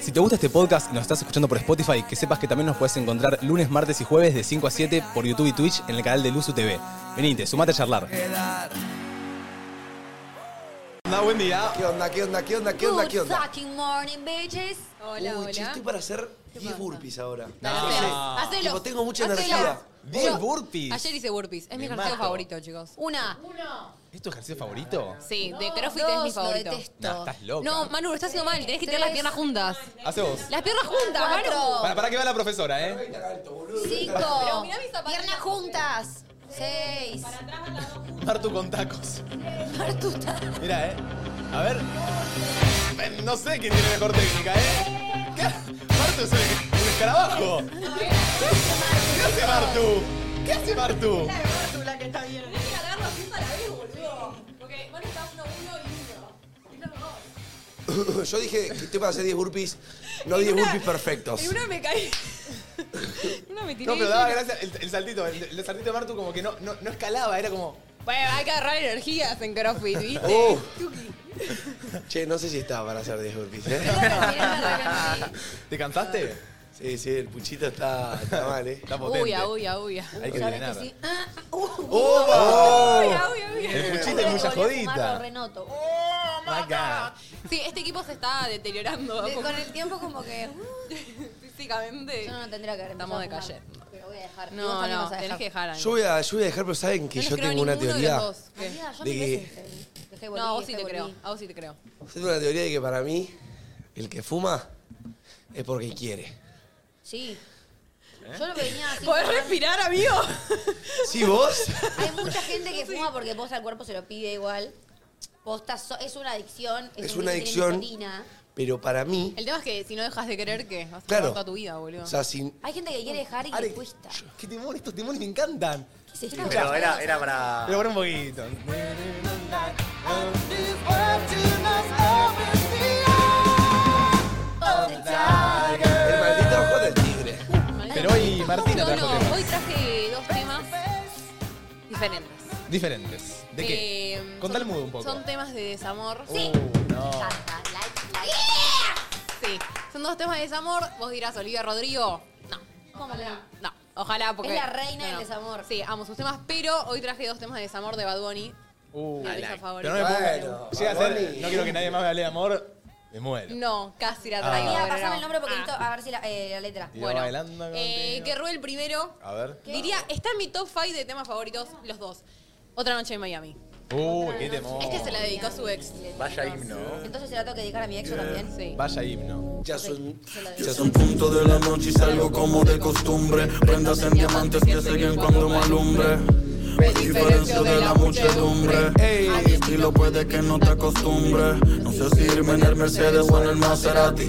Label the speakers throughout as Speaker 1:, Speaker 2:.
Speaker 1: Si te gusta este podcast y nos estás escuchando por Spotify, que sepas que también nos puedes encontrar lunes, martes y jueves de 5 a 7 por YouTube y Twitch en el canal de Luzu TV. Venite, sumate a charlar. buen día.
Speaker 2: ¿Qué onda? ¿Qué onda? ¿Qué onda? ¿Qué onda? ¿Qué onda?
Speaker 3: fucking morning, bitches. Hola,
Speaker 2: Uy, che, estoy para hacer 10 burpees ahora.
Speaker 3: Hacelo,
Speaker 2: No sé.
Speaker 3: hacelo.
Speaker 2: Tipo, tengo mucha
Speaker 3: Hacelo.
Speaker 2: energía.
Speaker 1: Diez
Speaker 3: Yo-
Speaker 1: burpees.
Speaker 3: Ayer hice burpees. Es mi
Speaker 1: Me
Speaker 3: ejercicio
Speaker 1: mato.
Speaker 3: favorito, chicos. Una.
Speaker 1: ¿Es tu ejercicio favorito?
Speaker 3: Sí, de CrossFit es
Speaker 4: dos,
Speaker 3: mi
Speaker 4: lo
Speaker 3: favorito.
Speaker 4: detesto.
Speaker 1: No, estás loca.
Speaker 3: No, Manu, lo estás haciendo mal. Tenés que tirar las piernas juntas.
Speaker 1: Hace vos.
Speaker 3: Las piernas juntas,
Speaker 4: Cuatro.
Speaker 3: Manu.
Speaker 1: Para, para que va la profesora, ¿eh?
Speaker 4: Cinco.
Speaker 3: mirá mis zapatillas.
Speaker 4: Piernas juntas. Seis.
Speaker 1: Martu con tacos. Mira, eh. A ver. Eh, No sé quién tiene mejor técnica, eh. ¿Qué? Martu es el- un escarabajo. ¿Qué hace Martu? ¿Qué hace Martu?
Speaker 2: Yo dije que estoy para hacer 10 burpees, no 10 burpees perfectos.
Speaker 3: Y una me caí. una me tiré.
Speaker 1: No, pero daba gracia el, el saltito. El, el saltito de Martu como que no, no, no escalaba, era como.
Speaker 3: Bueno, hay que agarrar energías en CrossFit, ¿viste?
Speaker 1: Uh,
Speaker 2: Oh. Che, no sé si estaba para hacer 10 burpees, ¿eh?
Speaker 1: ¿Te cansaste?
Speaker 2: Sí, sí, el puchito está, está mal, ¿eh?
Speaker 1: Está potente.
Speaker 3: Uy, uy, uy.
Speaker 1: Hay que entrenar.
Speaker 4: Ah, uh,
Speaker 2: ¡Oh!
Speaker 1: El puchito es mucha
Speaker 4: Marro
Speaker 1: jodita.
Speaker 4: Renoto.
Speaker 1: My God.
Speaker 3: Sí, este equipo se está deteriorando
Speaker 4: De- Con el tiempo como que uh,
Speaker 3: físicamente.
Speaker 4: yo no tendría que haber
Speaker 3: Estamos
Speaker 4: empezado
Speaker 3: de
Speaker 4: a fumar. Pero voy a dejar. Y vos
Speaker 3: No,
Speaker 4: también
Speaker 3: no,
Speaker 4: vas a
Speaker 3: tenés
Speaker 4: dejar.
Speaker 3: que dejar algo.
Speaker 2: Yo voy, a, yo voy a dejar, pero saben que
Speaker 3: les
Speaker 2: yo
Speaker 3: creo a
Speaker 2: tengo una
Speaker 3: ninguno de
Speaker 2: teoría.
Speaker 3: los dos. ¿Qué?
Speaker 4: Amiga, yo
Speaker 2: De
Speaker 4: mil
Speaker 2: que-
Speaker 4: veces te- dejé
Speaker 3: No, a vos
Speaker 4: volví,
Speaker 3: sí
Speaker 4: dejé
Speaker 3: te creo.
Speaker 4: volví.
Speaker 3: A vos sí te creo.
Speaker 2: Yo tengo una teoría de que para mí, el que fuma es porque quiere.
Speaker 4: Sí.
Speaker 2: ¿Eh?
Speaker 4: Yo lo venía así.
Speaker 3: ¿Podés respirar, amigo?
Speaker 2: ¿Sí, vos?
Speaker 4: Hay mucha gente que fuma porque posta al cuerpo se lo pide igual. Posta, so- es una adicción. Es,
Speaker 2: Es
Speaker 4: un
Speaker 2: una
Speaker 4: que tiene
Speaker 2: adicción.
Speaker 4: nicotina.
Speaker 2: Pero para mí,
Speaker 3: El tema es que si no dejas de querer, ¿qué? Vas
Speaker 2: Claro.
Speaker 3: a claro. toda tu vida, boludo.
Speaker 2: o sea, si,
Speaker 4: Hay gente que quiere dejar y que
Speaker 1: Ale,
Speaker 4: le cuesta.
Speaker 1: qué timón, estos timones me encantan.
Speaker 4: ¿Qué se
Speaker 5: Pero era, era para.
Speaker 1: Pero para un poquito.
Speaker 2: El maldito ojo del tigre.
Speaker 1: Pero hoy Martina
Speaker 3: No,
Speaker 1: trajo
Speaker 3: no,
Speaker 1: temas
Speaker 3: hoy traje dos temas diferentes.
Speaker 1: diferentes. ¿De qué?
Speaker 3: Eh,
Speaker 1: Contá el
Speaker 3: son-
Speaker 1: mood un poco.
Speaker 3: Son temas de desamor.
Speaker 4: Sí.
Speaker 1: Uh, no.
Speaker 4: Canta, like, like.
Speaker 3: Sí. Son dos temas de desamor. Vos dirás, Olivia Rodrigo. No.
Speaker 4: ¿Cómo que no?
Speaker 3: No, ojalá porque.
Speaker 4: Es la reina
Speaker 3: no,
Speaker 4: del
Speaker 3: no.
Speaker 4: desamor.
Speaker 3: Sí, amo sus temas, pero hoy traje dos temas de desamor de Bad Bunny.
Speaker 1: Uh,
Speaker 3: Mi artista favorito.
Speaker 1: Pero no me puedo.
Speaker 2: Bueno,
Speaker 1: Llega a
Speaker 2: Baboni.
Speaker 1: ser. No quiero que nadie más me hable de amor. Me muero.
Speaker 3: No, casi la traigo.
Speaker 4: Mira,
Speaker 3: pero
Speaker 4: pasame
Speaker 3: no.
Speaker 4: el nombre porque
Speaker 3: Ah,
Speaker 4: necesito a ver si la, eh, la letra.
Speaker 1: Y va
Speaker 3: Bueno,
Speaker 1: bailando
Speaker 3: eh,
Speaker 1: contigo.
Speaker 3: que Rue el primero.
Speaker 1: A ver.
Speaker 3: Diría, está en mi top 5 de temas favoritos, los dos. Otra noche en Miami.
Speaker 1: Uh, qué temón.
Speaker 3: Este se la dedicó su ex.
Speaker 5: Vaya himno.
Speaker 4: Entonces se la tengo que dedicar a mi ex yo también.
Speaker 3: Sí.
Speaker 1: Vaya himno.
Speaker 2: Ya son.
Speaker 6: Ya es un punto de la noche y salgo como de costumbre. Prendas en diamantes que siguen cuando me alumbre. Me diferencio de la muchedumbre. Ey, a mi estilo puede que no te acostumbre. No sé si irme en el Mercedes o en el Maserati.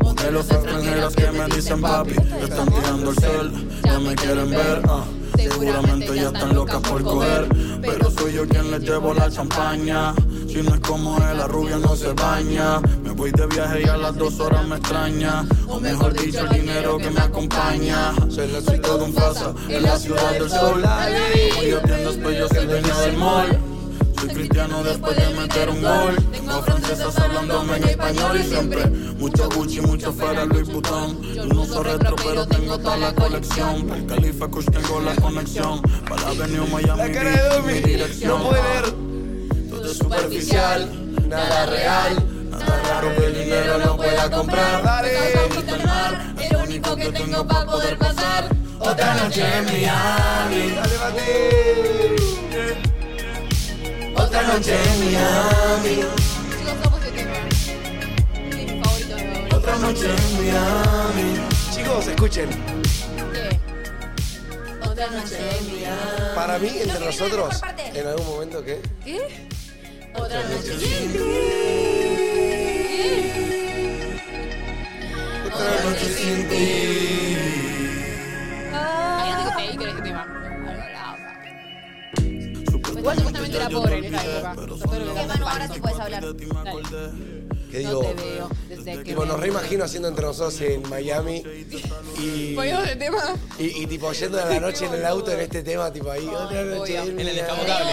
Speaker 6: Modelos extranjeras que me dicen papi. Están tirando el sol, ya me quieren ver. ah. Seguramente ya están locas por coger. Pero soy yo quien les llevo la champaña. Si no es como él, la rubia no se baña. Me voy de viaje y a las dos horas me extraña. O mejor dicho, el dinero que me acompaña. Soy la soy todo un fasa en la ciudad del sol. Voy abriendo espellos el dueño del mall. Soy cristiano después de meter un gol. Tengo francesas hablándome en español y siempre. Mucho Gucci, mucho Ferrari, Louis Vuitton. Yo no soy retro, pero tengo toda la colección. Por Califa Kush tengo la conexión. Para la Avenue
Speaker 2: La
Speaker 6: Miami.
Speaker 2: cara de
Speaker 6: mi
Speaker 2: Domi.
Speaker 6: dirección.
Speaker 2: No puede ver.
Speaker 6: Todo es superficial, nada real. Nada raro que el dinero no pueda comprar.
Speaker 2: Dale.
Speaker 6: El mar, es lo único que tengo para poder pasar. Otra noche en Miami.
Speaker 2: Dale, mate.
Speaker 6: Otra noche en Miami.
Speaker 3: Chicos, somos de tema. Sí, mi favorito de Bad Bunny.
Speaker 6: Otra noche en Miami.
Speaker 2: Chicos, escuchen.
Speaker 3: ¿Qué? Otra noche en Miami.
Speaker 2: Para mí, entre
Speaker 4: viene la
Speaker 2: nosotros,
Speaker 4: mejor parte.
Speaker 2: en algún momento, ¿qué?
Speaker 3: ¿Qué? Otra noche en
Speaker 6: Otra noche sin ti.
Speaker 3: Hay gente que te dedica a este tema. Algo bravo.
Speaker 4: Pues
Speaker 6: Supuestamente Solamente era pobre en esa época. Todo lo que
Speaker 4: Manu,
Speaker 6: cantaba era
Speaker 4: ahora sí
Speaker 6: falso.
Speaker 4: puedes hablar.
Speaker 2: Que
Speaker 6: No
Speaker 2: digo,
Speaker 6: te veo desde que...
Speaker 2: tipo, nos
Speaker 6: me-
Speaker 2: reimagino haciendo entre nosotros en Miami y,
Speaker 6: Poniendo de tema.
Speaker 2: y- y, tipo yendo a la noche en el auto en este tema, tipo ahí, otra noche.
Speaker 6: obvio.
Speaker 2: en
Speaker 1: En el
Speaker 2: la-
Speaker 1: escapotable.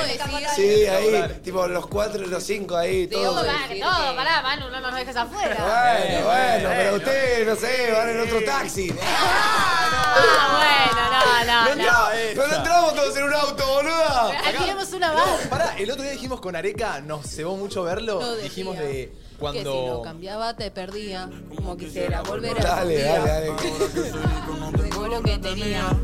Speaker 2: Sí, ahí, tipo los cuatro, los cinco ahí,
Speaker 6: Digo,
Speaker 2: todos.
Speaker 6: va.
Speaker 3: Para, no, pará, Manu, no nos dejes afuera.
Speaker 2: Bueno, bueno, pero ustedes, no sé, van en otro taxi.
Speaker 3: Ah,
Speaker 2: No,
Speaker 3: bueno, no, no.
Speaker 2: entramos, eh, no, no entramos todos en un auto, boluda.
Speaker 3: Alquilemos una
Speaker 1: No,
Speaker 3: van.
Speaker 1: pará, el otro día dijimos con Areca, nos cebó mucho verlo.
Speaker 6: No decía
Speaker 1: dijimos de
Speaker 6: Que si lo
Speaker 1: cuando.
Speaker 6: cambiaba te perdía, como quisiera volver a
Speaker 2: Dale,
Speaker 6: tu vida.
Speaker 2: dale, dale.
Speaker 6: Tengo lo que tenía.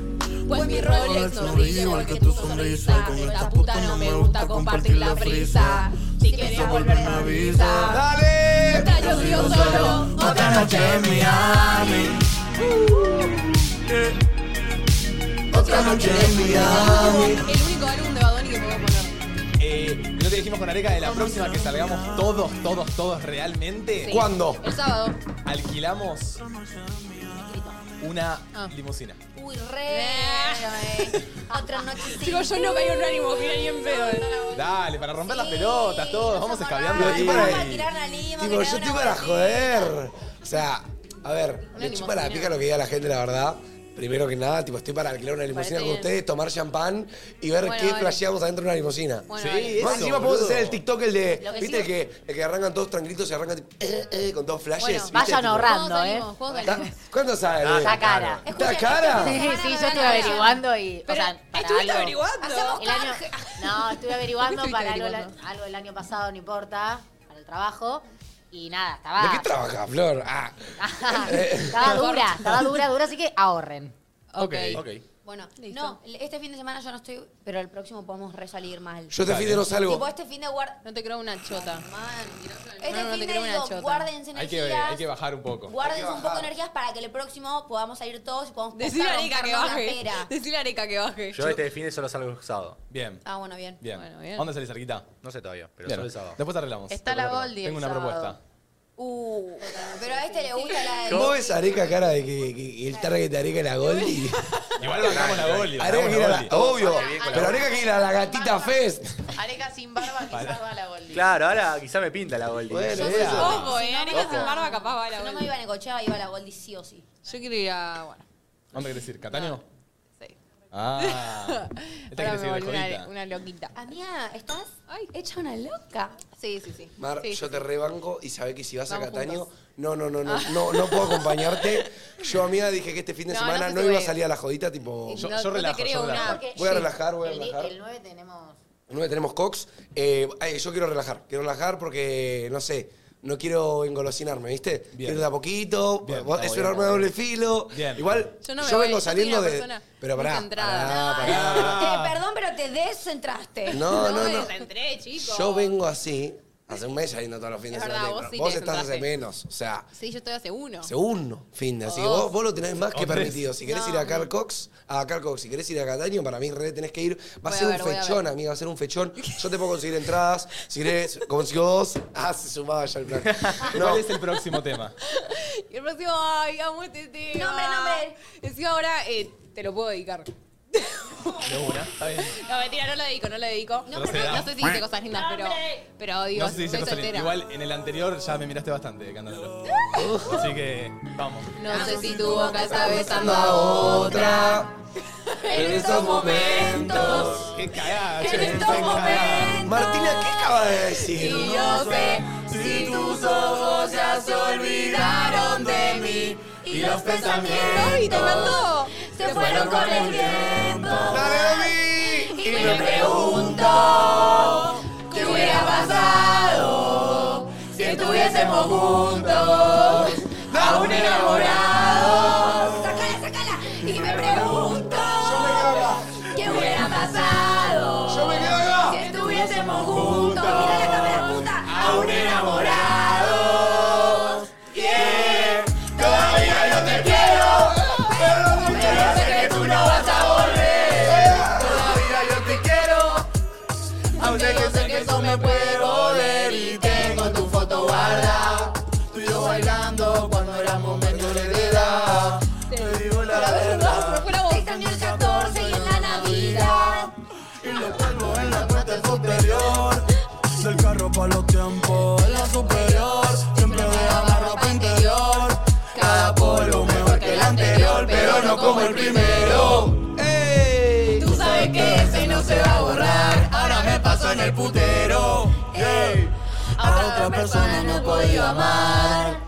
Speaker 6: Pues mi Rolex no brilla porque tu sonrisa. Esta puta no me gusta compartir la brisa. Si quieres volver me avisa.
Speaker 2: Dale.
Speaker 6: Otra yo sigo solo, otra noche en Miami.
Speaker 2: Otra noche en Miami.
Speaker 6: El único álbum de Badoni que puedo poner.
Speaker 1: eh, el otro día dijimos con Areca de la próxima que salgamos todos, todos, todos realmente.
Speaker 6: Sí.
Speaker 2: ¿Cuándo?
Speaker 6: El sábado.
Speaker 1: Alquilamos una
Speaker 6: Ah.
Speaker 1: limusina.
Speaker 4: Uy, re. eh. Otra noche sin
Speaker 6: Digo, yo no veo un ánimo, mira ni en pedo.
Speaker 1: Dale, para romper las
Speaker 4: Sí,
Speaker 1: pelotas, todos, vamos
Speaker 4: nos
Speaker 1: escabeando
Speaker 4: amarramos,
Speaker 1: ahí.
Speaker 4: Vamos a tirar la lima.
Speaker 2: Tipo, yo estoy para joder. O sea, a ver,
Speaker 6: Una
Speaker 2: me chupa la
Speaker 6: limusina.
Speaker 2: pica lo que diga la gente, la verdad. Primero que nada, tipo, estoy para alquilar una limusina
Speaker 6: Parece
Speaker 2: con
Speaker 6: bien.
Speaker 2: ustedes, tomar champán y ver
Speaker 6: Bueno,
Speaker 2: qué
Speaker 6: dale.
Speaker 2: flasheamos adentro de una limusina.
Speaker 6: Bueno,
Speaker 1: Sí,
Speaker 6: dale.
Speaker 1: eso,
Speaker 2: Más encima podemos
Speaker 1: boludo.
Speaker 2: hacer el TikTok, el de,
Speaker 4: Lo que
Speaker 2: viste,
Speaker 4: sí-
Speaker 2: el que, el que arrancan todos tranquilitos y arrancan tipo, eh, eh, con todos flashes.
Speaker 6: Bueno, eh.
Speaker 2: ¿viste?
Speaker 3: vayan
Speaker 2: Tipo,
Speaker 3: ahorrando.
Speaker 6: Juegos de ánimo, juegos de
Speaker 2: ¿Está-
Speaker 6: ánimo.
Speaker 2: ¿Cuánto sale?
Speaker 7: Ah,
Speaker 3: Está cara.
Speaker 2: ¿Está cara?
Speaker 3: Sí, sí, yo estuve averiguando y. o sea, para
Speaker 6: ¿Estuviste
Speaker 3: algo.
Speaker 6: averiguando?
Speaker 4: Hacemos
Speaker 3: El año,
Speaker 4: canje.
Speaker 3: no, estuve averiguando
Speaker 6: ¿Estuviste
Speaker 3: para algo,
Speaker 6: averiguando?
Speaker 3: algo del año pasado, no importa, para el trabajo. Y nada, estaba.
Speaker 2: ¿De qué trabaja, Flor? Ah.
Speaker 3: Eh. estaba dura, estaba dura, dura, así que ahorren.
Speaker 6: Ok.
Speaker 1: Ok.
Speaker 4: Bueno,
Speaker 6: Listo.
Speaker 4: no, este fin de semana yo no estoy, pero el próximo podemos resalir mal.
Speaker 2: Yo te
Speaker 1: Dale.
Speaker 2: fide no salgo.
Speaker 4: Tipo, este fin de guarda.
Speaker 6: No te creo una chota.
Speaker 4: Man,
Speaker 6: No,
Speaker 4: este
Speaker 6: no te
Speaker 4: fin de
Speaker 6: creo una
Speaker 4: digo,
Speaker 6: chota.
Speaker 4: guárdense
Speaker 1: Hay
Speaker 4: energías.
Speaker 1: que, hay que bajar un poco.
Speaker 2: Hay
Speaker 4: Guárdense
Speaker 2: que
Speaker 4: un poco de
Speaker 2: bajar.
Speaker 4: energías para que el próximo podamos salir todos y podamos
Speaker 6: Decirle a
Speaker 4: postar,
Speaker 6: Areca que
Speaker 4: rompernos la
Speaker 6: baje.
Speaker 4: pera.
Speaker 6: Decirle a Areca que baje.
Speaker 7: Yo este fin de solo salgo el sábado.
Speaker 1: Bien,
Speaker 4: Ah, bueno, bien.
Speaker 1: bien.
Speaker 6: Bueno, bien.
Speaker 1: ¿Dónde salís cerquita?
Speaker 7: No sé todavía, pero
Speaker 1: Bien.
Speaker 7: solo el sábado.
Speaker 1: Después arreglamos.
Speaker 6: Está
Speaker 1: Después
Speaker 6: la
Speaker 1: arreglamos.
Speaker 6: Goldie el
Speaker 1: Tengo una
Speaker 6: sábado.
Speaker 1: propuesta.
Speaker 4: Uh, pero a este le gusta la de...
Speaker 2: ¿Vos ves a Areca cara de que, que- que el target de Areca es la Goldie?
Speaker 1: Igual bajamos la Goldie.
Speaker 2: Areca
Speaker 1: bajamos
Speaker 2: que ir a
Speaker 1: la
Speaker 2: la,
Speaker 1: Goldie.
Speaker 2: obvio,
Speaker 7: Bastante bien con la
Speaker 2: pero Areca que ir a la gatita fest.
Speaker 3: Areca sin barba que salva la bolita.
Speaker 7: Claro, ahora quizá me pinta la Goldie.
Speaker 2: Bueno,
Speaker 4: soy
Speaker 2: era.
Speaker 4: yo.
Speaker 6: Ojo, eh. Areca sin barba capaz va a
Speaker 4: Si
Speaker 6: la
Speaker 4: no me
Speaker 6: Goldie.
Speaker 4: iba a Necochea, iba a la Goldie sí o sí.
Speaker 6: Yo quiero ir a... Bueno,
Speaker 1: ¿Dónde querés ir? ¿Cataño?
Speaker 6: sí.
Speaker 1: Ah. Esta quiere
Speaker 6: Ahora me
Speaker 1: ir de
Speaker 6: volví
Speaker 1: jodita.
Speaker 6: una, una loquita.
Speaker 4: Amiga, ¿estás hecha una loca?
Speaker 6: Sí, sí, sí.
Speaker 2: Mar,
Speaker 6: Sí,
Speaker 2: yo
Speaker 6: sí,
Speaker 2: te rebanco y sabés que si vas
Speaker 6: Vamos
Speaker 2: a Cataño,
Speaker 6: juntos. Ah.
Speaker 2: no, no, no, no, no, no puedo acompañarte. Yo amiga dije que este fin de
Speaker 6: No, no
Speaker 2: semana
Speaker 6: se
Speaker 2: no, iba a
Speaker 6: puede.
Speaker 2: salir a la jodita, tipo,
Speaker 1: Yo,
Speaker 6: No,
Speaker 1: yo
Speaker 6: no te
Speaker 1: relajo,
Speaker 6: creo
Speaker 1: yo
Speaker 6: una-
Speaker 1: relajo.
Speaker 3: Porque
Speaker 2: Voy a
Speaker 3: sí,
Speaker 2: relajar, voy a
Speaker 3: el di-
Speaker 2: relajar.
Speaker 3: El 9 tenemos.
Speaker 2: no tenemos Cox. Eh, ay, yo quiero relajar, quiero relajar porque, no sé, no quiero engolosinarme, ¿viste?
Speaker 1: Bien.
Speaker 2: Quiero de a poquito,
Speaker 1: Bien,
Speaker 2: vos-
Speaker 1: está
Speaker 2: es un
Speaker 1: bien,
Speaker 2: arma de
Speaker 1: está
Speaker 2: doble filo.
Speaker 1: Bien.
Speaker 2: Igual,
Speaker 6: Yo
Speaker 2: yo,
Speaker 6: no me voy,
Speaker 2: vengo
Speaker 6: yo soy
Speaker 2: saliendo
Speaker 6: una
Speaker 2: de...
Speaker 6: persona
Speaker 2: Pero
Speaker 6: muy
Speaker 2: pará,
Speaker 6: centrada.
Speaker 2: pará, pará.
Speaker 4: Eh, perdón, pero te descentraste.
Speaker 2: No, no,
Speaker 6: me
Speaker 2: no.
Speaker 6: desentré, chicos.
Speaker 2: Yo vengo así, hace un mes saliendo todos los fines
Speaker 6: Es
Speaker 2: de
Speaker 6: verdad,
Speaker 2: semana.
Speaker 6: vos
Speaker 2: pero
Speaker 6: sí
Speaker 2: vos
Speaker 6: te
Speaker 2: estás hace
Speaker 6: sentaste.
Speaker 2: menos, o sea,
Speaker 6: Sí, yo estoy hace uno.
Speaker 2: hace uno fin de. Así que
Speaker 6: Oh.
Speaker 2: vos, vos lo tenés más que
Speaker 1: O tres.
Speaker 2: permitido. Si querés ir a Carl Cox, a Carl Cox, si querés ir a Cataño, para mí re tenés que ir. Va
Speaker 6: Voy
Speaker 2: a
Speaker 6: a
Speaker 2: ser
Speaker 6: ver,
Speaker 2: un
Speaker 6: voy a
Speaker 2: fechón,
Speaker 6: ver.
Speaker 2: amiga, va a ser un fechón. Yo te puedo conseguir entradas. Si querés, consigo dos. Ah, se sumaba ya el plan. No,
Speaker 1: ¿Cuál es el próximo tema?
Speaker 6: Y el próximo, ay, amo este tema.
Speaker 4: Nombre, nombre.
Speaker 6: Encima ahora eh, te lo puedo dedicar.
Speaker 1: De una. Está bien.
Speaker 6: No, mentira, no lo dedico, no lo dedico. No,
Speaker 1: Pero se da.
Speaker 6: no sé si dice cosas lindas, pero, pero digo,
Speaker 1: No sé si dice
Speaker 6: soy
Speaker 1: cosas
Speaker 6: soltera.
Speaker 1: lindas. Igual en el anterior ya me miraste bastante cantándolo. Así que vamos.
Speaker 6: No sé si tu boca está besando
Speaker 2: la
Speaker 6: a otra.
Speaker 2: otra. En estos momentos.
Speaker 1: Qué cagada, che,
Speaker 6: En
Speaker 1: qué
Speaker 6: estos
Speaker 1: cagada.
Speaker 6: momentos.
Speaker 2: Martina, ¿qué acaba de decir?
Speaker 6: Y yo sé si tus ojos ya se olvidaron de mí. Y los pensamientos. ¡Ay, te mandó!
Speaker 4: Se fueron con el viento.
Speaker 2: ¡Dale, Domi!
Speaker 4: Y me pregunto qué hubiera pasado si estuviésemos juntos, aún enamorados. Sacala, sacala. Y me pregunto qué hubiera pasado
Speaker 2: ¡Yo me quedo acá!
Speaker 4: si estuviésemos juntos. Mira la cámara puta. Aún enamorados.
Speaker 2: Todavía no te quiero, pero no quiero
Speaker 4: Sé que tú no vas a volver.
Speaker 2: Todavía yo te quiero, aunque
Speaker 6: yo sé que eso me puede
Speaker 2: doler
Speaker 6: y tengo tu foto guardada.
Speaker 2: Tú y yo
Speaker 6: a otra persona no he podido amar.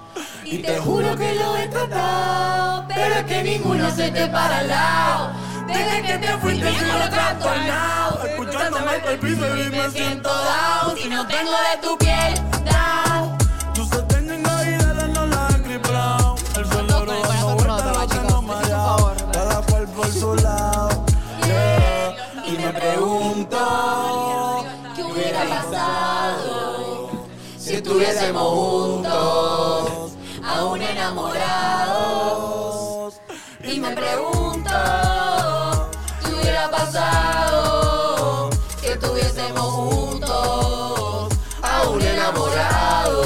Speaker 6: Y te juro que lo he tratado, pero es que ninguno se te para al lado. Desde que te fuiste sigo trastornado, escuchándome el piso y me siento down. Si no tengo de tu piel, down.
Speaker 8: Yo se tengo en la vida no la he Brown. El
Speaker 3: Con
Speaker 8: cerebro
Speaker 3: el
Speaker 8: dando
Speaker 3: corazón roto,
Speaker 8: vueltas,
Speaker 3: va,
Speaker 8: lo
Speaker 3: chicos.
Speaker 8: tengo
Speaker 3: Es un
Speaker 8: mareado.
Speaker 3: favor.
Speaker 8: Cada cual por su lado. Yeah. Y me pregunto
Speaker 6: ¿Qué hubiera pasado
Speaker 8: si estuviésemos juntos.
Speaker 6: aún enamorados? Y me pregunto, ¿qué hubiera pasado si estuviésemos juntos, aún enamorados?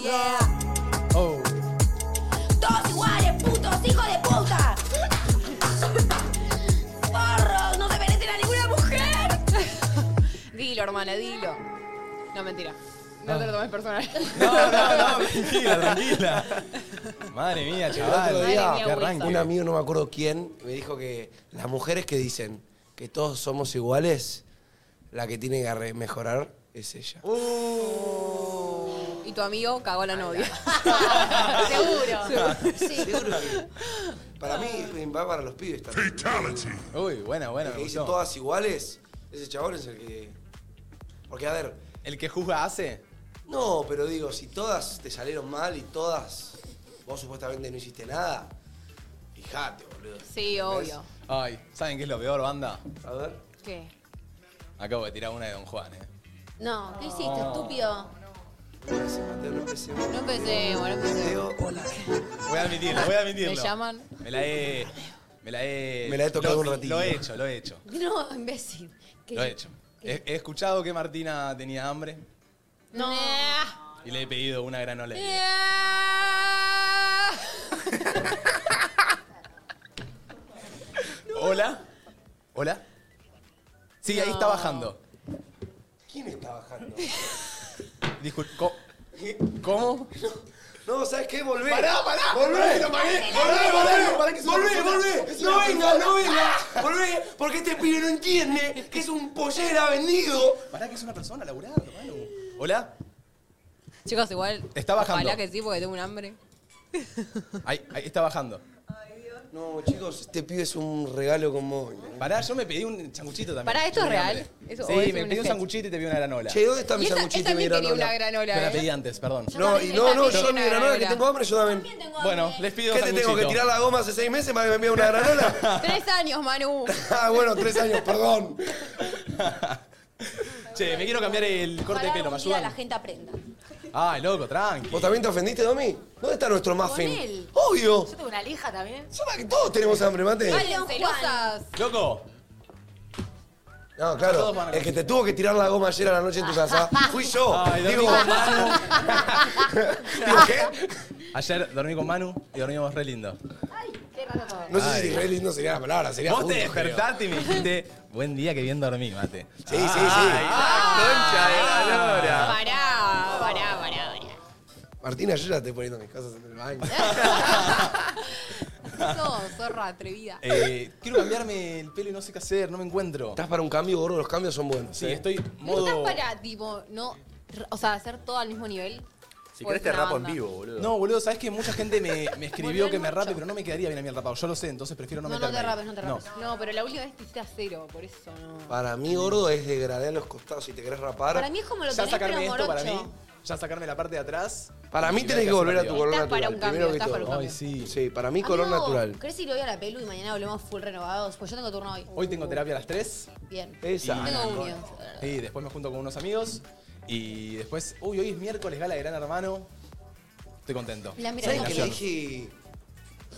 Speaker 6: Yeah.
Speaker 1: Oh.
Speaker 4: Todos iguales, putos, hijos de puta. Porros, no se merecen a ninguna mujer.
Speaker 3: Dilo, hermana, dilo. No, mentira. No te lo tomes personal.
Speaker 1: Ah. No, no, no, tranquila, tranquila. Madre mía,
Speaker 2: El otro
Speaker 1: chaval.
Speaker 2: día,
Speaker 1: Qué arranque.
Speaker 2: un amigo, no me acuerdo quién, me dijo que las mujeres que dicen que todos somos iguales, la que tiene que arre- mejorar es ella.
Speaker 3: Uh. Y tu amigo cagó a la novia.
Speaker 4: Seguro.
Speaker 2: Seguro que- Para mí, va para los pibes también.
Speaker 1: Uy, buena, buena,
Speaker 2: El
Speaker 1: me
Speaker 2: que dicen
Speaker 1: gustó.
Speaker 2: todas iguales, ese chabón es el que. Porque, a ver,
Speaker 1: ¿El que juzga hace?
Speaker 2: no, pero digo, si todas te salieron mal y todas vos supuestamente no hiciste nada, fijate, boludo.
Speaker 3: Sí, obvio.
Speaker 1: Ay, ¿saben qué es lo peor, banda?
Speaker 2: A ver.
Speaker 3: ¿Qué?
Speaker 1: Acabo de tirar una de Don Juan, eh.
Speaker 4: No, ¿qué hiciste, estúpido?
Speaker 2: Empecé, Mateo, no empecé.
Speaker 3: No empecé, bueno, empecé.
Speaker 2: Mateo, hola.
Speaker 1: Voy a admitirlo, voy a admitirlo.
Speaker 3: Me llaman.
Speaker 1: Me la he. Me la he.
Speaker 2: Me la he tocado
Speaker 1: lo-
Speaker 2: un ratito.
Speaker 1: Lo he hecho, lo he hecho.
Speaker 4: No, imbécil. ¿Qué?
Speaker 1: Lo he hecho. He, he escuchado que Martina tenía hambre
Speaker 3: No.
Speaker 1: y le he pedido una granola. de
Speaker 6: Eh,
Speaker 1: leche. Hola. Hola. Sí, ahí está bajando.
Speaker 2: ¿Quién está bajando?
Speaker 1: Disculpa. ¿Cómo?
Speaker 2: No, ¿sabes qué? Volvé.
Speaker 1: Pará, pará.
Speaker 2: Volvé.
Speaker 1: Lo apagué.
Speaker 2: Volvé, volvé.
Speaker 1: Pará que es una
Speaker 2: Volvé,
Speaker 1: persona.
Speaker 2: volvé.
Speaker 1: Es
Speaker 2: No
Speaker 1: una Ah.
Speaker 2: venga, no venga. Volvé, porque este pibe no entiende que es un pollera vendido.
Speaker 1: Pará que es una persona laburada, hermano. Hola.
Speaker 3: Chicos, igual.
Speaker 1: Está bajando.
Speaker 3: Ojalá que sí, porque tengo un hambre.
Speaker 1: Ahí, ahí está bajando.
Speaker 2: No, chicos, este pibe es un regalo con moño.
Speaker 1: Pará, yo me pedí un sanguchito también.
Speaker 3: Pará, ¿esto
Speaker 1: Yo
Speaker 3: es
Speaker 1: tenía
Speaker 3: real?
Speaker 1: hambre.
Speaker 3: Eso- o
Speaker 1: sí,
Speaker 3: es
Speaker 1: me
Speaker 3: un
Speaker 1: pedí un
Speaker 3: sketch.
Speaker 1: sanguchito y te pedí una granola.
Speaker 2: Che, ¿dónde está mi
Speaker 3: Y esta,
Speaker 2: sanguchito
Speaker 3: esta
Speaker 2: y mi
Speaker 3: también quería
Speaker 2: granola?
Speaker 3: una
Speaker 1: Pero
Speaker 3: granola,
Speaker 1: la pedí
Speaker 3: ¿eh?
Speaker 1: antes, perdón.
Speaker 2: No, y no, no,
Speaker 3: Esta
Speaker 2: yo mi
Speaker 3: quería una
Speaker 2: granola que
Speaker 3: granola.
Speaker 2: tengo hambre, yo también.
Speaker 1: Bueno, les pido
Speaker 2: ¿Qué te tengo que
Speaker 1: sanguchito.
Speaker 2: tirar la goma hace seis meses para que me envíe una granola?
Speaker 3: Tres años, Manu.
Speaker 2: ah, bueno, tres años, perdón.
Speaker 1: Che, me quiero cambiar el corte de
Speaker 4: Ojalá
Speaker 1: pelo, ¿me
Speaker 4: algún día
Speaker 1: ayudan?
Speaker 4: la gente aprenda.
Speaker 1: Ay, loco, tranqui.
Speaker 2: ¿Vos también te ofendiste, Domi? ¿Dónde está nuestro muffin?
Speaker 4: él.
Speaker 2: Obvio.
Speaker 6: Yo tengo una lija también.
Speaker 2: Solo que todos tenemos hambre, mate.
Speaker 4: Dale, don Juan.
Speaker 3: Celosas.
Speaker 1: Loco,
Speaker 2: No,
Speaker 1: Todos van
Speaker 2: claro.
Speaker 1: a
Speaker 2: El que te tuvo que tirar la goma ayer a la noche en tu casa fui yo.
Speaker 1: Ay,
Speaker 2: digo,
Speaker 1: Domingo,
Speaker 2: digo, ¿qué?
Speaker 1: ayer dormí con Manu y dormimos re lindo.
Speaker 6: Qué raro todo.
Speaker 2: No sé si re lindo sería la palabra, sería
Speaker 1: Vos
Speaker 2: justo,
Speaker 1: te
Speaker 2: creo.
Speaker 1: despertaste y me dijiste, buen día que bien dormí, mate.
Speaker 2: Sí, sí, sí.
Speaker 6: Ah.
Speaker 9: Concha de la lora.
Speaker 3: Pará, pará, pará, pará.
Speaker 2: Martina, yo ya estoy poniendo mis cosas en el baño.
Speaker 3: Sos zorra atrevida.
Speaker 1: Eh, quiero cambiarme el pelo y no sé qué hacer, no me encuentro.
Speaker 2: Estás para un cambio, gordo, los cambios son buenos.
Speaker 1: Sí, estoy
Speaker 3: ¿No estás
Speaker 1: modo...
Speaker 3: para, tipo, no. O sea, hacer todo al mismo nivel?
Speaker 9: Si
Speaker 3: ¿O
Speaker 9: querés
Speaker 3: es
Speaker 9: te
Speaker 3: una
Speaker 9: rapo en
Speaker 3: banda?
Speaker 9: vivo, boludo.
Speaker 1: No, boludo, sabes que mucha gente me, me escribió
Speaker 3: Volvió
Speaker 1: que
Speaker 3: el
Speaker 1: me rape,
Speaker 3: macho.
Speaker 1: pero no me quedaría bien a mí el rapado. Yo lo sé, entonces prefiero no
Speaker 4: No, no
Speaker 1: meterme.
Speaker 4: te
Speaker 1: ahí.
Speaker 4: rapes, no te rapes.
Speaker 3: No, pero la última vez te hiciste a cero, por eso no.
Speaker 2: Para mí, gordo, es degradar los costados. Si te querés rapar,
Speaker 4: Para mí es como lo
Speaker 1: Ya
Speaker 4: tenés, pero
Speaker 1: sacarme esto para mí,
Speaker 4: morocho.
Speaker 1: ya sacarme la parte de atrás.
Speaker 2: Para mí
Speaker 1: Y
Speaker 2: tenés
Speaker 1: ver
Speaker 2: que
Speaker 1: qué
Speaker 2: volver a
Speaker 1: hacer
Speaker 2: tu
Speaker 1: arriba.
Speaker 2: color
Speaker 3: Estás para
Speaker 2: natural.
Speaker 3: un cambio,
Speaker 2: Primero que
Speaker 3: estás para un
Speaker 2: todo.
Speaker 3: cambio.
Speaker 1: Ay, sí.
Speaker 2: Sí, para mí, color
Speaker 4: Amigo,
Speaker 2: natural.
Speaker 4: ¿Querés ir hoy a la pelu y mañana volvemos full renovados? Pues yo tengo turno hoy.
Speaker 1: Hoy tengo terapia a las 3.
Speaker 4: Bien.
Speaker 2: Esa.
Speaker 4: Tengo unión.
Speaker 1: Sí, después me junto con unos amigos. Y después, uy, hoy es miércoles, gala de Gran Hermano. Estoy contento.
Speaker 4: La mira,
Speaker 2: ¿Sabes
Speaker 4: no.
Speaker 2: que le
Speaker 1: Ayer.
Speaker 2: dije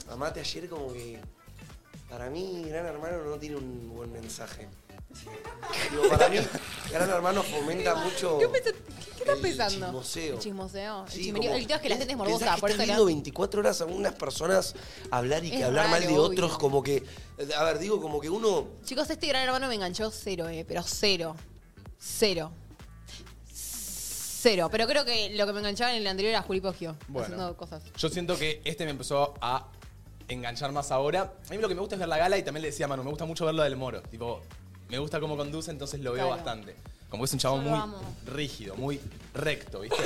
Speaker 2: a Mate ayer como que para mí Gran Hermano no tiene un buen mensaje? Digo, para mí Gran Hermano fomenta mucho
Speaker 3: ¿Qué, pensás- qué- qué estás
Speaker 2: el
Speaker 3: pensando?
Speaker 2: chismoseo.
Speaker 3: El chismoseo. El
Speaker 2: Sí,
Speaker 3: chismerío.
Speaker 2: como-
Speaker 3: El tema es que la gente es
Speaker 2: pensás
Speaker 3: morbosa,
Speaker 2: que
Speaker 3: por eso
Speaker 2: estás
Speaker 3: le
Speaker 2: viendo 24 horas a unas personas hablar y que
Speaker 3: Es
Speaker 2: hablar mal
Speaker 3: raro,
Speaker 2: de otros
Speaker 3: obvio.
Speaker 2: como que a ver, digo como que uno
Speaker 3: Chicos, este gran hermano me enganchó cero, eh, pero cero. Cero. Cero. Pero creo que lo que me enganchaba en el anterior era Juli Poggio.
Speaker 1: Bueno.
Speaker 3: Haciendo cosas.
Speaker 1: Yo siento que este me empezó a enganchar más ahora. A mí lo que me gusta es ver la gala y también le decía a Manu, me gusta mucho verlo del Moro. Tipo, me gusta cómo conduce, entonces lo veo
Speaker 3: Claro.
Speaker 1: bastante. Como que es un chabón
Speaker 4: Yo lo
Speaker 1: muy
Speaker 4: amo.
Speaker 1: rígido, muy recto, ¿viste?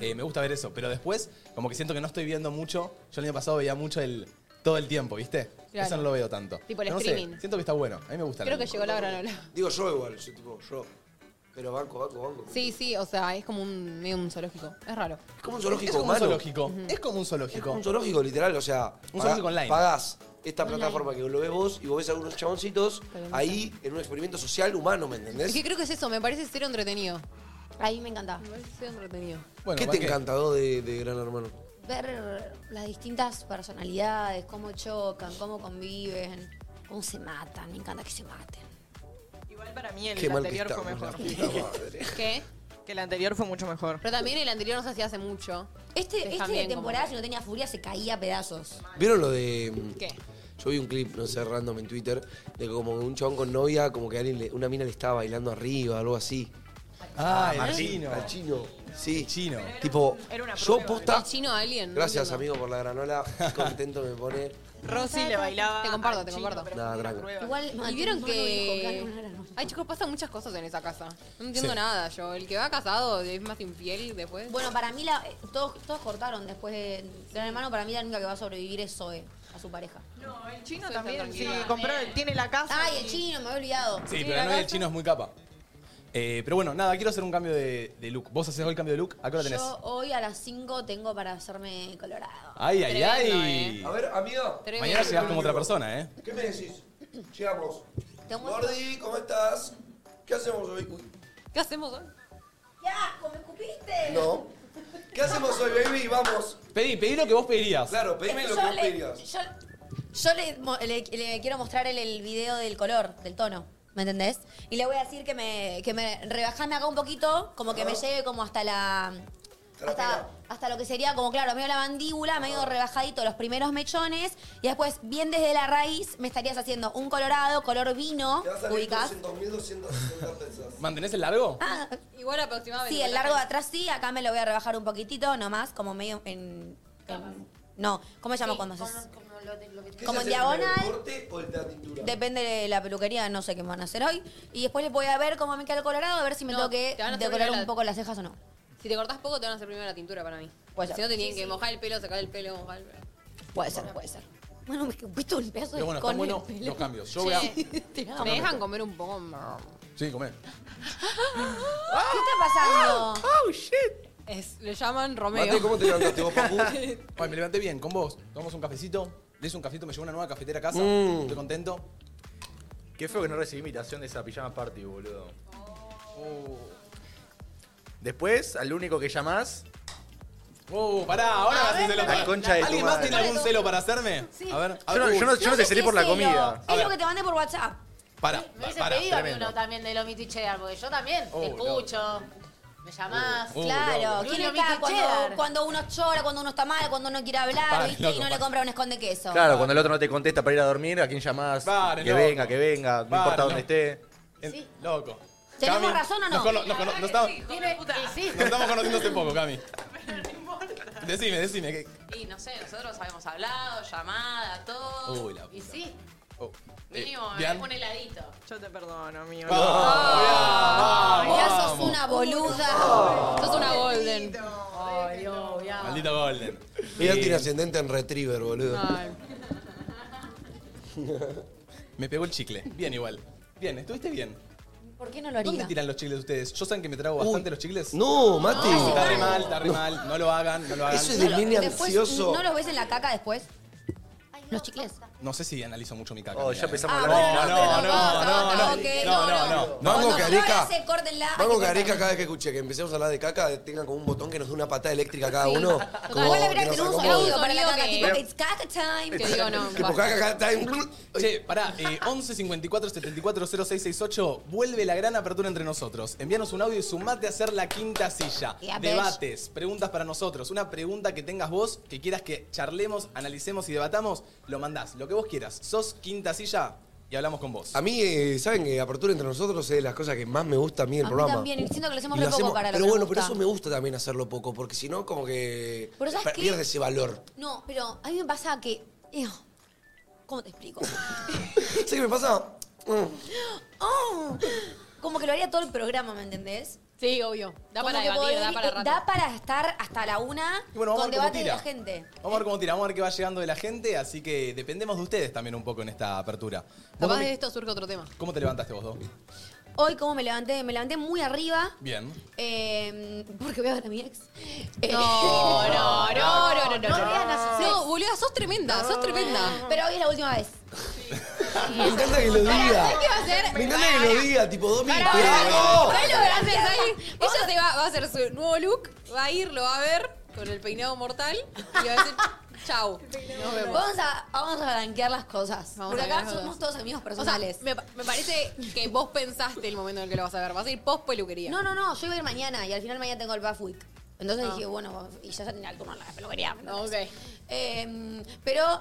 Speaker 1: Eh, me gusta ver eso, pero después como que siento que no estoy viendo mucho. Yo el año pasado veía mucho el todo el tiempo, ¿viste?
Speaker 3: Claro.
Speaker 1: Eso no lo veo tanto.
Speaker 3: Tipo el
Speaker 1: Pero no sé,
Speaker 3: streaming.
Speaker 1: siento que está bueno, a mí me gusta.
Speaker 3: Creo que llegó la granola.
Speaker 2: Digo yo igual, yo tipo, yo. Pero banco, banco, banco.
Speaker 3: Sí, sí, o sea, es como un, medio un zoológico. Es raro.
Speaker 2: Es como un zoológico
Speaker 1: Es como un
Speaker 2: humano.
Speaker 1: zoológico. Es como un
Speaker 2: Es
Speaker 1: zoológico.
Speaker 2: como un zoológico, literal, o sea,
Speaker 1: Un
Speaker 2: pagá-
Speaker 1: zoológico online.
Speaker 2: pagás esta plataforma que lo ves vos y vos ves a algunos chaboncitos ahí en un experimento social humano, ¿me entendés?
Speaker 3: Es que creo que es eso, me parece ser entretenido.
Speaker 4: A mí me encanta
Speaker 3: Me parece ser entretenido.
Speaker 1: Bueno,
Speaker 2: ¿Qué
Speaker 1: ¿para
Speaker 2: te encantó de, de Gran Hermano?
Speaker 4: ver las distintas personalidades, cómo chocan, cómo conviven, cómo se matan. Me encanta que se maten.
Speaker 10: Igual para mí el
Speaker 2: Qué mal que
Speaker 10: anterior fue
Speaker 2: estamos,
Speaker 10: mejor.
Speaker 2: la puta madre.
Speaker 3: ¿Qué?
Speaker 10: Que el anterior fue mucho mejor.
Speaker 3: Pero también el anterior no se hacía hace mucho.
Speaker 4: Este,
Speaker 3: Dejan
Speaker 4: este de
Speaker 3: bien
Speaker 4: temporada,
Speaker 3: como-
Speaker 4: si no tenía furia, se caía a pedazos.
Speaker 2: ¿Vieron lo de...?
Speaker 3: ¿Qué?
Speaker 2: Yo vi un clip, no sé, random en Twitter, de como un chabón con novia, como que alguien le- una mina le estaba bailando arriba, algo así.
Speaker 1: Ah, el chino.
Speaker 2: Al chino. Sí.
Speaker 1: El chino.
Speaker 2: Tipo,
Speaker 10: Era una
Speaker 2: yo
Speaker 10: prueba.
Speaker 2: posta...
Speaker 3: ¿Es chino alguien? No
Speaker 2: Gracias, amigo,
Speaker 3: entiendo.
Speaker 2: por la granola. Qué contento me pone.
Speaker 10: Rosy le bailaba.
Speaker 3: Te comparto,
Speaker 10: al
Speaker 3: te
Speaker 10: chino,
Speaker 3: comparto.
Speaker 10: pero
Speaker 2: Nada,
Speaker 10: fue una
Speaker 2: tranca.
Speaker 10: prueba.
Speaker 4: Igual,
Speaker 3: Y
Speaker 4: Martín
Speaker 3: vieron
Speaker 4: no lo dijo, Karen, no era
Speaker 3: que.
Speaker 4: normal.
Speaker 3: Ay, chicos, pasan muchas cosas en esa casa. No entiendo
Speaker 1: Sí.
Speaker 3: nada yo. El que va casado es más infiel después.
Speaker 4: Bueno, para mí, la, eh, todos, todos cortaron después de Gran Hermano. Para mí, la única que va a sobrevivir es Zoe, a su pareja.
Speaker 10: No, el chino
Speaker 3: Soy tan
Speaker 10: también. Sí,
Speaker 3: tranquila.
Speaker 10: compró, tiene la casa.
Speaker 4: Ay,
Speaker 10: y-
Speaker 4: el chino, me había olvidado.
Speaker 1: Sí, pero la novia del chino es muy capa. Eh, pero bueno, nada, quiero hacer un cambio de, de look. ¿Vos haces el cambio de look? ¿A qué hora tenés?
Speaker 4: Yo hoy a las 5 tengo para hacerme colorado.
Speaker 1: Ay, ay,
Speaker 3: Tremendo, eh.
Speaker 4: eh.
Speaker 1: ay.
Speaker 2: A ver, amigo.
Speaker 3: Tremendo.
Speaker 1: Mañana llegás como otra persona, ¿eh?
Speaker 2: ¿Qué me decís? Llegamos.
Speaker 4: Tengo-
Speaker 2: Gordi, ¿cómo estás? ¿Qué hacemos hoy? Uy,
Speaker 3: ¿Qué hacemos ¿eh? hoy?
Speaker 4: ¡Ya! ¡Me escupiste!
Speaker 2: no. ¿Qué hacemos hoy, baby? Vamos.
Speaker 1: Pedí, pedí lo que vos pedirías.
Speaker 2: Claro,
Speaker 4: Es
Speaker 2: pedime
Speaker 4: que
Speaker 2: lo que
Speaker 4: yo
Speaker 2: vos
Speaker 4: le,
Speaker 2: pedías.
Speaker 4: yo- yo le mo- le- le quiero mostrar el, el video del color, del tono. ¿Me entendés? Y le voy a decir que me, que me rebajame acá un poquito, como que me lleve como hasta la.
Speaker 2: Hasta la
Speaker 4: Hasta,
Speaker 2: pera.
Speaker 4: hasta lo que sería como, claro, medio la mandíbula, medio rebajadito los primeros mechones. Y después, bien desde la raíz, me estarías haciendo un colorado, color vino.
Speaker 2: Te vas a salir
Speaker 4: ¿Ubicás?
Speaker 2: 200.260 pesos.
Speaker 1: ¿Mantenés el largo?
Speaker 4: Ah,
Speaker 3: Igual aproximadamente.
Speaker 4: Sí, el largo de atrás sí, acá me lo voy a rebajar un poquitito nomás, como medio en. en- no, ¿cómo se llama cuando haces?
Speaker 2: ¿Qué
Speaker 4: Como
Speaker 2: se
Speaker 4: en
Speaker 2: hace primero,
Speaker 4: diagonal.
Speaker 2: ¿El corte o el de la tintura?
Speaker 4: Depende de la peluquería, no sé qué me van a hacer hoy. Y después les voy a ver cómo me queda el colorado, a ver si me
Speaker 3: No,
Speaker 4: tengo que
Speaker 3: te van a hacer
Speaker 4: decorar
Speaker 3: primero
Speaker 4: un
Speaker 3: la-
Speaker 4: poco las cejas o no.
Speaker 3: Si te cortás poco, te van a hacer primero la tintura para mí.
Speaker 4: Puede ser.
Speaker 3: si no, te tienen que mojar el pelo, sacar el pelo, mojar el pelo.
Speaker 4: Puede ser, puede ser. Bueno, me escupiste un pedazo de
Speaker 1: Pero bueno,
Speaker 4: con
Speaker 1: están buenos
Speaker 4: el
Speaker 1: los
Speaker 4: pelo.
Speaker 1: cambios. Yo voy a...
Speaker 4: Te amo.
Speaker 3: Me dejan comer un poco.
Speaker 1: Sí, comé.
Speaker 4: ¿Qué está pasando?
Speaker 2: Ah, oh,
Speaker 3: Es, le llaman Romeo.
Speaker 2: Mate, ¿cómo te levantaste vos, papu?
Speaker 1: Ay, me levanté bien, con vos. Tomamos un cafecito. Le hice un cafecito, me llegó una nueva cafetera a casa.
Speaker 2: Mm.
Speaker 1: Estoy contento.
Speaker 11: Qué feo que no recibí invitación de esa pijama party, boludo. Después, al único que llamás,
Speaker 1: Uh, pará, ahora me haces celo.
Speaker 11: la concha de tu
Speaker 1: ¿Alguien más
Speaker 11: madre.
Speaker 1: tiene algún celo para hacerme? A ver, a
Speaker 11: Yo
Speaker 1: ver.
Speaker 11: no- yo no- yo no te
Speaker 4: sé
Speaker 11: salí
Speaker 4: qué
Speaker 11: por la
Speaker 4: es celo.
Speaker 11: comida.
Speaker 1: A
Speaker 4: Es
Speaker 1: ver.
Speaker 4: lo que te mandé por WhatsApp.
Speaker 1: Para,
Speaker 12: Me hubiese
Speaker 1: para,
Speaker 12: pedido a mí
Speaker 1: tremendo.
Speaker 12: uno también de Lomito y Cheddar, porque yo también
Speaker 1: Oh,
Speaker 12: te escucho, me llamás.
Speaker 1: Uh,
Speaker 4: claro,
Speaker 1: loco.
Speaker 4: ¿quién
Speaker 12: Uno
Speaker 4: está
Speaker 12: viste
Speaker 4: cuando,
Speaker 12: cheddar.
Speaker 4: cuando uno llora, cuando uno está mal, cuando uno quiere hablar,
Speaker 1: Para,
Speaker 4: ¿viste?
Speaker 1: loco,
Speaker 4: y no le
Speaker 1: para.
Speaker 4: compra un esconde queso.
Speaker 11: claro, cuando el otro no te contesta para ir a dormir, ¿a quién llamás?
Speaker 1: Paren,
Speaker 11: que
Speaker 1: loco.
Speaker 11: venga, que venga, no
Speaker 1: Paren,
Speaker 11: importa
Speaker 1: no.
Speaker 11: dónde esté.
Speaker 1: En- Loco.
Speaker 4: ¿Tenemos razón o no?
Speaker 1: Nos, cono- nos cono- nos estamos, nos
Speaker 12: Tiene- y sí,
Speaker 1: estamos conociendo hace poco, Cami. Decime, decime. que-
Speaker 12: y no sé, nosotros habíamos hablado, llamada, todo.
Speaker 1: Uy, la
Speaker 12: y
Speaker 1: puta.
Speaker 12: sí,
Speaker 1: Oh, eh,
Speaker 12: mínimo, me
Speaker 1: Bian.
Speaker 12: un heladito.
Speaker 10: Yo te perdono, mío.
Speaker 1: Vamos, Bian,
Speaker 4: Ya
Speaker 1: vamos.
Speaker 4: sos una boluda.
Speaker 3: Sos una golden.
Speaker 12: Ay, oh, ya.
Speaker 1: Maldito Golden.
Speaker 2: Mira,
Speaker 1: Eh,
Speaker 2: tiene ascendente en retriever, boludo.
Speaker 3: Ay.
Speaker 1: Me pegó el chicle. Bien igual. Bien, estuviste bien.
Speaker 4: ¿Por qué no lo
Speaker 1: ¿Dónde
Speaker 4: haría?
Speaker 1: tiran los chicles ustedes? Yo saben que me trago
Speaker 2: Uy.
Speaker 1: bastante los chicles.
Speaker 2: No, Mati.
Speaker 1: Está re mal, está re mal. No lo hagan, no lo hagan.
Speaker 2: Eso es
Speaker 4: No
Speaker 2: de
Speaker 4: lo-
Speaker 2: nene
Speaker 4: después,
Speaker 2: ansioso.
Speaker 4: ¿No los ves en la caca después? Los chicles.
Speaker 1: No sé si analizo mucho mi caca.
Speaker 11: Oh,
Speaker 1: mira,
Speaker 11: ya
Speaker 1: eh.
Speaker 11: empezamos a
Speaker 4: Ah,
Speaker 11: hablar de caca.
Speaker 1: No, no, no, no, no.
Speaker 4: bueno, pero basta, basta, ok,
Speaker 1: No,
Speaker 4: no,
Speaker 1: no,
Speaker 4: no.
Speaker 1: no.
Speaker 2: Mango
Speaker 4: Cuando
Speaker 2: Careca.
Speaker 4: florece, córtenla.
Speaker 2: Mango
Speaker 4: hay que
Speaker 2: Careca,
Speaker 4: cortarla.
Speaker 2: cada vez que escuche que empecemos a hablar de caca, tengan como un botón que nos dé una patada eléctrica a cada
Speaker 3: Sí.
Speaker 2: uno.
Speaker 3: Total.
Speaker 2: Como
Speaker 4: Igual
Speaker 3: Oh,
Speaker 4: la verdad
Speaker 2: que
Speaker 4: que
Speaker 2: nos
Speaker 4: tenemos un
Speaker 3: acomoda.
Speaker 4: audio para la
Speaker 3: Creo
Speaker 4: caca,
Speaker 3: que-
Speaker 4: tipo, it's caca time.
Speaker 3: Te digo, no.
Speaker 2: Tipo
Speaker 3: basta.
Speaker 2: caca, caca, time.
Speaker 1: Che, pará, eh, 11 54 74 0668, vuelve la gran apertura entre nosotros. Envíanos un audio y sumate a hacer la quinta silla.
Speaker 4: Ya ves.
Speaker 1: Debates, preguntas para nosotros. Una pregunta que tengas vos, que quieras que charlemos, analicemos y debatamos, lo mandás, lo que vos quieras. Sos quinta silla y hablamos con vos.
Speaker 2: A mí, eh, ¿saben que Apertura entre nosotros es de las cosas que más me gusta a mí del
Speaker 4: A mí
Speaker 2: programa?
Speaker 4: también, y siento que lo hacemos
Speaker 2: Y
Speaker 4: re poco para lo
Speaker 2: Pero
Speaker 4: que
Speaker 2: bueno,
Speaker 4: nos
Speaker 2: pero
Speaker 4: gusta.
Speaker 2: eso me gusta también hacerlo poco, porque si no, como que
Speaker 4: Pero ¿sabes
Speaker 2: per-
Speaker 4: qué?
Speaker 2: pierde ese valor.
Speaker 4: No, pero a mí me pasa que... eh, ¿Cómo te explico?
Speaker 2: ¿Sabes qué me pasa? Mm.
Speaker 4: Oh, como que lo haría todo el programa, ¿me entendés?
Speaker 3: Sí, obvio. Da
Speaker 4: Como
Speaker 3: para
Speaker 4: que
Speaker 3: debatir, da
Speaker 4: podría-
Speaker 3: para rato.
Speaker 4: Da para estar hasta la una
Speaker 13: Y bueno, vamos
Speaker 4: con
Speaker 13: a ver cómo
Speaker 4: debate de la
Speaker 13: tira.
Speaker 4: gente.
Speaker 13: Vamos a ver cómo tira, vamos a ver qué va llegando de la gente, así que dependemos de ustedes también un poco en esta apertura. Vos,
Speaker 3: Capaz
Speaker 13: Domi,
Speaker 3: de esto surge otro tema.
Speaker 13: ¿Cómo te levantaste vos, dos?
Speaker 4: Hoy, como me levanté? Me levanté muy arriba.
Speaker 13: Bien.
Speaker 4: eh, porque voy a ver a mi ex. Eh,
Speaker 3: No, no, no, no, no, no.
Speaker 4: No vean a sus ex.
Speaker 3: No, boluda, sos tremenda, sos tremenda.
Speaker 4: Pero hoy es la última vez.
Speaker 6: Me encanta que lo diga.
Speaker 3: ¿Qué va a hacer?
Speaker 6: Me encanta que lo diga, tipo, Domi, te amo.
Speaker 3: ¿Sabes lo que va a hacer Dani? Ella se va, va a hacer su nuevo look, va a ir, lo va a ver con el peinado mortal y le va a decir chau. Nos vemos.
Speaker 4: Vamos a, vamos a blanquear las cosas.
Speaker 3: Vamos
Speaker 4: porque
Speaker 3: a
Speaker 4: acá
Speaker 3: blanquear
Speaker 4: somos
Speaker 3: las
Speaker 4: todos amigos
Speaker 3: O sea,
Speaker 4: personales.
Speaker 3: me, pa- me parece que vos pensaste el momento en el que lo vas a ver. Vas a ir post peluquería.
Speaker 4: no, no, no, yo iba a ir mañana y al final mañana tengo el Buff Week. Entonces
Speaker 3: Ah.
Speaker 4: dije, bueno, y ya tenía el turno en la peluquería. ¿me
Speaker 3: Ok.
Speaker 4: entendés? Eh, pero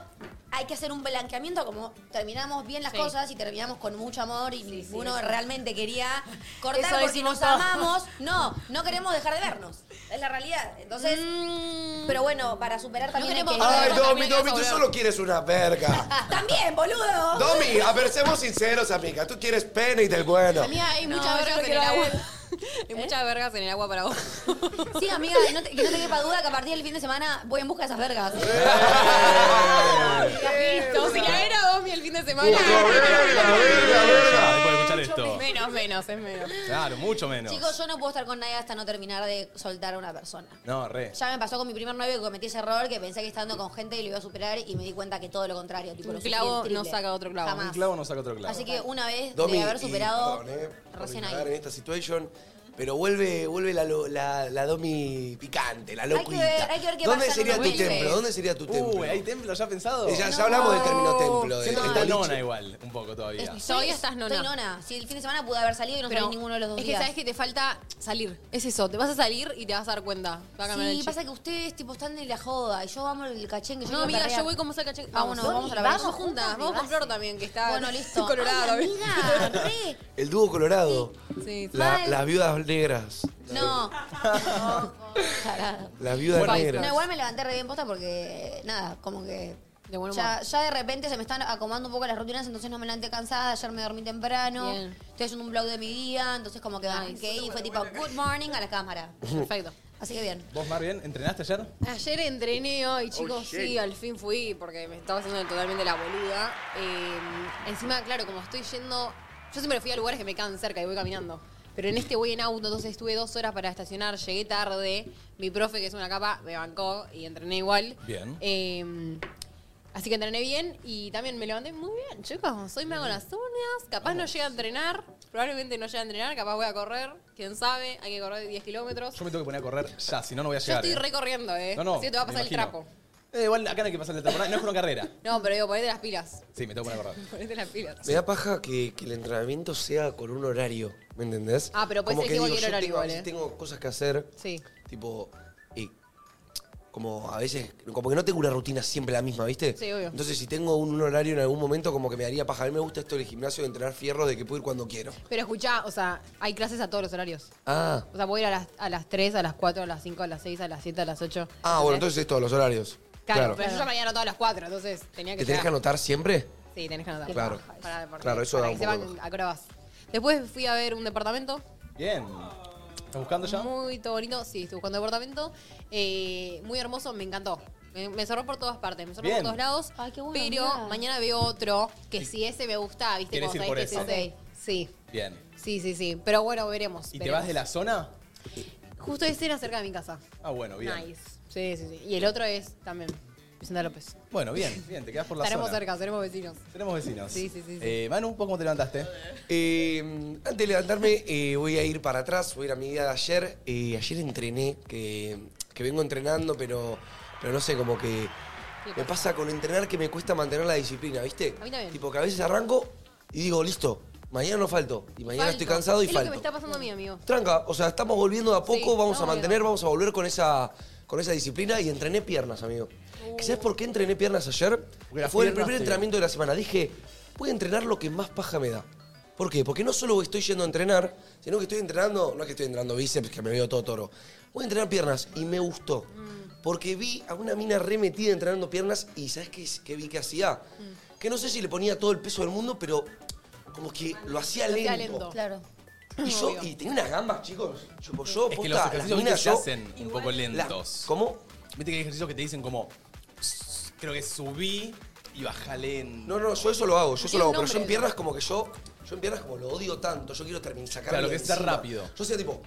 Speaker 4: hay que hacer un blanqueamiento como terminamos bien las
Speaker 3: Sí.
Speaker 4: cosas y terminamos con mucho amor y ninguno
Speaker 3: eso.
Speaker 4: realmente quería cortar
Speaker 3: Eso
Speaker 4: porque nos
Speaker 3: decimos todos.
Speaker 4: amamos. No, no queremos dejar de vernos. Es la realidad. Entonces, pero bueno, para superar también hay
Speaker 3: Mm. queremos
Speaker 4: que-
Speaker 2: Ay, Domi,
Speaker 3: también
Speaker 2: Domi,
Speaker 3: vas a
Speaker 2: tú
Speaker 3: volver.
Speaker 2: solo quieres una verga.
Speaker 4: También, boludo.
Speaker 2: Domi, a ver, seamos sinceros, amiga. Tú quieres pene y del bueno.
Speaker 4: Amiga, hay
Speaker 3: No,
Speaker 4: muchas
Speaker 3: yo
Speaker 4: vergas en
Speaker 3: quiero
Speaker 4: el agua.
Speaker 3: Hay muchas vergas en el agua para vos.
Speaker 4: Sí, amiga, y no te- que no te quepa duda que a partir del fin de semana voy en busca de esas vergas.
Speaker 2: Eh.
Speaker 3: Listo, si la era Domi el fin de semana.
Speaker 2: eh.
Speaker 13: Ya, después de escuchar esto.
Speaker 3: Menos, menos, es menos.
Speaker 13: Claro, mucho menos.
Speaker 4: Chicos, yo no puedo estar con nadie hasta no terminar de soltar a una persona.
Speaker 13: No, re.
Speaker 4: Ya me pasó con mi primer novio que cometí ese error que pensé que estando con gente lo iba a superar y me di cuenta que todo lo contrario. Tipo,
Speaker 3: Un
Speaker 4: lo sufrí
Speaker 3: clavo
Speaker 4: el triple.
Speaker 3: no saca otro clavo.
Speaker 4: Jamás.
Speaker 13: Ah, Un clavo no saca otro clavo.
Speaker 4: Así que una vez
Speaker 2: Domi,
Speaker 4: de haber
Speaker 2: y
Speaker 4: superado,
Speaker 2: perdón, eh, por
Speaker 4: recién
Speaker 2: indagar en
Speaker 4: ahí.
Speaker 2: esta situación, pero vuelve, vuelve la, lo- la, la Domi picante, la
Speaker 4: que
Speaker 2: locuita.
Speaker 4: ver- hay que ver qué
Speaker 2: ¿Dónde
Speaker 4: pasa
Speaker 2: sería tu
Speaker 4: cuando vuelve.
Speaker 2: templo? ¿Dónde sería tu templo?
Speaker 13: Uy, ¿hay templo ya pensado?
Speaker 2: Eh, ya, ya hablamos del término templo.
Speaker 13: Siento que
Speaker 2: del
Speaker 13: está
Speaker 2: boliche.
Speaker 13: nona igual, un poco todavía.
Speaker 4: Estoy-
Speaker 3: Todavía estás nona.
Speaker 4: Estoy nona. Si el fin de semana pude haber salido y no salí ninguno de los dos
Speaker 3: es
Speaker 4: días.
Speaker 3: que sabes que te falta salir. Es eso, te vas a salir y te vas a dar cuenta. Te va a cambiar
Speaker 4: Sí,
Speaker 3: el
Speaker 4: pasa que ustedes tipo están de la joda y yo amo el cachengue.
Speaker 3: chip.
Speaker 4: Yo quiero
Speaker 3: No, amiga,
Speaker 4: perrear.
Speaker 3: yo voy como saca cheque.
Speaker 4: Vamos,
Speaker 3: Vamos,
Speaker 4: vamos a la
Speaker 3: vamos
Speaker 4: verga.
Speaker 3: juntas. Vamos con Flor también, que está
Speaker 4: Bueno, listo.
Speaker 3: colorada.
Speaker 4: Ay, amiga, re.
Speaker 2: El dúo colorado.
Speaker 3: Sí, sí.
Speaker 2: La-
Speaker 4: Mal.
Speaker 2: las viudas negras.
Speaker 4: No. Tarado.
Speaker 2: Las viudas
Speaker 3: Bueno,
Speaker 2: negras.
Speaker 4: No, igual me levanté re bien posta porque, nada, como que...
Speaker 3: De buen humor.
Speaker 4: Ya, ya de repente se me están acomodando un poco las rutinas, entonces no me levanté cansada, ayer me dormí temprano,
Speaker 3: Bien.
Speaker 4: estoy haciendo un blog de mi día, entonces como que arranqué y fue tipo good morning a la cámara.
Speaker 3: Perfecto.
Speaker 4: Así que bien.
Speaker 13: ¿Vos, Mar, bien? ¿Entrenaste ayer?
Speaker 3: Ayer entrené hoy, chicos, sí, al fin fui porque me estaba haciendo totalmente la boluda. Eh, encima, claro, como estoy yendo. Yo siempre fui a lugares que me quedan cerca y voy caminando. Pero en este voy en auto, entonces estuve dos horas para estacionar, llegué tarde. Mi profe, que es una capa, me bancó y entrené igual.
Speaker 13: Bien.
Speaker 3: Eh, así que entrené bien y también me levanté muy bien, chicos. Soy mago en las uñas, capaz no llegue a entrenar, probablemente no llegue a entrenar, capaz voy a correr, quién sabe, hay que correr 10 kilómetros.
Speaker 13: Yo me tengo que poner a correr ya, si no, no voy a
Speaker 3: Yo
Speaker 13: llegar.
Speaker 3: estoy
Speaker 13: ¿eh?
Speaker 3: recorriendo, ¿eh?
Speaker 13: No, no.
Speaker 3: Así que te va a
Speaker 13: me
Speaker 3: pasar el
Speaker 13: imagino.
Speaker 3: trapo.
Speaker 13: Eh, igual acá no hay que pasar el trapo. No es una carrera.
Speaker 3: No, pero digo, ponete las pilas.
Speaker 13: Sí, me tengo que poner a correr.
Speaker 3: Ponete las pilas.
Speaker 2: Me da paja que, que el entrenamiento sea con un horario, ¿me entendés?
Speaker 3: Ah, pero puedes
Speaker 2: Como
Speaker 3: elegir
Speaker 2: digo,
Speaker 3: cualquier
Speaker 2: yo
Speaker 3: horario
Speaker 2: tengo,
Speaker 3: igual,
Speaker 2: a veces
Speaker 3: ¿eh?
Speaker 2: tengo cosas que hacer,
Speaker 3: Sí.
Speaker 2: tipo, y como a veces, como que no tengo una rutina siempre la misma, ¿viste?
Speaker 3: Sí, obvio.
Speaker 2: Entonces, si tengo un, un horario en algún momento, como que me daría paja. A mí me gusta esto del gimnasio de entrenar fierro, de que puedo ir cuando quiero.
Speaker 3: Pero escuchá, o sea, hay clases a todos los horarios.
Speaker 2: Ah,
Speaker 3: O sea, puedo ir a las, a las 3, a las 4, a las 5, a las 6, a las 7, a las 8.
Speaker 2: ah bueno, entonces es todos los horarios. Claro.
Speaker 3: Claro, pero yo ya me había anotado a las 4, entonces tenía que
Speaker 2: ¿Te tenés que
Speaker 3: llegar.
Speaker 2: anotar siempre?
Speaker 3: Sí, tenés que anotar.
Speaker 2: Claro.
Speaker 3: Para, porque-
Speaker 2: Claro, eso
Speaker 3: para
Speaker 2: da
Speaker 3: que
Speaker 2: un
Speaker 3: sepan
Speaker 2: poco de-
Speaker 3: a qué hora vas. Después fui a ver un departamento
Speaker 13: Bien. ¿Estás buscando ya?
Speaker 3: Muy todo bonito, sí, estuve buscando departamento. Eh, muy hermoso, me encantó. Me, me cerró por todas partes, me cerró
Speaker 13: Bien.
Speaker 3: por todos lados.
Speaker 4: Ay, qué bueno,
Speaker 3: pero
Speaker 4: mirá.
Speaker 3: mañana veo otro que si ese me gusta, ¿viste?
Speaker 13: ¿Querés
Speaker 3: Como
Speaker 13: ir
Speaker 3: sabés
Speaker 13: por
Speaker 3: que
Speaker 4: ese?
Speaker 3: sí. sí.
Speaker 13: Bien.
Speaker 3: Sí, sí, sí. Pero bueno, veremos.
Speaker 13: ¿Y te
Speaker 3: veremos.
Speaker 13: vas de la zona?
Speaker 3: Justo ese era cerca de mi casa.
Speaker 13: Ah, bueno, bien.
Speaker 3: Nice. Sí, sí, sí. Y el otro es también Vicenta López.
Speaker 13: Bueno, bien, bien, te quedas por la
Speaker 3: Estaremos
Speaker 13: zona.
Speaker 3: cerca, seremos vecinos.
Speaker 13: Tenemos vecinos.
Speaker 3: Sí, sí, sí, sí.
Speaker 13: Eh, Manu, ¿vos cómo te levantaste?
Speaker 2: Eh, antes de levantarme, eh, voy a ir para atrás, voy a ir a mi día de ayer. Eh, ayer entrené, que, que vengo entrenando, pero, pero no sé, como que me pasa con entrenar que me cuesta mantener la disciplina, ¿viste?
Speaker 3: A mí también.
Speaker 2: Tipo que a veces arranco y digo, listo, mañana no falto. Y mañana
Speaker 3: Falto.
Speaker 2: estoy cansado y
Speaker 3: es
Speaker 2: falto.
Speaker 3: lo que me está pasando a mí, amigo.
Speaker 2: Tranca, o sea, estamos volviendo de a poco,
Speaker 3: Sí,
Speaker 2: vamos a
Speaker 3: estamos
Speaker 2: mantener,
Speaker 3: volviendo.
Speaker 2: vamos a volver con esa, con esa disciplina y entrené piernas, amigo. ¿Que ¿Sabes por qué entrené piernas ayer?
Speaker 13: Porque las
Speaker 2: Fue el
Speaker 13: piernas
Speaker 2: primer
Speaker 13: te-
Speaker 2: entrenamiento de la semana. Dije, voy a entrenar lo que más paja me da. ¿Por qué? Porque no solo estoy yendo a entrenar, sino que estoy entrenando, no es que estoy entrenando bíceps, que me veo todo toro. Voy a entrenar piernas y me gustó.
Speaker 13: Mm.
Speaker 2: Porque vi a una mina remetida entrenando piernas y ¿sabes qué, qué vi que hacía? Que no sé si le ponía todo el peso del mundo, pero como que lo hacía
Speaker 3: Lo
Speaker 2: lento.
Speaker 3: hacía lento.
Speaker 4: Claro.
Speaker 2: Y yo, y tenía unas gambas, chicos. Yo, pues, yo
Speaker 13: Es que
Speaker 2: posta,
Speaker 13: los
Speaker 2: las
Speaker 13: ejercicios que
Speaker 2: minas
Speaker 13: se
Speaker 2: yo-
Speaker 13: hacen un poco lentos.
Speaker 2: ¿Cómo?
Speaker 13: Viste que hay ejercicios que te dicen como, "Ps, creo que subí y bajá lento.
Speaker 2: No, no, yo eso lo hago, yo eso
Speaker 13: Tiene
Speaker 2: lo hago, pero
Speaker 13: nombre
Speaker 2: yo en
Speaker 13: eso.
Speaker 2: piernas como que yo, yo en piernas como lo odio tanto, yo quiero terminar sacar.
Speaker 13: Claro, que sea rápido.
Speaker 2: Yo sea tipo,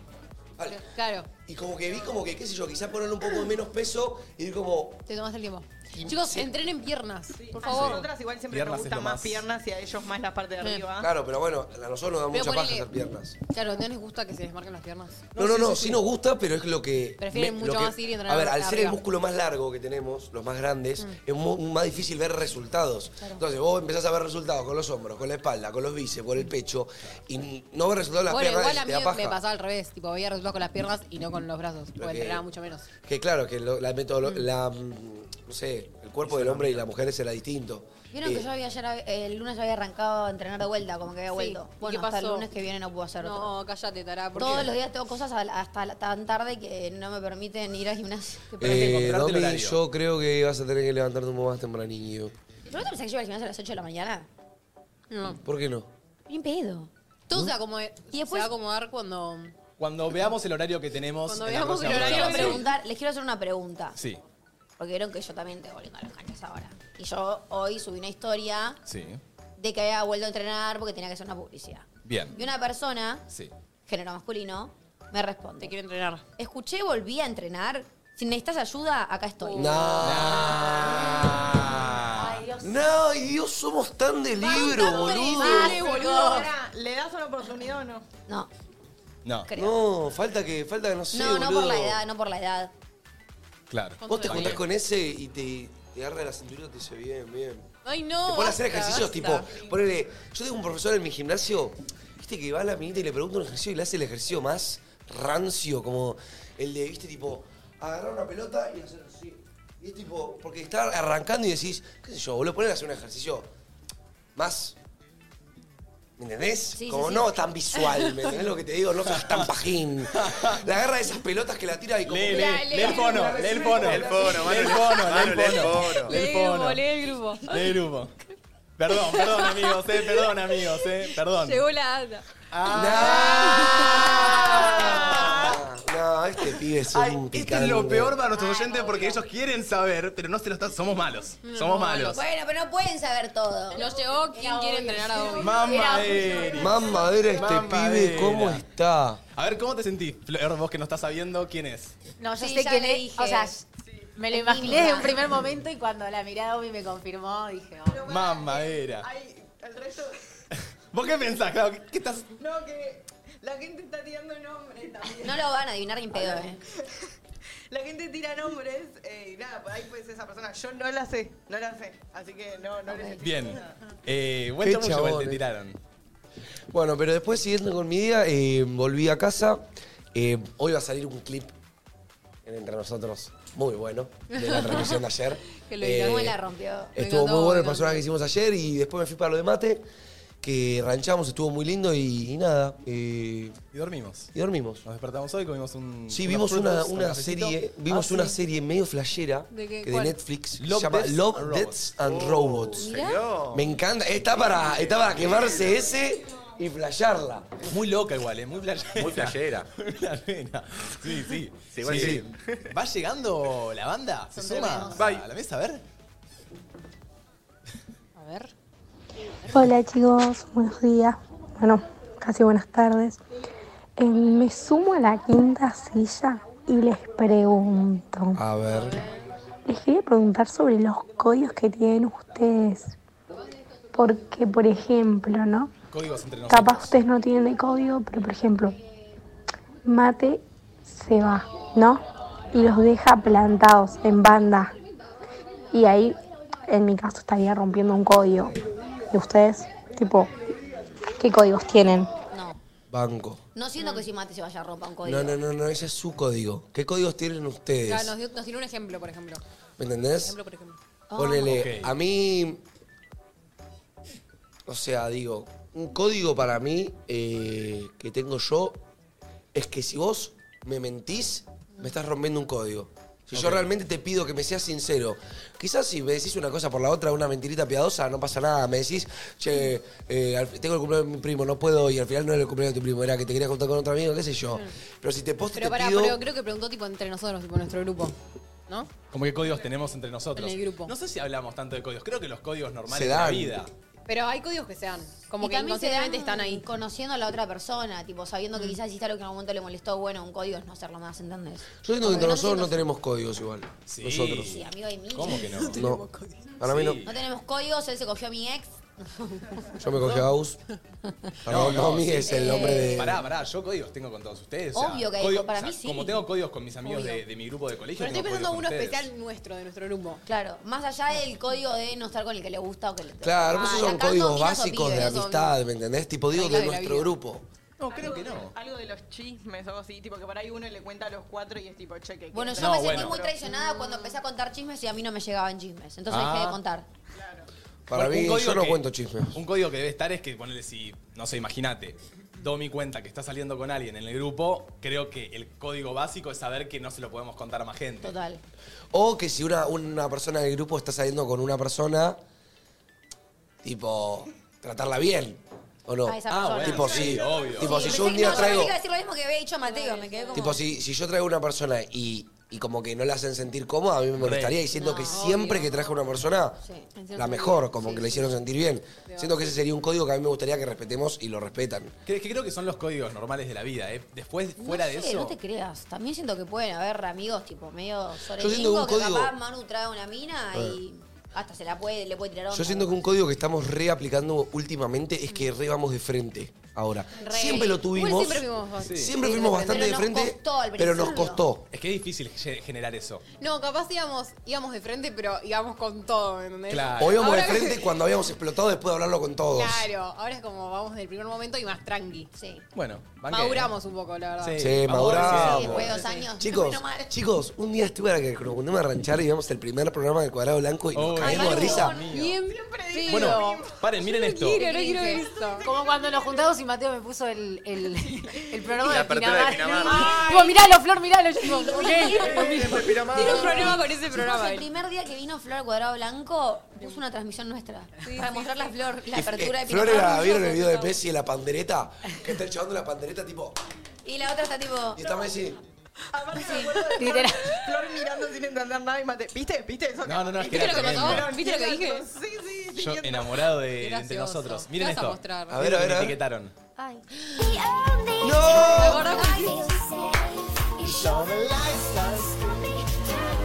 Speaker 2: vale.
Speaker 3: Claro.
Speaker 2: Y como que vi como que, qué sé yo, quizás ponerle un poco de menos peso y ir como,
Speaker 3: Te tomaste el tiempo. Chicos, entrenen piernas, por
Speaker 10: A
Speaker 3: favor.
Speaker 10: nosotras igual siempre
Speaker 2: Piernas
Speaker 10: nos
Speaker 2: es
Speaker 10: gustan
Speaker 2: lo
Speaker 10: más
Speaker 2: más.
Speaker 10: piernas y a ellos más la parte de
Speaker 3: Sí.
Speaker 10: arriba.
Speaker 2: claro, pero bueno, a nosotros nos da
Speaker 3: Ah. Pero
Speaker 2: mucha paja
Speaker 3: ponele-
Speaker 2: hacer piernas.
Speaker 3: Claro, no les gusta que se les marquen las piernas.
Speaker 2: No, no, no, sí, nos gusta, pero es lo que...
Speaker 3: Prefieren mucho
Speaker 2: lo que-
Speaker 3: más ir y entrenar
Speaker 2: A ver, al
Speaker 3: arriba.
Speaker 2: ser el músculo más largo que tenemos, los más grandes,
Speaker 3: Mm.
Speaker 2: es mu- más difícil ver resultados. Entonces vos empezás a ver resultados con los hombros, con la espalda, con los bíceps, con el pecho, y n- no ver resultados en las
Speaker 3: Bueno,
Speaker 2: piernas
Speaker 3: igual a
Speaker 2: te
Speaker 3: mí
Speaker 2: da paja.
Speaker 3: me pasaba al revés. Tipo, veía resultados con las piernas y no con los brazos. Porque
Speaker 2: que-
Speaker 3: entrenaba mucho menos.
Speaker 2: Que claro, que lo- la metodolo- la, mm, no sé, el cuerpo del hombre y la mujer será distinto.
Speaker 4: Vieron que
Speaker 2: Eh,
Speaker 4: yo había ayer, el lunes ya había arrancado a entrenar de vuelta, como que había
Speaker 3: Sí.
Speaker 4: vuelto.
Speaker 3: ¿Y
Speaker 4: Bueno,
Speaker 3: qué
Speaker 4: hasta el
Speaker 3: pasó?
Speaker 4: lunes que viene no puedo hacer otro.
Speaker 3: No, cállate, tará. ¿por
Speaker 4: Todos
Speaker 3: qué?
Speaker 4: los días tengo cosas al- hasta la- tan tarde que no me permiten ir al gimnasio.
Speaker 2: eh,
Speaker 13: encontrarte el
Speaker 2: Domi,
Speaker 13: horario.
Speaker 2: yo creo que vas a tener que levantarte un poco más tempranillo.
Speaker 4: ¿Pero no te pensás que yo iba al gimnasio a las 8 de la mañana?
Speaker 3: No.
Speaker 2: ¿Por qué no?
Speaker 4: Bien pedo.
Speaker 3: Todo se, acomode- se va a acomodar cuando...
Speaker 13: Cuando veamos el horario que tenemos.
Speaker 3: Cuando
Speaker 13: en la
Speaker 3: veamos
Speaker 13: próxima
Speaker 3: el horario,
Speaker 13: programación.
Speaker 4: Preguntar, les quiero hacer una pregunta.
Speaker 13: Sí,
Speaker 4: Porque vieron que yo también estoy volviendo a las canchas ahora. Y yo hoy subí una historia
Speaker 13: sí.
Speaker 4: de que había vuelto a entrenar porque tenía que hacer una publicidad.
Speaker 13: Bien.
Speaker 4: Y una persona,
Speaker 13: Sí.
Speaker 4: género masculino, me responde. Te
Speaker 3: quiero entrenar.
Speaker 4: Escuché, volví a entrenar. Si necesitas ayuda, acá estoy.
Speaker 2: Ay,
Speaker 4: Dios.
Speaker 2: No, y Dios, somos tan de libro, boludo.
Speaker 10: Dale, Ah, boludo.
Speaker 4: boludo.
Speaker 10: pará, ¿Le das una oportunidad o no?
Speaker 4: No.
Speaker 13: No.
Speaker 2: No, falta que, falta que no sé,
Speaker 4: no, no
Speaker 2: boludo.
Speaker 4: por la edad, no por la edad.
Speaker 13: Claro.
Speaker 2: Vos te juntás con ese y te, te agarra la cintura y te dice, bien, bien.
Speaker 3: Ay, no.
Speaker 2: Te ponen a
Speaker 3: basta,
Speaker 2: hacer ejercicios
Speaker 3: basta.
Speaker 2: tipo, ponele, yo tengo un profesor en mi gimnasio, viste que va a la minita y le pregunta un ejercicio y le hace el ejercicio más rancio, como el de, viste, tipo, agarrar una pelota y hacer así. Y es tipo, porque está arrancando y decís, qué sé yo, boludo, ponele a hacer un ejercicio más. ¿Me entendés?
Speaker 13: Sí,
Speaker 2: como
Speaker 13: sí, sí.
Speaker 2: no tan visual, ¿me entendés lo que te digo? No seas tan pajín. La agarra de esas pelotas que la tira y como.
Speaker 13: Lee, lee, lee el fono, lee el fono.
Speaker 2: El fono,
Speaker 13: lee el
Speaker 2: Manu,
Speaker 13: fono, lee el fono. Lee el fono.
Speaker 3: Lee el grupo,
Speaker 13: Lee el grupo. Perdón, perdón, amigos, eh, perdón, amigos, eh, perdón.
Speaker 3: Llegó la ata.
Speaker 6: Ah.
Speaker 2: No, este pibe es un
Speaker 13: Este es lo peor para nuestros oyentes porque ellos quieren saber, pero no se lo están. Somos malos. Somos malos.
Speaker 4: Bueno, pero no pueden saber todo.
Speaker 3: Nos llegó quien quiere entrenar a Domi.
Speaker 13: Mamadera.
Speaker 2: Mamadera este pibe, ¿cómo está?
Speaker 13: A ver, ¿cómo te sentís? Flor, vos que no estás sabiendo quién es.
Speaker 14: No, yo
Speaker 4: Sí,
Speaker 14: sé
Speaker 4: ya
Speaker 14: que
Speaker 4: le
Speaker 14: le-
Speaker 4: dije.
Speaker 14: O sea, me lo
Speaker 4: Es
Speaker 14: imaginé
Speaker 4: tímida.
Speaker 14: desde un primer momento y cuando la mirada Omi me confirmó, dije, oh.
Speaker 13: Mamadera.
Speaker 10: Ay, el resto.
Speaker 13: ¿Vos qué pensás? Claro, ¿qué- ¿qué estás?
Speaker 10: No, que la gente está tirando nombres también.
Speaker 4: No lo van a adivinar ni en pedo, eh.
Speaker 10: La gente tira nombres eh, y nada, por ahí puede ser esa persona. Yo no la sé, no la sé. Así que no, no les
Speaker 13: Bien. Eh, buen
Speaker 2: Qué
Speaker 13: chamuyo igual te
Speaker 2: chabones.
Speaker 13: tiraron.
Speaker 2: Bueno, pero después siguiendo con mi día, eh, volví a casa. Eh, hoy va a salir un clip en entre nosotros muy bueno de la transmisión de ayer.
Speaker 4: Que lo
Speaker 2: Eh,
Speaker 4: hizo. la rompió?
Speaker 2: Estuvo muy bueno el personaje que hicimos ayer y después me fui para lo de mate, que ranchamos, estuvo muy lindo y, y nada. eh,
Speaker 13: Y dormimos. Ah,
Speaker 2: y dormimos.
Speaker 13: Nos despertamos hoy, comimos un.
Speaker 2: Sí,
Speaker 13: unos
Speaker 2: vimos una,
Speaker 13: frutos, un
Speaker 2: una
Speaker 13: cafecito.
Speaker 2: serie, vimos
Speaker 13: Ah, sí.
Speaker 2: una serie medio flashera
Speaker 13: ¿De qué?
Speaker 2: que de
Speaker 13: ¿Cuál?
Speaker 2: Netflix que se
Speaker 13: Love,
Speaker 2: llama
Speaker 13: Deaths
Speaker 2: Love,
Speaker 13: and
Speaker 2: Deaths and
Speaker 13: Oh,
Speaker 2: Robots.
Speaker 13: mirá. Señor.
Speaker 2: Me encanta, está para, está para quemarse ese y flashearla.
Speaker 13: Muy loca igual, es muy flashera.
Speaker 5: Muy flashera.
Speaker 13: Muy flashera. Sí, sí.
Speaker 5: Sí, igual sí.
Speaker 13: ¿Va llegando la banda? ¿Se
Speaker 5: Son
Speaker 13: suma
Speaker 5: tremendos.
Speaker 13: a la mesa? A ver.
Speaker 3: A ver.
Speaker 15: Hola chicos, buenos días. Bueno, casi buenas tardes. Eh, me sumo a la quinta silla y les pregunto.
Speaker 2: A ver.
Speaker 15: Les quería preguntar sobre los códigos que tienen ustedes. Porque, por ejemplo, ¿no?
Speaker 13: Códigos entre nosotros.
Speaker 15: Capaz ustedes no tienen de código, pero por ejemplo, mate se va, ¿no? Y los deja plantados en banda. Y ahí, en mi caso, estaría rompiendo un código. ¿Y ustedes? Tipo, ¿qué códigos tienen?
Speaker 4: No.
Speaker 2: Banco.
Speaker 4: No siento que si mate se vaya a romper un código.
Speaker 2: No, no, no, no, ese es su código. ¿Qué códigos tienen ustedes?
Speaker 3: Ya, nos, dio- nos tiró un ejemplo, por ejemplo.
Speaker 2: ¿Me entendés?
Speaker 3: Ejemplo, por ejemplo.
Speaker 14: Oh.
Speaker 2: Ponele, a este mí. O sea, digo, un código para mí eh, que tengo yo es que si vos me mentís, me estás rompiendo un código. Si yo realmente te pido que me seas sincero, quizás si me decís una cosa por la otra, una mentirita piadosa, no pasa nada. Me decís, che, eh, al- tengo el cumpleaños de mi primo, no puedo, y al final no era el cumpleaños de tu primo, era que te quería contar con otro amigo, qué sé yo. Pero si te posto y
Speaker 3: Pero
Speaker 2: te
Speaker 3: pará,
Speaker 2: pido.
Speaker 3: pero creo que preguntó tipo entre nosotros, tipo nuestro grupo. ¿No?
Speaker 1: Como que códigos tenemos entre nosotros.
Speaker 3: En el grupo.
Speaker 1: No sé si hablamos tanto de códigos. Creo que los códigos normales
Speaker 2: Se
Speaker 1: de la
Speaker 2: dan.
Speaker 1: vida.
Speaker 3: Pero hay códigos que se dan. Como
Speaker 4: Y
Speaker 3: que
Speaker 4: también se
Speaker 3: inconscientemente
Speaker 4: dan
Speaker 3: están ahí. Mm.
Speaker 4: Conociendo a la otra persona, tipo, sabiendo que quizás hiciste algo que en algún momento le molestó, bueno, un código es no hacerlo más, ¿entendés?
Speaker 2: Yo siento que entre nosotros no tenemos códigos igual. Nosotros.
Speaker 4: Sí, amigo de mí.
Speaker 1: ¿Cómo que no?
Speaker 2: No. Para mí no.
Speaker 4: No tenemos códigos, él se cogió a mi ex.
Speaker 2: Yo me cogí a Aus. Perdón, no, Mami
Speaker 1: sí.
Speaker 2: es el nombre de.
Speaker 1: Pará, pará, yo códigos tengo con todos ustedes. o sea,
Speaker 4: Obvio que hay,
Speaker 1: código-
Speaker 4: para mí sí.
Speaker 1: Como tengo códigos con mis amigos
Speaker 4: Obvio.
Speaker 1: de, de mi grupo de colegio.
Speaker 3: Pero estoy
Speaker 1: tengo
Speaker 3: pensando en uno
Speaker 1: códigos con ustedes.
Speaker 3: especial nuestro, de nuestro grupo.
Speaker 4: Claro, más allá del código de no estar con el que le gusta o que le
Speaker 2: Claro, pues
Speaker 4: Ah,
Speaker 2: esos
Speaker 4: la
Speaker 2: son
Speaker 4: carta
Speaker 2: códigos
Speaker 4: dominazo,
Speaker 2: básicos
Speaker 4: pibe,
Speaker 2: de
Speaker 4: eso-
Speaker 2: amistad, ¿me entendés? Tipo, digo,
Speaker 10: Regla
Speaker 2: de
Speaker 10: de la
Speaker 2: nuestro
Speaker 10: vida.
Speaker 2: grupo.
Speaker 10: No, creo que no. Algo de los chismes o algo así, tipo que por ahí uno le cuenta a los cuatro y es tipo cheque. que-
Speaker 4: Bueno, yo me sentí muy traicionada cuando empecé a contar chismes y a mí no me llegaban chismes. Entonces
Speaker 1: Ah.
Speaker 4: dejé de contar.
Speaker 2: Para
Speaker 1: Bueno, un
Speaker 2: mí,
Speaker 1: código
Speaker 2: yo no
Speaker 1: que-
Speaker 2: cuento chismes.
Speaker 1: Un código que debe estar es que ponerle si, no sé, imagínate, Domi cuenta que está saliendo con alguien en el grupo, creo que el código básico es saber que no se lo podemos contar a más gente.
Speaker 4: Total.
Speaker 2: O que si una, una persona del grupo está saliendo con una persona, tipo, tratarla bien. ¿O no?
Speaker 4: A esa Ah, persona.
Speaker 2: tipo,
Speaker 4: bueno,
Speaker 2: si,
Speaker 4: sí,
Speaker 1: obvio.
Speaker 2: tipo,
Speaker 4: Sí,
Speaker 2: si
Speaker 4: pensé
Speaker 2: yo un
Speaker 4: que-
Speaker 2: día
Speaker 4: no, yo
Speaker 2: traigo.
Speaker 4: pensé que iba a decir lo mismo que había dicho Mateo, me quedé como...
Speaker 2: Tipo, si, si yo traigo una persona y, y como que no la hacen sentir cómoda, a mí me molestaría diciendo que siempre que traje una persona, la mejor, como que la hicieron sentir bien. Siento que ese sería un código que a mí me gustaría que respetemos y lo respetan.
Speaker 1: Que, que creo que son los códigos normales de la vida, ¿eh? Después, fuera
Speaker 4: no
Speaker 1: de
Speaker 4: sé,
Speaker 1: eso.
Speaker 4: No te creas. También siento que pueden haber amigos tipo medio sobre
Speaker 2: siento que un
Speaker 4: que
Speaker 2: código-
Speaker 4: capaz Manu trae una mina y hasta se la puede, le puede tirar onda.
Speaker 2: Yo siento que un código que estamos reaplicando últimamente es que re vamos de frente ahora.
Speaker 4: Re.
Speaker 2: Siempre lo
Speaker 4: Igual
Speaker 2: tuvimos.
Speaker 4: siempre fuimos-
Speaker 2: Sí.
Speaker 4: sí,
Speaker 2: Siempre
Speaker 4: sí,
Speaker 2: fuimos
Speaker 4: pero
Speaker 2: bastante de
Speaker 4: nos
Speaker 2: frente,
Speaker 4: costó al
Speaker 2: pero nos
Speaker 4: principio.
Speaker 2: costó.
Speaker 1: Es que es difícil ge- generar eso.
Speaker 3: No, capaz íbamos, íbamos de frente, pero íbamos con todo, ¿me ¿entendés?
Speaker 2: O íbamos
Speaker 3: ¿Eh? Ahora
Speaker 2: de
Speaker 3: que-
Speaker 2: frente cuando habíamos explotado después de hablarlo con todos.
Speaker 3: Claro, ahora es como vamos del primer momento y más tranqui.
Speaker 4: Sí.
Speaker 1: Bueno,
Speaker 3: Maduramos un poco, la verdad.
Speaker 2: Sí,
Speaker 1: Sí,
Speaker 2: maduramos.
Speaker 3: sí, después de dos años.
Speaker 2: Chicos,
Speaker 3: Menos mal.
Speaker 2: chicos, un día estuve a que nos juntamos a ranchar y vimos el primer programa del Cuadrado Blanco y nos
Speaker 1: Oh,
Speaker 2: caímos de
Speaker 1: Dios
Speaker 2: risa.
Speaker 3: Bien pedo.
Speaker 1: Bueno, paren, miren esto.
Speaker 3: quiero, no quiero esto.
Speaker 6: Como cuando nos juntamos y Mateo me puso el, el, el programa
Speaker 1: La
Speaker 6: de
Speaker 1: apertura de
Speaker 6: Pinamar.
Speaker 1: Pinamar.
Speaker 6: Tipo, miralo, Flor, miralo. Yo digo, ok.
Speaker 3: Tiene un problema con ese
Speaker 4: Chicos,
Speaker 3: programa. eh.
Speaker 4: el primer día que vino Flor al cuadrado blanco, puso una transmisión nuestra para mostrar la Flor, la
Speaker 2: Y,
Speaker 4: apertura
Speaker 2: eh,
Speaker 4: de
Speaker 2: Flores,
Speaker 4: Pinamar.
Speaker 2: la vieron el video de Messi de la pandereta, que está el chabón de la pandereta tipo,
Speaker 4: Y la otra está tipo.
Speaker 2: y está Messi.
Speaker 10: Aparte, me acuerdo de Flor, Flor mirando sin entender nada y mate. ¿Viste? ¿Viste eso?
Speaker 1: No, no, no, es que
Speaker 10: ¿Viste
Speaker 1: era
Speaker 10: lo que
Speaker 1: tremendo.
Speaker 10: pasó?
Speaker 3: ¿Viste lo que dije?
Speaker 10: Sí, sí.
Speaker 1: Yo enamorado de, de entre
Speaker 3: Gracioso.
Speaker 1: nosotros.
Speaker 3: ¿Qué
Speaker 1: Miren
Speaker 3: vas a
Speaker 1: esto.
Speaker 3: mostrar?
Speaker 1: A ver, a ver. Me etiquetaron.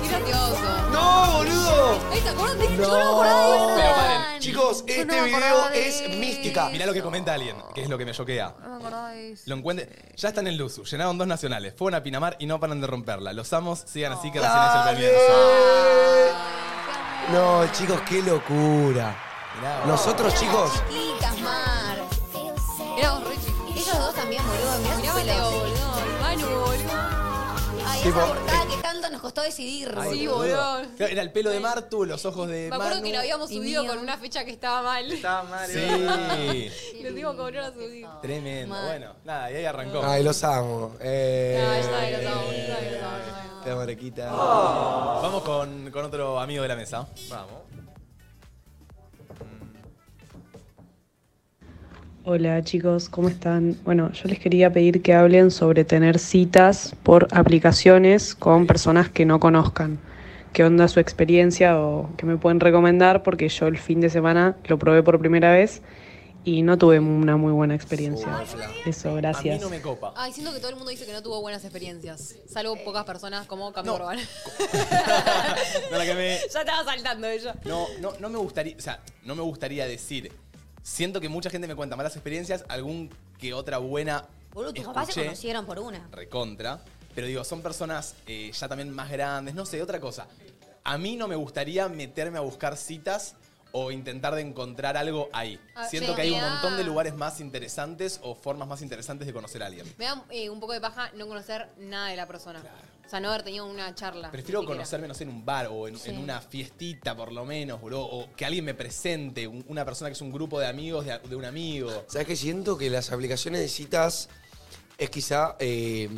Speaker 3: Qué gracioso.
Speaker 2: ¡No, boludo!
Speaker 3: Ay, ¿te acuerdas? Dije,
Speaker 2: No.
Speaker 3: yo no me acordaba de
Speaker 1: Pero
Speaker 3: eso.
Speaker 1: paren.
Speaker 2: Chicos, este video es mística.
Speaker 1: Mirá lo que comenta alguien, que es lo que me choquea.
Speaker 3: No me acordaba de eso.
Speaker 1: Lo encuentren. Ya están en Luzu, llenaron dos nacionales, fueron a Pinamar y no paran de romperla. Los amos, sigan así que recién es el comienzo.
Speaker 2: No, chicos, qué locura. Nosotros, chicos,
Speaker 4: Chicas, Mar.
Speaker 3: Éramos re chiquitos.
Speaker 4: Ellos dos también, boludo. Mirá,
Speaker 3: Mirá,
Speaker 4: sus
Speaker 3: Mateo,
Speaker 4: pelos.
Speaker 3: boludo. y Manu, boludo.
Speaker 4: Ay,
Speaker 1: Tipo-
Speaker 4: esa
Speaker 2: eh,
Speaker 4: portada que tanto nos costó decidir.
Speaker 1: Ay, Claro, Era el pelo de Martu, los ojos de
Speaker 3: Me acuerdo
Speaker 1: Manu.
Speaker 3: que lo habíamos
Speaker 4: Y
Speaker 3: subido
Speaker 4: mío.
Speaker 3: con una fecha que estaba mal. Estaba mal.
Speaker 1: Sí.
Speaker 3: Lo digo como no lo subí.
Speaker 1: Tremendo.
Speaker 3: Mal.
Speaker 1: Bueno, nada, y ahí arrancó.
Speaker 2: Ay, los amo. Eh,
Speaker 3: Ay, ay, los amo, ay, los amo.
Speaker 2: Te amo, Arequita.
Speaker 1: Vamos con, con otro amigo de la mesa. Vamos.
Speaker 16: Hola chicos, ¿cómo están? Bueno, yo les quería pedir que hablen sobre tener citas por aplicaciones con personas que no conozcan. ¿Qué onda su experiencia o qué me pueden recomendar? Porque yo el fin de semana lo probé por primera vez y no tuve una muy buena experiencia. Eso, gracias.
Speaker 1: A mí no me copa.
Speaker 3: Ay, siento que todo el mundo dice que no tuvo buenas experiencias. Salvo
Speaker 6: Eh.
Speaker 3: pocas personas como Cami
Speaker 1: No. Eh.
Speaker 3: Corban.
Speaker 1: No, la que me-
Speaker 3: ya estaba saltando ella.
Speaker 1: no, no, no me gustaría, o sea, no me gustaría decir. Siento que mucha gente me cuenta malas experiencias, algún que otra buena
Speaker 4: Boludo, tus papás se
Speaker 1: escuché.
Speaker 4: conocieron por una.
Speaker 1: recontra. Pero digo, son personas eh, ya también más grandes, no sé, otra cosa. A mí no me gustaría meterme a buscar citas o intentar de encontrar algo ahí.
Speaker 3: Ah,
Speaker 1: Siento
Speaker 3: sí,
Speaker 1: que hay un
Speaker 3: mirá.
Speaker 1: montón de lugares más interesantes o formas más interesantes de conocer a alguien.
Speaker 3: Me da eh, un poco de paja no conocer nada de la persona. O sea, no haber tenido una charla.
Speaker 1: Prefiero
Speaker 3: ni siquiera.
Speaker 1: conocerme, no sé, en un bar o en,
Speaker 3: Sí.
Speaker 1: en una fiestita por lo menos, bro, o que alguien me presente, un- una persona que es un grupo de amigos de, de un amigo.
Speaker 2: ¿Sabes qué? Siento que las aplicaciones de citas es quizá eh,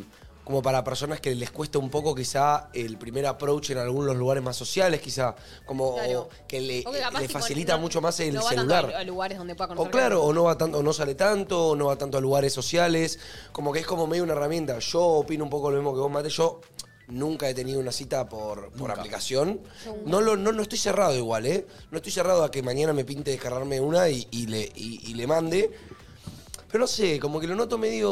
Speaker 2: como para personas que les cuesta un poco quizá el primer approach en algunos lugares más sociales, quizá, como
Speaker 3: Claro.
Speaker 2: o que le,
Speaker 3: O que capaz
Speaker 2: eh, le
Speaker 3: si con-
Speaker 2: facilita
Speaker 3: no-
Speaker 2: mucho más el
Speaker 3: no va tanto
Speaker 2: celular.
Speaker 3: a- a lugares donde pueda conocer
Speaker 2: O claro,
Speaker 3: gente.
Speaker 2: o no va tanto, o no sale tanto, o no va tanto a lugares sociales, como que es como medio una herramienta. Yo opino un poco lo mismo que vos, Mate. Yo nunca he tenido una cita por, por aplicación. No, lo, no, no estoy cerrado igual, ¿eh? No estoy cerrado a que mañana me pinte descargarme una y, y le, y- y le mande. Pero no sé, como que lo noto medio.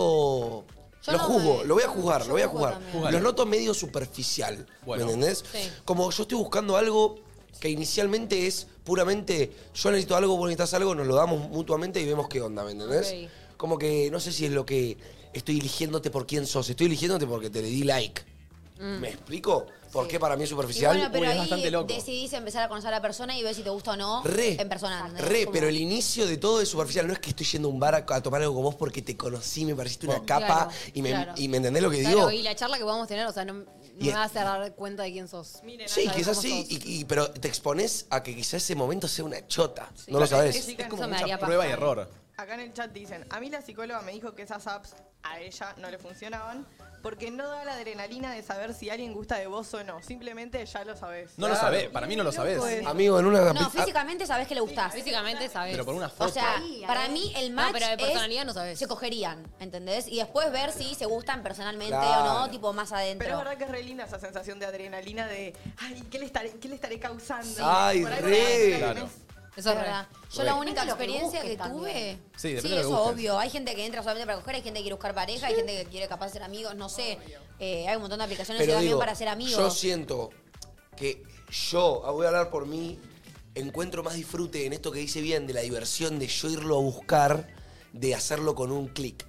Speaker 2: lo
Speaker 17: no,
Speaker 2: juzgo,
Speaker 17: eh.
Speaker 2: lo voy a juzgar,
Speaker 17: Yo
Speaker 2: lo voy a
Speaker 17: juzgo
Speaker 2: juzgar.
Speaker 17: también.
Speaker 2: Lo
Speaker 17: Juzgalo.
Speaker 2: noto medio superficial,
Speaker 17: Bueno.
Speaker 2: ¿me entendés?
Speaker 17: Sí.
Speaker 2: Como yo estoy buscando algo que inicialmente es puramente yo necesito algo, vos necesitas algo, nos lo damos mutuamente y vemos qué onda, ¿me entendés? Como que no sé si es lo que estoy eligiéndote por quién sos, estoy eligiéndote porque te le di like.
Speaker 17: Mm.
Speaker 2: ¿Me explico? ¿Por qué para mí es
Speaker 4: Y
Speaker 2: superficial?
Speaker 4: Mm. bueno, pero ahí decidís empezar a conocer a la persona y ver si te gusta o no
Speaker 2: Re.
Speaker 4: en persona. ¿entendés?
Speaker 2: Re,
Speaker 4: Como-
Speaker 2: pero el inicio de todo es superficial. No es que estoy yendo a un bar a, a tomar algo con vos porque te conocí, me pareciste una
Speaker 3: Claro,
Speaker 2: capa y, me,
Speaker 3: claro.
Speaker 2: y me entendés lo que
Speaker 3: Claro,
Speaker 2: digo.
Speaker 3: y la charla que podamos tener, o sea, no, no
Speaker 2: Y
Speaker 3: me
Speaker 2: es-
Speaker 3: vas a dar cuenta de quién sos.
Speaker 2: Sí,
Speaker 3: Sabes
Speaker 2: quizás
Speaker 3: cómo
Speaker 2: sí,
Speaker 3: sos.
Speaker 2: y- y- pero te expones a que quizás ese momento sea una chota. no
Speaker 10: Claro,
Speaker 2: lo sabes.
Speaker 10: es- es como
Speaker 3: Eso me mucha daría
Speaker 10: prueba paja. y
Speaker 2: error.
Speaker 10: Acá en el chat dicen, a mí la psicóloga me dijo que esas apps a ella no le funcionaban porque no da la adrenalina de saber si alguien gusta de vos o no. Simplemente ya lo sabés.
Speaker 1: No lo sabés, para mí no lo sabés.
Speaker 2: Amigo, en una.
Speaker 4: No, físicamente sabés que le gustás.
Speaker 3: Físicamente sabés.
Speaker 1: Pero por una foto.
Speaker 4: O sea, para mí el match
Speaker 3: No, pero de
Speaker 4: es-
Speaker 3: personalidad no sabés.
Speaker 4: se cogerían, ¿entendés? Y después ver si se gustan personalmente o
Speaker 10: Claro.
Speaker 4: no, tipo más adentro.
Speaker 10: Pero es verdad que es re linda esa sensación de adrenalina de, ay, ¿qué le estaré, qué le estaré causando?
Speaker 2: Ay,
Speaker 10: Por ahí
Speaker 2: re.
Speaker 10: por ahí,
Speaker 2: Claro.
Speaker 4: Eso es verdad. Yo la
Speaker 10: Re. Depende de lo
Speaker 4: única
Speaker 10: que
Speaker 4: experiencia que,
Speaker 10: busques
Speaker 4: tuve.
Speaker 10: también.
Speaker 1: Sí, depende
Speaker 4: sí,
Speaker 1: de lo que
Speaker 4: eso
Speaker 1: busques.
Speaker 4: obvio. Hay gente que entra solamente para coger, hay gente que quiere buscar pareja, hay gente que quiere capaz ser amigos, no sé. Eh, hay un montón de aplicaciones que
Speaker 2: Pero
Speaker 4: también
Speaker 2: digo,
Speaker 4: para ser amigos.
Speaker 2: yo siento que yo, ah, voy a hablar por mí, encuentro más disfrute en esto que dice bien, de la diversión de yo irlo a buscar, de hacerlo con un clic.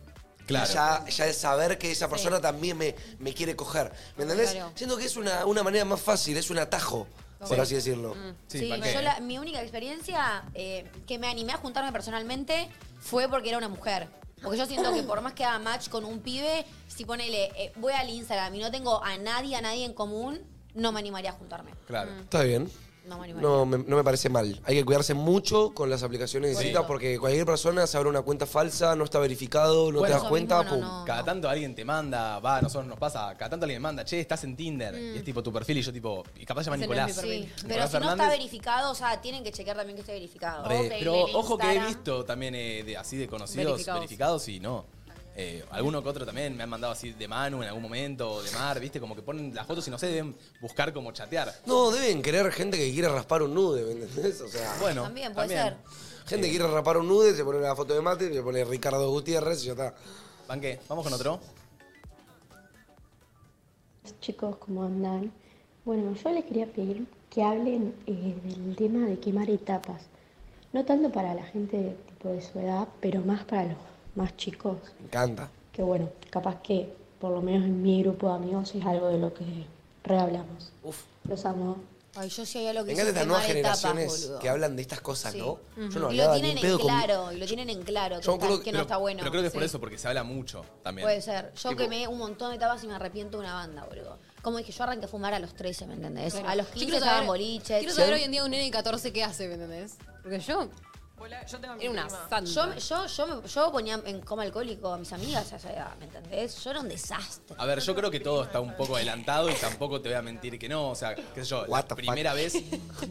Speaker 1: Claro.
Speaker 2: ah, Ya, ya de saber que esa persona también me, me quiere coger. ¿Me entendés?
Speaker 4: Claro.
Speaker 2: Siento que es una, una manera más fácil, es un atajo, por
Speaker 1: Sí.
Speaker 2: así decirlo.
Speaker 4: Mm.
Speaker 1: Sí,
Speaker 4: Sí,
Speaker 1: ¿para qué?
Speaker 4: yo la- mi única experiencia eh, que me animé a juntarme personalmente fue porque era una mujer. Porque yo siento que por más que haga match con un pibe, si ponele, eh, voy al Instagram y no tengo a nadie, a nadie en común, no me animaría a juntarme.
Speaker 1: Claro.
Speaker 2: Está bien.
Speaker 4: No me animaría.
Speaker 2: No me, no me parece mal. Hay que cuidarse mucho con las aplicaciones de
Speaker 1: Sí.
Speaker 2: citas porque cualquier persona se abre una cuenta falsa, no está verificado, no
Speaker 1: Bueno,
Speaker 2: te das cuenta, pum.
Speaker 1: Cada tanto alguien te manda, va, a nosotros nos pasa, cada tanto alguien me manda, che, estás en Tinder.
Speaker 4: Mm.
Speaker 1: Y es tipo tu perfil y yo tipo, y capaz llama
Speaker 4: Ese no
Speaker 1: Nicolás.
Speaker 4: es mi perfil. Pero
Speaker 1: Nicolás
Speaker 4: si no está
Speaker 1: Fernández.
Speaker 4: verificado, o sea, tienen que chequear también que esté verificado.
Speaker 1: Re, pero ojo que he visto también eh, de, así de conocidos
Speaker 4: Verificados.
Speaker 1: verificados, y no. Eh, alguno que otro también me han mandado así de Manu en algún momento, o de Mar, viste, como que ponen las fotos y no sé, deben buscar como chatear.
Speaker 2: No, deben querer gente que quiere raspar un nude, ¿me entendés? O sea,
Speaker 1: Bueno,
Speaker 4: También puede ser.
Speaker 2: Gente que quiere rapar un nude, se pone una foto de mate, le pone Ricardo Gutiérrez y ya está.
Speaker 1: Banque, vamos con otro.
Speaker 15: Chicos, ¿cómo andan? Bueno, yo les quería pedir que hablen eh, del tema de quemar etapas. No tanto para la gente tipo de su edad, pero más para los más chicos.
Speaker 2: Me encanta.
Speaker 15: Que bueno, capaz que por lo menos en mi grupo de amigos es algo de lo que rehablamos. Los amo.
Speaker 4: Ay, yo sí hay algo
Speaker 2: Me
Speaker 4: que
Speaker 2: encantan
Speaker 4: hice
Speaker 2: estas nuevas
Speaker 4: quemar etapas,
Speaker 2: generaciones
Speaker 4: boludo.
Speaker 2: que hablan de estas cosas,
Speaker 4: Sí.
Speaker 2: ¿no? Yo no
Speaker 4: y lo
Speaker 2: hablaba ni
Speaker 4: tienen
Speaker 2: en
Speaker 4: en
Speaker 2: pedo con...
Speaker 4: claro, y lo tienen en claro, que,
Speaker 2: Yo me
Speaker 4: está-
Speaker 2: acuerdo
Speaker 4: que
Speaker 2: pero-
Speaker 4: no está bueno.
Speaker 1: Pero creo que es por
Speaker 4: Sí.
Speaker 1: eso, porque se habla mucho también.
Speaker 4: Puede ser. Yo
Speaker 1: Tipo,
Speaker 4: quemé un montón de etapas y me arrepiento de una banda, boludo. Como dije, yo arranqué a fumar a los 13, ¿me entendés?
Speaker 3: Claro.
Speaker 4: A los
Speaker 3: Yo
Speaker 4: 15
Speaker 3: quiero
Speaker 4: estaban
Speaker 3: saber-
Speaker 4: boliches.
Speaker 3: Quiero saber hoy en día un nene de 14 qué hace, ¿me entendés? Porque yo
Speaker 10: yo tengo
Speaker 3: era una santa.
Speaker 4: Yo, yo, yo, me- yo ponía en coma alcohólico a mis amigas a esa edad, ¿me entendés? Yo era un desastre.
Speaker 1: A ver, yo creo que todo está un poco adelantado y tampoco te voy a mentir que no. O sea, qué sé yo, la primera vez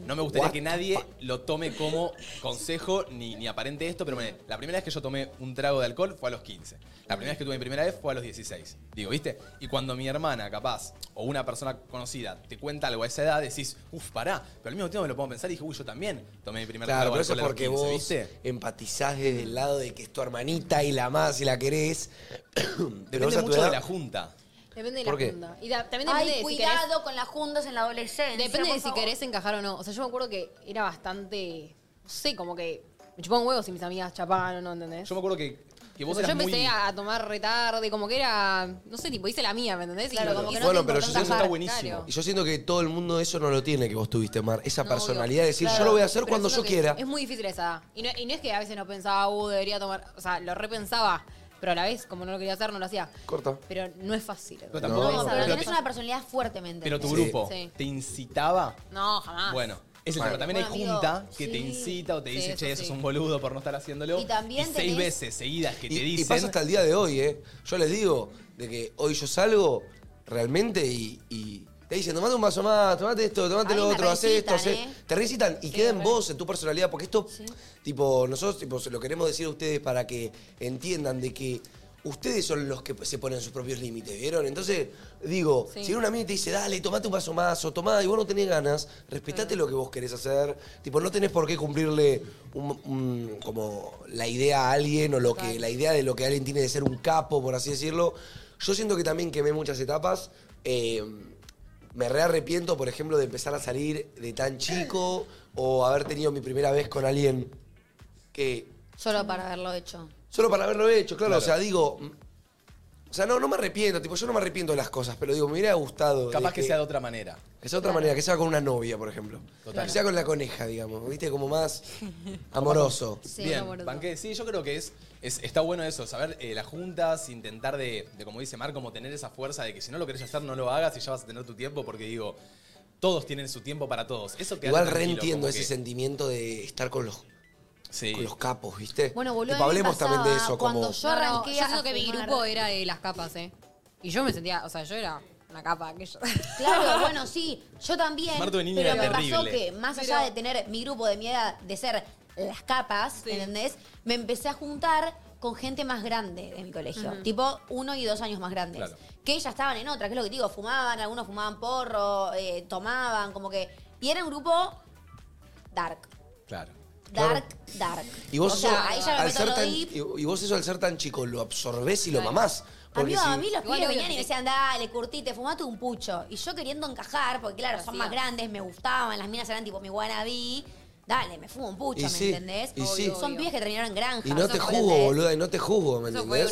Speaker 1: no me gustaría
Speaker 2: What
Speaker 1: que nadie lo tome como consejo ni, ni aparente esto, pero bueno, la primera vez que yo tomé un trago de alcohol fue a los 15. La primera vez que tuve mi primera vez fue a los 16. Digo, ¿viste? Y cuando mi hermana, capaz, o una persona conocida te cuenta algo a esa edad, decís, uff, pará. Pero al mismo tiempo me lo pongo a pensar y dije, uy, yo también tomé mi primer
Speaker 2: Claro,
Speaker 1: trago
Speaker 2: pero
Speaker 1: de
Speaker 2: eso
Speaker 1: alcohol
Speaker 2: es
Speaker 1: a los
Speaker 2: porque
Speaker 1: 15,
Speaker 2: vos
Speaker 1: ¿viste?
Speaker 2: empatizás desde el lado de que es tu hermanita y la amás y la querés. Pero vos
Speaker 1: Depende
Speaker 2: a tu
Speaker 1: mucho de
Speaker 2: edad-
Speaker 1: la junta.
Speaker 3: Depende de
Speaker 2: ¿Por
Speaker 3: la
Speaker 2: qué?
Speaker 3: junta. Y da- también depende
Speaker 4: Ay,
Speaker 3: de
Speaker 4: cuidado
Speaker 3: si querés,
Speaker 4: con las juntas en la adolescencia. por
Speaker 3: Depende de si
Speaker 4: favor.
Speaker 3: querés encajar o no. O sea, yo me acuerdo que era bastante. No sé, como que. Me chupaban huevos y mis amigas chapaban o no, ¿entendés?
Speaker 1: Yo me acuerdo que, que vos
Speaker 3: Tipo, yo
Speaker 1: eras
Speaker 3: empecé
Speaker 1: muy...
Speaker 3: a tomar retarde, como que era. No sé, tipo, hice la mía, ¿me entendés? Y
Speaker 4: Claro, como
Speaker 3: y
Speaker 4: que no
Speaker 2: bueno,
Speaker 3: te
Speaker 2: pero yo
Speaker 3: importó
Speaker 2: siento,
Speaker 3: encajar, claro.
Speaker 2: Y yo siento que todo el mundo eso no lo tiene que vos tuviste, Mar. Esa personalidad de decir,
Speaker 3: Claro,
Speaker 2: yo lo voy a hacer
Speaker 3: pero
Speaker 2: cuando yo
Speaker 3: siento que
Speaker 2: quiera.
Speaker 3: Es muy difícil esa edad. Y no, y no es que a veces no pensaba, uh, debería tomar. O sea, lo repensaba, pero a la vez, como no lo quería hacer, no lo hacía.
Speaker 2: Corta.
Speaker 3: Pero no es fácil.
Speaker 1: Pero tampoco-
Speaker 4: No, pero
Speaker 1: Pero
Speaker 4: tenés
Speaker 1: te-
Speaker 4: una personalidad fuerte, ¿me entendés?
Speaker 1: Pero tu grupo,
Speaker 3: Sí.
Speaker 1: ¿te incitaba?
Speaker 3: No, jamás.
Speaker 1: Bueno, Es el
Speaker 11: Bueno.
Speaker 1: tema. También hay
Speaker 4: Bueno, amigo,
Speaker 1: junta que te
Speaker 4: sí.
Speaker 1: incita o te
Speaker 4: Sí,
Speaker 1: dice,
Speaker 4: eso
Speaker 1: che, sos
Speaker 4: sí.
Speaker 1: un boludo por no estar haciéndolo.
Speaker 4: Y también
Speaker 1: seis
Speaker 4: tenés-
Speaker 1: veces seguidas que te
Speaker 2: y, y
Speaker 1: dicen.
Speaker 2: pasa hasta el día de hoy, ¿eh? Yo les digo de que hoy yo salgo realmente y, y te dicen, tomate un vaso más, tomate esto, tomate
Speaker 1: A
Speaker 2: lo
Speaker 1: mí me
Speaker 2: otro, haz esto, haz
Speaker 1: recitan, ¿eh?
Speaker 2: Te recitan y queda en vos, en tu personalidad, porque esto, tipo, nosotros tipo, se lo queremos decir a ustedes para que entiendan de que ustedes son los que se ponen sus propios límites, ¿vieron? Entonces, digo,
Speaker 17: Sí.
Speaker 2: si un amigo te dice, dale, tomate un vaso más o tomá, y vos no tenés ganas, respetate lo que vos querés hacer. Tipo, no tenés por qué cumplirle un- un- como la idea a alguien o lo que, la idea de lo que alguien tiene de ser un capo, por así decirlo. Yo siento que también quemé muchas etapas. eh, me re arrepiento, por ejemplo, de empezar a salir de tan chico o haber tenido mi primera vez con alguien que
Speaker 4: Solo para haberlo hecho.
Speaker 2: Solo para haberlo hecho, claro.
Speaker 1: Claro.
Speaker 2: O sea, digo. mm, O sea, no, no me arrepiento, tipo, yo no me arrepiento de las cosas, pero digo, me hubiera gustado.
Speaker 1: Capaz
Speaker 2: de
Speaker 1: que sea de otra manera.
Speaker 2: Que sea de otra manera, que sea con una novia, por ejemplo.
Speaker 1: Total.
Speaker 2: Que sea con la coneja, digamos, ¿viste? Como más amoroso.
Speaker 1: Bien, banqué. Sí, yo creo que es, es- está bueno eso, saber eh, las juntas, intentar de, de, como dice Mar, como tener esa fuerza de que si no lo querés hacer, no lo hagas y ya vas a tener tu tiempo, porque digo, todos tienen su tiempo para todos. Eso queda
Speaker 2: Igual
Speaker 1: tranquilo,
Speaker 2: reentiendo
Speaker 1: como
Speaker 2: ese
Speaker 1: que-
Speaker 2: sentimiento de estar con los, con los capos, ¿viste?
Speaker 4: Bueno, boludo,
Speaker 2: Tipo,
Speaker 4: a mí me
Speaker 2: hablemos también de
Speaker 4: pasaba
Speaker 2: eso,
Speaker 4: cuando
Speaker 2: como.
Speaker 4: yo- arranqué
Speaker 3: yo
Speaker 4: a
Speaker 3: siento que mi
Speaker 4: fumar.
Speaker 3: grupo era de las capas, ¿eh? Y yo me sentía, o sea, yo era una capa aquella.
Speaker 4: Claro, bueno, sí, yo también.
Speaker 3: Marto de niña
Speaker 4: pero
Speaker 3: era
Speaker 4: me pasó
Speaker 3: terrible.
Speaker 4: que, más allá de tener mi grupo de mi edad, de ser las capas, ¿entendés? Me empecé a juntar con gente más grande de mi colegio.
Speaker 3: Ujú.
Speaker 4: Tipo uno y dos años más grandes.
Speaker 3: Claro.
Speaker 4: Que ya estaban en otra, que es lo que te digo, fumaban, algunos fumaban porro, eh, tomaban, como que. Y era un grupo dark.
Speaker 1: Claro.
Speaker 4: Dark, dark.
Speaker 2: Y vos,
Speaker 4: o
Speaker 2: eso,
Speaker 4: sea, ahí ya me
Speaker 2: al
Speaker 4: meto
Speaker 2: ser
Speaker 4: lo
Speaker 2: tan,
Speaker 4: deep.
Speaker 2: y y vos eso al ser tan chico lo absorbés y lo mamás. Porque
Speaker 4: Amigo,
Speaker 2: si-
Speaker 4: a mí los
Speaker 3: Igual
Speaker 4: pibes
Speaker 3: obvio
Speaker 4: venían
Speaker 3: que
Speaker 4: y me decían, dale, curtite, fumate un pucho. Y yo queriendo encajar, porque claro, son más grandes, me gustaban, las minas eran tipo mi wannabe. Dale, me fumo un pucho,
Speaker 2: Y
Speaker 4: ¿me
Speaker 2: sí,
Speaker 4: entendés?
Speaker 2: y sí.
Speaker 4: Son pibes que terminaron en granja.
Speaker 2: Y no te juzgo, boluda, y no te juzgo, ¿me entendés?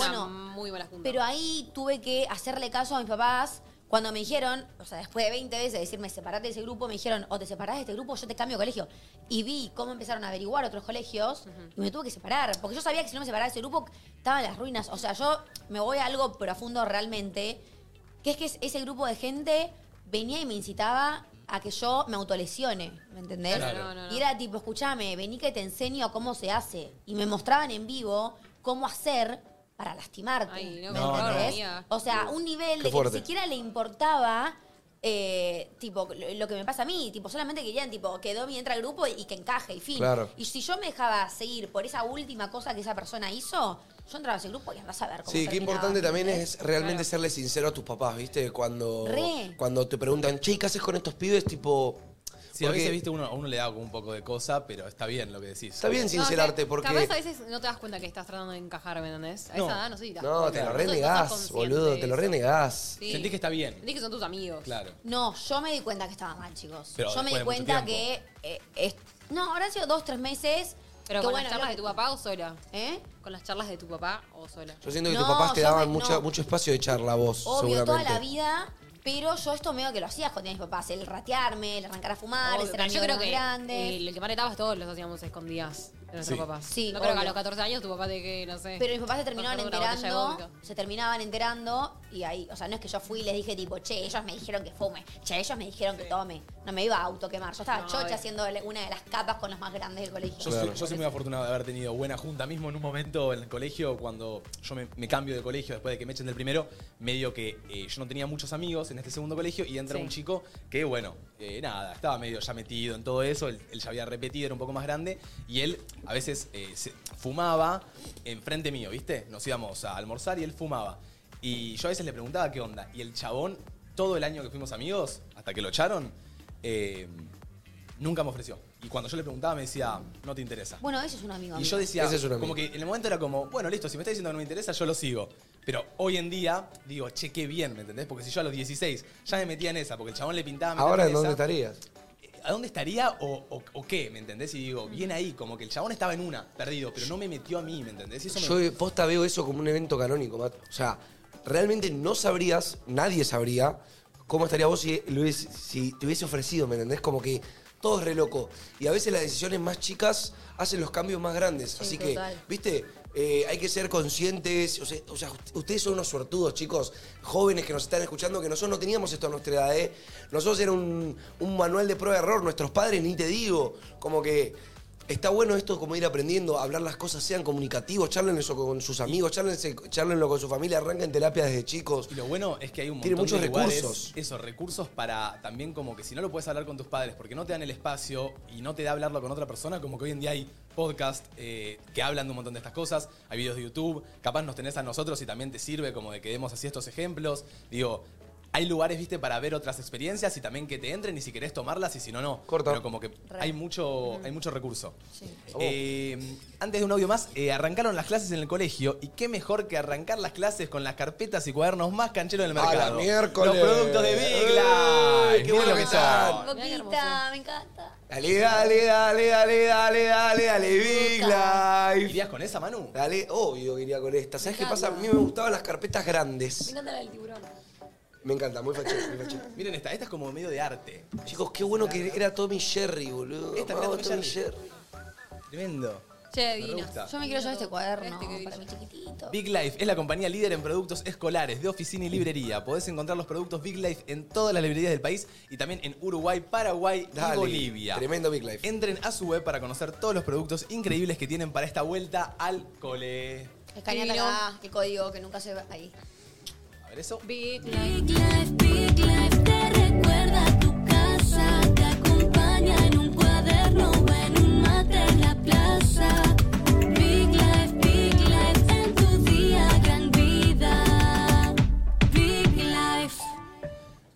Speaker 3: muy mala junta.
Speaker 4: Pero ahí tuve que hacerle caso a mis papás cuando me dijeron, o sea, después de 20 veces decirme separate de ese grupo, me dijeron, o te separás de este grupo, yo te cambio de colegio. Y vi cómo empezaron a averiguar otros colegios y me tuve que separar. Porque yo sabía que si no me separaba de ese grupo, estaba en las ruinas. O sea, yo me voy a algo profundo realmente, que es que es- ese grupo de gente venía y me incitaba a que yo me autolesione, ¿me entendés?
Speaker 3: Claro. No, no, no.
Speaker 4: Y era tipo, escúchame, vení que te enseño cómo se hace. Y me mostraban en vivo cómo hacer para lastimarte.
Speaker 3: no,
Speaker 4: ¿me
Speaker 3: qué horror,
Speaker 4: entendés?
Speaker 3: amiga.
Speaker 4: O sea, un
Speaker 2: Qué
Speaker 4: nivel de que ni
Speaker 2: fuerte.
Speaker 4: siquiera le importaba eh, tipo lo, lo que me pasa a mí. Tipo, solamente querían tipo, que Domi entre al grupo y que encaje y fin.
Speaker 2: Claro.
Speaker 4: Y si yo me dejaba seguir por esa última cosa que esa persona hizo, yo entraba a ese grupo y andás a ver cómo
Speaker 2: Sí, qué
Speaker 4: terminaba,
Speaker 2: importante también
Speaker 4: ¿entendés?
Speaker 2: es realmente serle sincero a tus papás, ¿viste? Cuando,
Speaker 4: Re.
Speaker 2: cuando te preguntan, che, ¿qué haces con estos pibes? Tipo.
Speaker 1: Sí, a
Speaker 2: porque
Speaker 1: veces, viste, uno, a uno le da como un poco de cosa, pero está bien lo que decís.
Speaker 2: Está bien sincerarte, porque-
Speaker 3: Capaz a veces no te das cuenta que estás tratando de encajar, ¿me entendés? A esa
Speaker 1: No.
Speaker 3: edad no sé si te das
Speaker 2: No,
Speaker 3: cuenta.
Speaker 2: te lo
Speaker 3: No soy- no soy
Speaker 2: renegás,
Speaker 3: consciente
Speaker 2: boludo,
Speaker 3: de
Speaker 2: te lo
Speaker 3: eso.
Speaker 2: renegás.
Speaker 3: Sí.
Speaker 1: Sentís que está bien.
Speaker 3: Sentís que son tus amigos.
Speaker 1: Claro.
Speaker 4: No, yo me di cuenta que estaba mal, chicos.
Speaker 1: Pero
Speaker 4: yo me
Speaker 1: después
Speaker 4: di
Speaker 1: de mucho
Speaker 4: cuenta que. eh, es- no, ahora han sido dos, tres meses.
Speaker 3: Pero
Speaker 4: que
Speaker 3: con
Speaker 4: bueno,
Speaker 3: las charlas
Speaker 4: lo-
Speaker 3: de tu papá o sola.
Speaker 4: ¿Eh?
Speaker 3: Con las charlas de tu papá o sola.
Speaker 2: Yo siento que tus
Speaker 4: No,
Speaker 2: papás te
Speaker 4: yo
Speaker 2: daban
Speaker 4: me-
Speaker 2: mucha-
Speaker 4: no.
Speaker 2: mucho espacio de charla a vos,
Speaker 4: Obvio, toda
Speaker 2: seguramente.
Speaker 4: la vida. Pero yo esto medio que lo hacía con mis papás. El ratearme, el arrancar a fumar, el
Speaker 3: Obvio,
Speaker 4: ser
Speaker 3: pero
Speaker 4: amigo
Speaker 3: yo
Speaker 4: de
Speaker 3: creo
Speaker 4: los
Speaker 3: que
Speaker 4: grandes.
Speaker 3: el, el quemar etapas todos los hacíamos escondidas de
Speaker 4: Sí.
Speaker 3: nuestros papás.
Speaker 4: Sí,
Speaker 3: no creo que
Speaker 4: obvio.
Speaker 3: a los 14 años tu papá te que, no sé.
Speaker 4: Pero mis papás se terminaban
Speaker 3: cortando una botella de
Speaker 4: enterando,
Speaker 3: vodka.
Speaker 4: se terminaban enterando y ahí, o sea, no es que yo fui y les dije tipo, che, ellos me dijeron que fume, che, ellos me dijeron que tome. No me iba a autoquemar, yo estaba
Speaker 3: No,
Speaker 4: chocha
Speaker 3: obvio.
Speaker 4: haciendo una de las capas con los más grandes del colegio.
Speaker 1: Yo, soy, yo soy muy afortunado de haber tenido buena junta. Mismo en un momento en el colegio, cuando yo me, me cambio de colegio después de que me echen del primero, medio que eh, yo no tenía muchos amigos en este segundo colegio y entra
Speaker 11: Sí.
Speaker 1: un chico que, bueno, eh, nada, estaba medio ya metido en todo eso. Él, él ya había repetido, era un poco más grande y él a veces eh, se- fumaba enfrente mío, ¿viste? Nos íbamos a almorzar y él fumaba. Y yo a veces le preguntaba qué onda. Y el chabón, todo el año que fuimos amigos, hasta que lo echaron, eh, nunca me ofreció. Y cuando yo le preguntaba me decía, no te interesa.
Speaker 4: Bueno, ese es un amigo.
Speaker 1: Y
Speaker 4: mío.
Speaker 1: yo decía,
Speaker 2: Ese es un amigo.
Speaker 1: como que en el momento era como, bueno, listo, si me está diciendo que no me interesa, yo lo sigo. Pero hoy en día, digo, che, qué bien, ¿me entendés? Porque si yo a los 16 ya me metía en esa, porque el chabón le pintaba... meterme
Speaker 2: Ahora,
Speaker 1: en
Speaker 2: ¿en dónde
Speaker 1: esa,
Speaker 2: estarías?
Speaker 1: ¿A dónde estaría o, o- o qué, me entendés? Y digo, bien ahí, como que el chabón estaba en una, perdido, pero no me metió a mí, ¿me entendés? Y eso me-
Speaker 2: Yo eh, posta veo eso como un evento canónico, Matt. O sea, realmente no sabrías, nadie sabría cómo estaría vos si, lo hubiese- si te hubiese ofrecido, ¿me entendés? Como que todo es re loco. Y a veces las decisiones más chicas hacen los cambios más grandes. Así que,
Speaker 1: total.
Speaker 2: viste, eh, hay que ser conscientes. O sea, o sea, ust- ustedes son unos suertudos, chicos, jóvenes que nos están escuchando, que nosotros no teníamos esto a nuestra edad, ¿eh? Nosotros era un, un manual de prueba y error, nuestros padres, ni te digo. Como que. Está bueno esto como ir aprendiendo, hablar las cosas, sean comunicativos, charlen eso con sus amigos, charlense- charlenlo con su familia, arranquen terapia desde chicos.
Speaker 1: Y lo bueno es que hay un
Speaker 2: Tiene
Speaker 1: montón
Speaker 2: muchos
Speaker 1: de lugares,
Speaker 2: recursos.
Speaker 1: Esos recursos para también como que si no lo puedes hablar con tus padres porque no te dan el espacio y no te da hablarlo con otra persona, como que hoy en día hay podcasts eh, que hablan de un montón de estas cosas, hay videos de YouTube, capaz nos tenés a nosotros y también te sirve como de que demos así estos ejemplos. Digo, hay lugares, viste, para ver otras experiencias y también que te entren y si querés tomarlas y si no, no. Corta. Pero como que hay mucho, hay mucho recurso. Eh, antes de un audio más, eh, arrancaron las clases en el colegio y qué mejor que arrancar las clases con las carpetas y cuadernos más cancheros del
Speaker 2: A la
Speaker 1: mercado.
Speaker 2: miércoles.
Speaker 1: Los productos de Big Life.
Speaker 2: ¡Ey, qué
Speaker 1: Miren
Speaker 2: bueno
Speaker 1: lo que
Speaker 2: que están!
Speaker 1: son.
Speaker 4: Boquita, me encanta.
Speaker 2: Dale, Eh, dale, dale, dale, dale, dale, dale, Big Life.
Speaker 1: ¿Irías con esa, Manu?
Speaker 2: Dale, obvio que iría con esta. ¿Sabes qué pasa? A mí me gustaban las carpetas
Speaker 4: Me
Speaker 2: grandes.
Speaker 4: encanta la del tiburón.
Speaker 2: Me encanta, muy fachero, muy fachero.
Speaker 1: Miren esta, esta es como medio de arte.
Speaker 2: Chicos, qué bueno que era Tommy Sherry, boludo.
Speaker 1: Esta, mirá,
Speaker 2: Vamos,
Speaker 1: Tommy
Speaker 2: Tommy
Speaker 1: Jerry.
Speaker 2: Sherry.
Speaker 1: Tremendo.
Speaker 4: Che,
Speaker 1: Me gusta.
Speaker 4: divina. Yo me quiero llevar este cuaderno para mi chiquitito.
Speaker 1: Big Life es la compañía líder en productos escolares de oficina y librería. Podés encontrar los productos Big Life en todas las librerías del país y también en Uruguay, Paraguay y
Speaker 2: Dale,
Speaker 1: Bolivia.
Speaker 2: tremendo Big Life.
Speaker 1: Entren a su web para conocer todos los productos increíbles que tienen para esta vuelta al cole.
Speaker 4: Escanear acá el código que nunca se ve ahí.
Speaker 1: A ver eso.
Speaker 4: Big
Speaker 18: Big Life, Big Life te recuerda a tu casa, te acompaña en un cuaderno o en un mate en la plaza. Big Life, Big Life en tu día, gran vida. Big Life.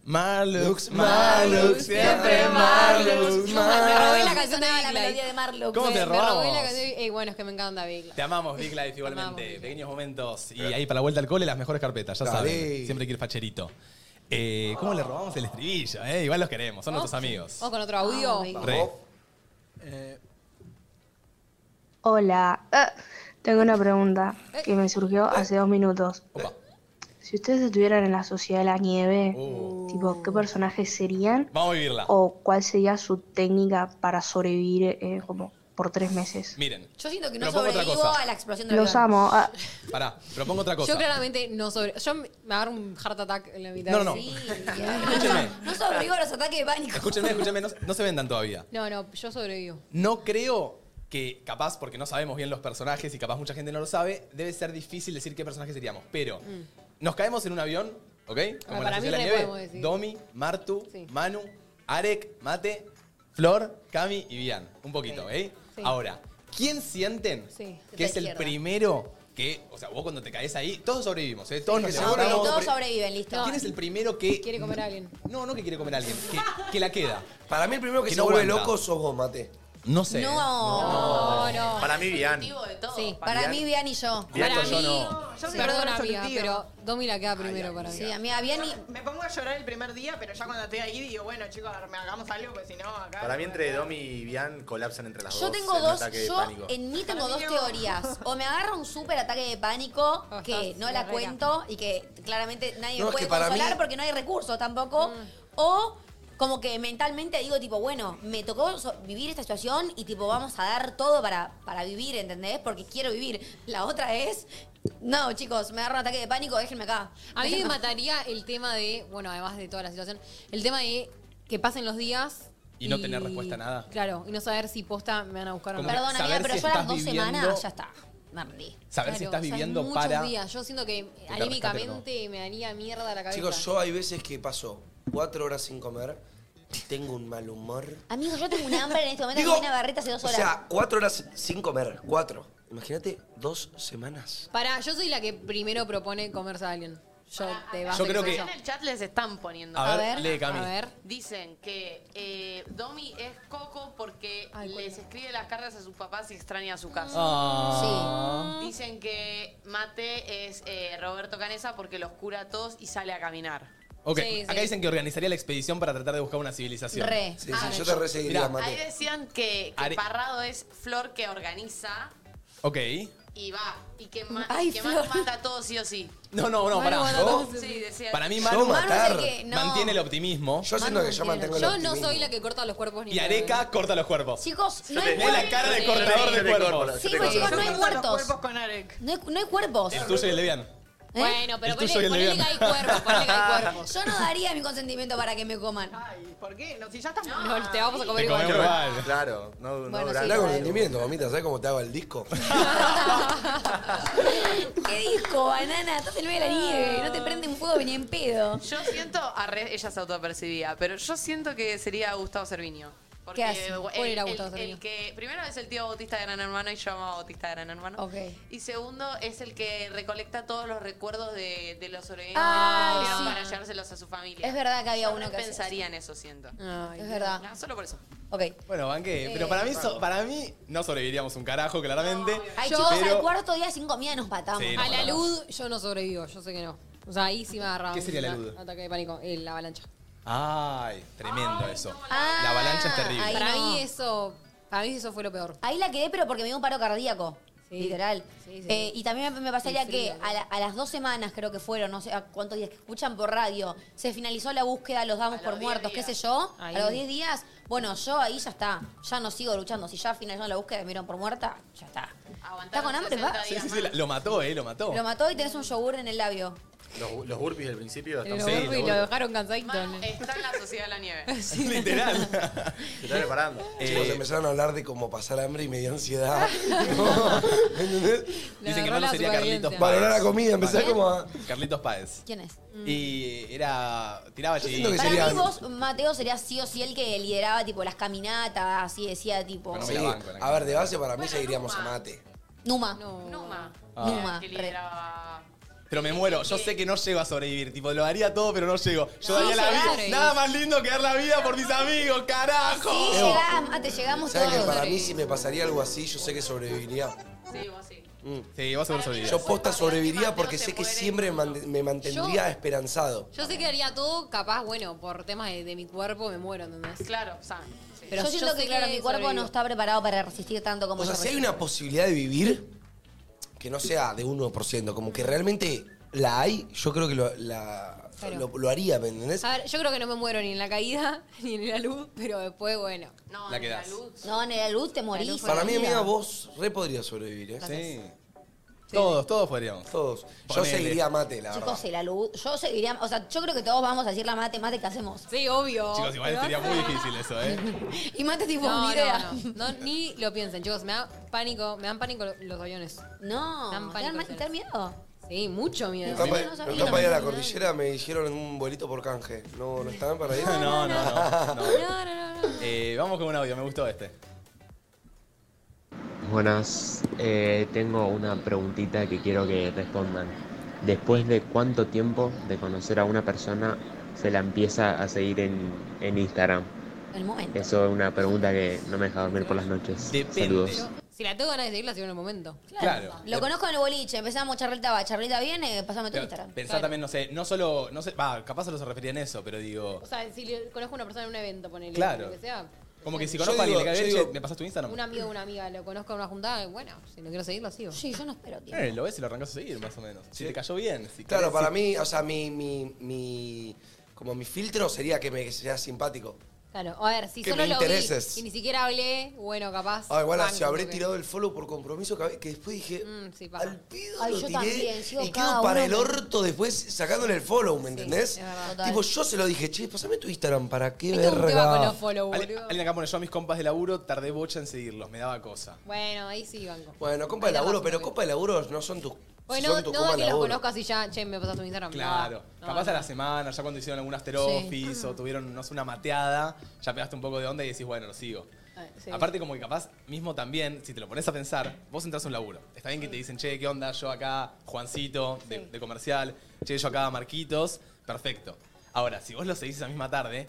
Speaker 1: Marlux,
Speaker 18: Marlux, siempre Marlux,
Speaker 3: Me robé la
Speaker 18: Marlux.
Speaker 3: canción de
Speaker 4: Sonaba la
Speaker 3: Big Life.
Speaker 4: melodía de Marlux.
Speaker 1: ¿Cómo
Speaker 3: Me-
Speaker 1: te
Speaker 3: me robé
Speaker 1: robamos?
Speaker 3: la canción de- Ey, bueno, es que me encanta Big Life.
Speaker 1: Te amamos, Big Life, igualmente. Pequeños momentos. Y ahí para la vuelta al cole, las mejores carpetas, ya
Speaker 2: Dale.
Speaker 1: saben. Siempre hay que ir facherito. Eh, ¿Cómo le robamos el estribillo? eh? Igual los queremos, son nuestros amigos.
Speaker 3: ¿Vamos con otro audio?
Speaker 1: Re.
Speaker 15: Hola, Eh, tengo una pregunta que me surgió hace dos minutos.
Speaker 1: Opa.
Speaker 15: Si ustedes estuvieran en la Sociedad de la Nieve, tipo, ¿qué personajes serían?
Speaker 1: Oh. Vamos a vivirla.
Speaker 15: ¿O cuál sería su técnica para sobrevivir eh, como por tres meses?
Speaker 1: Miren.
Speaker 4: Yo siento que no
Speaker 1: Propongo otra
Speaker 4: sobrevivo
Speaker 1: cosa.
Speaker 4: a la explosión del
Speaker 15: Los
Speaker 4: avión.
Speaker 15: amo. ah.
Speaker 1: Pará, propongo otra cosa.
Speaker 3: Yo claramente no sobre. Yo me me agarro un heart attack en la mitad.
Speaker 1: No, no, no.
Speaker 3: Sí.
Speaker 1: Escúchenme,
Speaker 4: No sobrevivo a los ataques de pánico.
Speaker 1: escúchenme, escúchenme, no, no se vendan todavía.
Speaker 3: No, no, yo sobrevivo.
Speaker 1: No creo que, capaz, porque no sabemos bien los personajes y capaz mucha gente no lo sabe, debe ser difícil decir qué personaje seríamos. Pero
Speaker 3: Mm,
Speaker 1: nos caemos en un avión, ¿ok? Como en la
Speaker 3: para mí
Speaker 1: sociedad de la
Speaker 3: re
Speaker 1: nieve.
Speaker 3: podemos decir.
Speaker 1: Domi, Martu, Manu, Arek, Mate, Flor, Cami y Bian. Un poquito, ¿ok?
Speaker 3: Sí.
Speaker 1: Ahora, ¿quién sienten
Speaker 3: Sí.
Speaker 1: que es el primero que, o sea, vos cuando te caes ahí, todos sobrevivimos, ¿eh? Todos nos
Speaker 4: Seguro que
Speaker 1: levantamos.
Speaker 4: todos sobreviven, listo.
Speaker 1: ¿Quién es el primero que
Speaker 3: Quiere comer a alguien.
Speaker 1: No, no que quiere comer a alguien. Que, que la queda.
Speaker 2: Para mí el primero que,
Speaker 1: Que
Speaker 2: se
Speaker 1: no
Speaker 2: vuelve
Speaker 1: aguanta.
Speaker 2: loco sos vos, Mate.
Speaker 1: No sé.
Speaker 4: No, no.
Speaker 5: Para mí, Bian.
Speaker 4: Sí, para
Speaker 5: Bian.
Speaker 4: mí, Bian y yo.
Speaker 5: Bian
Speaker 3: Para
Speaker 5: con yo
Speaker 3: mí-
Speaker 5: no.
Speaker 10: Yo soy
Speaker 3: Perdón,
Speaker 10: dolor
Speaker 3: amiga,
Speaker 10: solutiva.
Speaker 3: pero Domi la
Speaker 5: Ah,
Speaker 3: queda primero para mí.
Speaker 4: Sí, amiga, Bian y...
Speaker 10: Me pongo a llorar el primer día, pero ya cuando estoy ahí digo, bueno, chicos, me hagamos algo, porque si no, acá.
Speaker 5: Para mí, entre Domi y Bian colapsan entre las
Speaker 4: Yo
Speaker 5: dos.
Speaker 4: tengo
Speaker 5: en un
Speaker 4: dos,
Speaker 5: ataque de
Speaker 4: yo
Speaker 5: pánico.
Speaker 4: en mí tengo dos teorías. O me agarra un súper ataque de pánico que no la cuento y que claramente nadie
Speaker 2: No,
Speaker 4: me
Speaker 2: es
Speaker 4: puede
Speaker 2: que para
Speaker 4: consolar
Speaker 2: mí-
Speaker 4: porque no hay recursos tampoco. O como que mentalmente digo tipo, bueno, me tocó so- vivir esta situación y tipo vamos a dar todo para, para vivir, ¿entendés? Porque quiero vivir. La otra es, no chicos, me agarra un ataque de pánico, déjenme acá.
Speaker 3: A mí me
Speaker 4: Déjenme-
Speaker 3: mataría el tema de, bueno, además de toda la situación, el tema de que pasen los días.
Speaker 1: Y no tener respuesta a nada.
Speaker 3: Claro, y no saber si posta me van a buscar o no.
Speaker 1: Como Perdón, amiga, saber pero si yo a las estás dos viviendo- semanas ya
Speaker 4: está. Me rendí.
Speaker 1: Saber si estás
Speaker 3: o sea,
Speaker 1: viviendo
Speaker 3: muchos
Speaker 1: para-
Speaker 3: días. Yo siento que
Speaker 2: te rescate
Speaker 3: anímicamente me daría mierda la cabeza.
Speaker 2: Chicos, yo hay veces que paso cuatro horas sin comer, tengo un mal humor.
Speaker 4: Amigo, yo tengo un hambre en este momento
Speaker 2: Digo,
Speaker 4: que viene a barreta hace dos
Speaker 2: O
Speaker 4: horas.
Speaker 2: sea, cuatro horas sin comer, cuatro. Imagínate dos semanas.
Speaker 3: Para, yo soy la que primero propone comerse a alguien. Yo te vas
Speaker 2: Yo
Speaker 3: a
Speaker 2: creo
Speaker 3: comer
Speaker 2: que-
Speaker 3: yo.
Speaker 12: En el chat les están poniendo.
Speaker 2: A ver, A ver, lee, Cami.
Speaker 3: a ver.
Speaker 12: Dicen que eh, Domi es Coco porque les escribe las cartas a sus papás y extraña su casa.
Speaker 1: Ah.
Speaker 12: Sí. Dicen que Mate es eh, Roberto Canesa porque los cura a todos y sale a caminar.
Speaker 1: Ok,
Speaker 12: Sí,
Speaker 1: acá
Speaker 12: sí.
Speaker 1: dicen que organizaría la expedición para tratar de buscar una civilización.
Speaker 12: Re. Sí, sí, Ah, yo te re
Speaker 2: seguiría,
Speaker 1: Mirá,
Speaker 12: Ahí decían que, que
Speaker 1: Are-
Speaker 12: Parrado es Flor que organiza
Speaker 1: Ok.
Speaker 12: y y va. Y que, ma-
Speaker 4: Ay,
Speaker 12: que Manu
Speaker 4: Flor.
Speaker 12: mata a todos sí o sí.
Speaker 1: No, no, no,
Speaker 12: Manu
Speaker 1: pará.
Speaker 12: mata a
Speaker 1: Yo-
Speaker 12: todos, sí, decía-
Speaker 1: Para mí,
Speaker 12: Yo
Speaker 1: Manu,
Speaker 12: matar.
Speaker 1: matar,
Speaker 12: que no.
Speaker 1: mantiene el optimismo. Yo
Speaker 2: siento que yo mantengo
Speaker 3: Yo no soy la que corta los cuerpos ni
Speaker 1: Y Areca corta los cuerpos.
Speaker 4: Chicos, no
Speaker 1: Ve
Speaker 4: hay
Speaker 1: la
Speaker 4: muertos.
Speaker 1: cara de
Speaker 4: Sí.
Speaker 1: cortador
Speaker 4: Yo
Speaker 1: de
Speaker 4: te
Speaker 1: cuerpos.
Speaker 4: Sí, pues chicos, no hay
Speaker 10: Yo corto los
Speaker 4: muertos.
Speaker 10: cuerpos con Arek.
Speaker 4: No hay, no hay cuerpos. ¿Eh?
Speaker 1: El tuyo y el leviano.
Speaker 4: Bueno,
Speaker 1: pero El tuyo ponele- y el ponele que leviano. hay cuerpos, ponele que hay cuerpos.
Speaker 4: Yo no daría mi consentimiento para que me coman.
Speaker 10: Ay, ¿por qué? No, si ya estás
Speaker 3: No, te vamos a comer
Speaker 2: Te
Speaker 3: igual.
Speaker 2: comemos igual.
Speaker 5: Claro, no,
Speaker 2: no
Speaker 4: Bueno, sí,
Speaker 2: Hablá con
Speaker 4: claro.
Speaker 2: sentimiento, mamita, ¿sabes cómo te hago el disco?
Speaker 4: ¿Qué disco, banana? Estás en medio de la nieve. No te prende un fuego ni en pedo.
Speaker 12: Yo siento, a re- ella se autopercibía, pero yo siento que sería Gustavo Servinio. Porque
Speaker 4: ¿Qué hace?
Speaker 12: el-
Speaker 4: ¿Cuál era
Speaker 12: el-
Speaker 4: Gustavo
Speaker 12: el
Speaker 4: Cervinio?
Speaker 12: que primero es el tío Bautista de Gran Hermano y yo amaba Bautista de Gran Hermano.
Speaker 4: Ok.
Speaker 12: Y segundo es el que recolecta todos los recuerdos de, de los sobrevivientes
Speaker 4: Ay,
Speaker 12: que murieron
Speaker 4: sí.
Speaker 12: para llevárselos a su familia.
Speaker 4: Es verdad que había
Speaker 12: Yo
Speaker 4: uno
Speaker 12: re
Speaker 4: que hacía
Speaker 12: pensaría en eso, siento.
Speaker 3: Ah.
Speaker 4: es verdad.
Speaker 12: No, solo por eso.
Speaker 4: Ok.
Speaker 1: Bueno, banqué. Pero para mí, so- para mí no sobreviviríamos un carajo, claramente.
Speaker 4: Ay,
Speaker 1: Yo-
Speaker 4: chicos, al
Speaker 1: pero-
Speaker 4: cuarto día sin comida nos matamos.
Speaker 1: Sí, nos
Speaker 3: A la
Speaker 1: matamos.
Speaker 3: luz yo no sobrevivo, yo sé que no. O sea, ahí sí me agarraba.
Speaker 1: ¿Qué
Speaker 3: un
Speaker 1: sería la
Speaker 3: ata-
Speaker 1: luz?
Speaker 3: Ataque de pánico, eh, la avalancha.
Speaker 1: Ay, tremendo eso. La avalancha
Speaker 3: Ah,
Speaker 1: es terrible.
Speaker 4: ahí
Speaker 3: Para
Speaker 4: no.
Speaker 3: mí eso, para mí eso fue lo peor.
Speaker 4: Ahí la quedé, pero porque me dio un paro cardíaco. Literal.
Speaker 3: Sí, sí.
Speaker 4: Eh, y también me- me pasaría
Speaker 3: Sí,
Speaker 4: que
Speaker 3: frío,
Speaker 4: a, la- a las dos semanas, creo que fueron, no sé a cuántos días que escuchan por radio, se finalizó la búsqueda, los damos por muertos, qué sé yo,
Speaker 3: Ahí.
Speaker 4: a los 10 días, bueno, yo ahí ya está, ya no sigo luchando. Si ya finalizaron la búsqueda y me dieron por muerta, ya está. ¿Está con hambre, va?
Speaker 1: Sí, sí, sí, la- lo mató, eh, lo mató.
Speaker 4: Lo mató y tenés un yogur en el labio.
Speaker 5: Los, los burpees del principio
Speaker 3: Pero
Speaker 5: están
Speaker 3: lo y lo dejaron cansadito.
Speaker 12: Está en la sociedad de la nieve.
Speaker 5: Se están preparando.
Speaker 2: Chicos, empezaron a hablar de cómo pasar hambre y me dio ansiedad. ¿Entendés?
Speaker 1: Dicen que Manu sería Carlitos Páez.
Speaker 2: Valorar la comida, empecé
Speaker 1: Vale.
Speaker 2: como a...
Speaker 1: Carlitos Páez.
Speaker 4: ¿Quién es?
Speaker 10: Mm.
Speaker 1: Y era. Tiraba allí.
Speaker 2: siento que
Speaker 4: Mm. Para mí vos, Mateo, serías sí o sí el que lideraba tipo las caminatas, así decía tipo.
Speaker 2: Sí, A ver, de base para mí seguiríamos a mate.
Speaker 4: Numa.
Speaker 12: Numa.
Speaker 1: Ah.
Speaker 4: Numa.
Speaker 12: Que
Speaker 4: re.
Speaker 12: lideraba.
Speaker 1: Pero me muero. Yo sé que no llego a sobrevivir. Tipo, lo haría todo, pero no llego. Yo
Speaker 4: No,
Speaker 1: daría la
Speaker 4: llegar,
Speaker 1: vida.
Speaker 4: eh.
Speaker 1: Nada más lindo que dar la vida por mis amigos, carajo.
Speaker 4: Ah, Sí, llegamos, ah, te llegamos
Speaker 2: ¿Sabes que
Speaker 4: todos.
Speaker 2: para mí si me pasaría algo así, yo sé que sobreviviría?
Speaker 12: Sí, vos sí.
Speaker 1: Sí, vos sobrevivirías.
Speaker 2: Yo posta sobreviviría porque sé que siempre me mant- me mantendría
Speaker 3: Yo-
Speaker 2: esperanzado.
Speaker 3: Yo sé que haría todo, capaz, bueno, por temas de, de mi cuerpo me muero, ¿entendés?
Speaker 12: Claro, o sea.
Speaker 4: Pero yo siento que, claro, mi cuerpo no está preparado para resistir tanto como
Speaker 2: O sea,
Speaker 4: yo.
Speaker 2: si hay
Speaker 4: resisto.
Speaker 2: una posibilidad de vivir que no sea de 1%, como que realmente la hay, yo creo que lo, la-
Speaker 3: Claro.
Speaker 2: lo, lo haría, ¿me entendés?
Speaker 3: A ver, yo creo que no me muero ni en la caída, ni en la luz, pero después, bueno.
Speaker 12: No,
Speaker 2: La quedás.
Speaker 4: No, en la luz te morís.
Speaker 2: Para mí,
Speaker 4: amiga,
Speaker 2: amiga, vos re podrías sobrevivir, ¿eh?
Speaker 1: Sí. Todos, todos podríamos.
Speaker 2: Todos. Yo
Speaker 1: Ponele.
Speaker 2: seguiría a mate, la verdad.
Speaker 4: Chicos, y la luz. Yo seguiría. O sea, yo creo que todos vamos a decir la mate, mate, ¿qué hacemos?
Speaker 3: Sí, obvio.
Speaker 1: Chicos, igual
Speaker 3: Pero-
Speaker 1: sería muy difícil eso, ¿eh?
Speaker 4: Y mate, tipo,
Speaker 3: No,
Speaker 4: ni
Speaker 3: no,
Speaker 4: idea.
Speaker 3: no. No, ni lo piensen, chicos. Me da pánico, me dan pánico lo- los aviones.
Speaker 4: No,
Speaker 3: Me dan
Speaker 4: ¿te dan
Speaker 3: pánico.
Speaker 4: ma-
Speaker 3: los
Speaker 4: te dan miedo?
Speaker 3: Sí, mucho miedo.
Speaker 2: Capaz- capaz para ir a la cordillera me dijeron en un vuelito por canje. ¿No, no estaban para ir?
Speaker 1: No, no, no. no.
Speaker 3: No, no, no.
Speaker 1: Eh, vamos con un audio, me gustó este.
Speaker 19: Buenas, eh, tengo una preguntita que quiero que respondan. Después de cuánto tiempo de conocer a una persona se la empieza a seguir en, en Instagram.
Speaker 4: El momento.
Speaker 19: Eso es una pregunta que no me deja dormir por las noches. Saludos.
Speaker 3: Si la tengo ganas de seguirla, sigo en el momento.
Speaker 1: Claro.
Speaker 4: Lo conozco en el boliche, empezamos charleta, va, charleta viene, pasame tu
Speaker 1: Pero
Speaker 4: Instagram.
Speaker 1: Pensá también, no sé, no solo, no sé, va, capaz solo se refería en eso, pero digo,
Speaker 3: O sea, si le- conozco a una persona en un evento, ponele.
Speaker 1: Claro.
Speaker 3: Lo que sea.
Speaker 1: como que si
Speaker 2: Yo
Speaker 1: conozco a alguien,
Speaker 2: digo-
Speaker 1: le cae
Speaker 2: yo
Speaker 1: bien, che,
Speaker 2: digo-
Speaker 1: ¿me pasas tu Instagram?
Speaker 3: Un amigo o una amiga, lo conozco en una juntada, bueno, si no quiero seguir, lo sigo.
Speaker 4: Sí, yo no espero, tío.
Speaker 1: Eh, lo ves y lo arrancas a seguir, más o menos. Si te cayó bien. Si
Speaker 2: Claro,
Speaker 1: querés,
Speaker 2: para
Speaker 1: si-
Speaker 2: mí, o sea, mi, mi, mi- como mi filtro sería que me sea simpático.
Speaker 3: Claro, a ver, si
Speaker 2: Que
Speaker 3: solo
Speaker 2: me
Speaker 3: lo vi
Speaker 2: intereses.
Speaker 3: y ni siquiera hablé, bueno, capaz.
Speaker 2: Ah, igual
Speaker 3: banco,
Speaker 2: si habré
Speaker 3: porque-
Speaker 2: tirado el follow por compromiso, que que después dije,
Speaker 3: Mm, sí, pasa. Al
Speaker 2: pido
Speaker 4: Ay,
Speaker 2: lo
Speaker 4: yo
Speaker 2: tiré
Speaker 4: también, sigo
Speaker 2: y
Speaker 4: cada
Speaker 2: quedo para el
Speaker 4: uno.
Speaker 2: orto después sacándole el follow, ¿me entendés?
Speaker 4: es verdad. Total.
Speaker 2: tipo, yo se lo dije, che, pasame tu Instagram, ¿para qué
Speaker 3: Es como un tema con los
Speaker 2: verga?
Speaker 3: follow,
Speaker 1: Alguien,
Speaker 3: boludo.
Speaker 1: alguien acá pone yo a mis compas de laburo, tardé bocha en seguirlos, me daba cosa.
Speaker 3: Bueno, ahí sí, banco.
Speaker 2: Bueno, compa de laburo, pero compa de laburo no son tus...
Speaker 3: Bueno,
Speaker 2: son
Speaker 3: no,
Speaker 2: tus
Speaker 3: no
Speaker 2: compas
Speaker 3: da
Speaker 2: de
Speaker 3: que los
Speaker 2: laburo.
Speaker 3: conozcas y ya, che, me pasas tu Instagram.
Speaker 1: Claro.
Speaker 3: No, no,
Speaker 1: Capaz a
Speaker 3: no.
Speaker 1: la semana, ya cuando hicieron algún after office o tuvieron, no sé, una mateada, ya pegaste un poco de onda y decís, bueno, lo sigo.
Speaker 3: Eh, sí.
Speaker 1: Aparte, como que capaz, mismo también, si te lo pones a pensar, vos entras a un laburo. Está bien que te dicen, che, ¿qué onda? Yo acá, Juancito, de, de comercial. Che, yo acá, Marquitos. Perfecto. Ahora, si vos lo seguís esa misma tarde,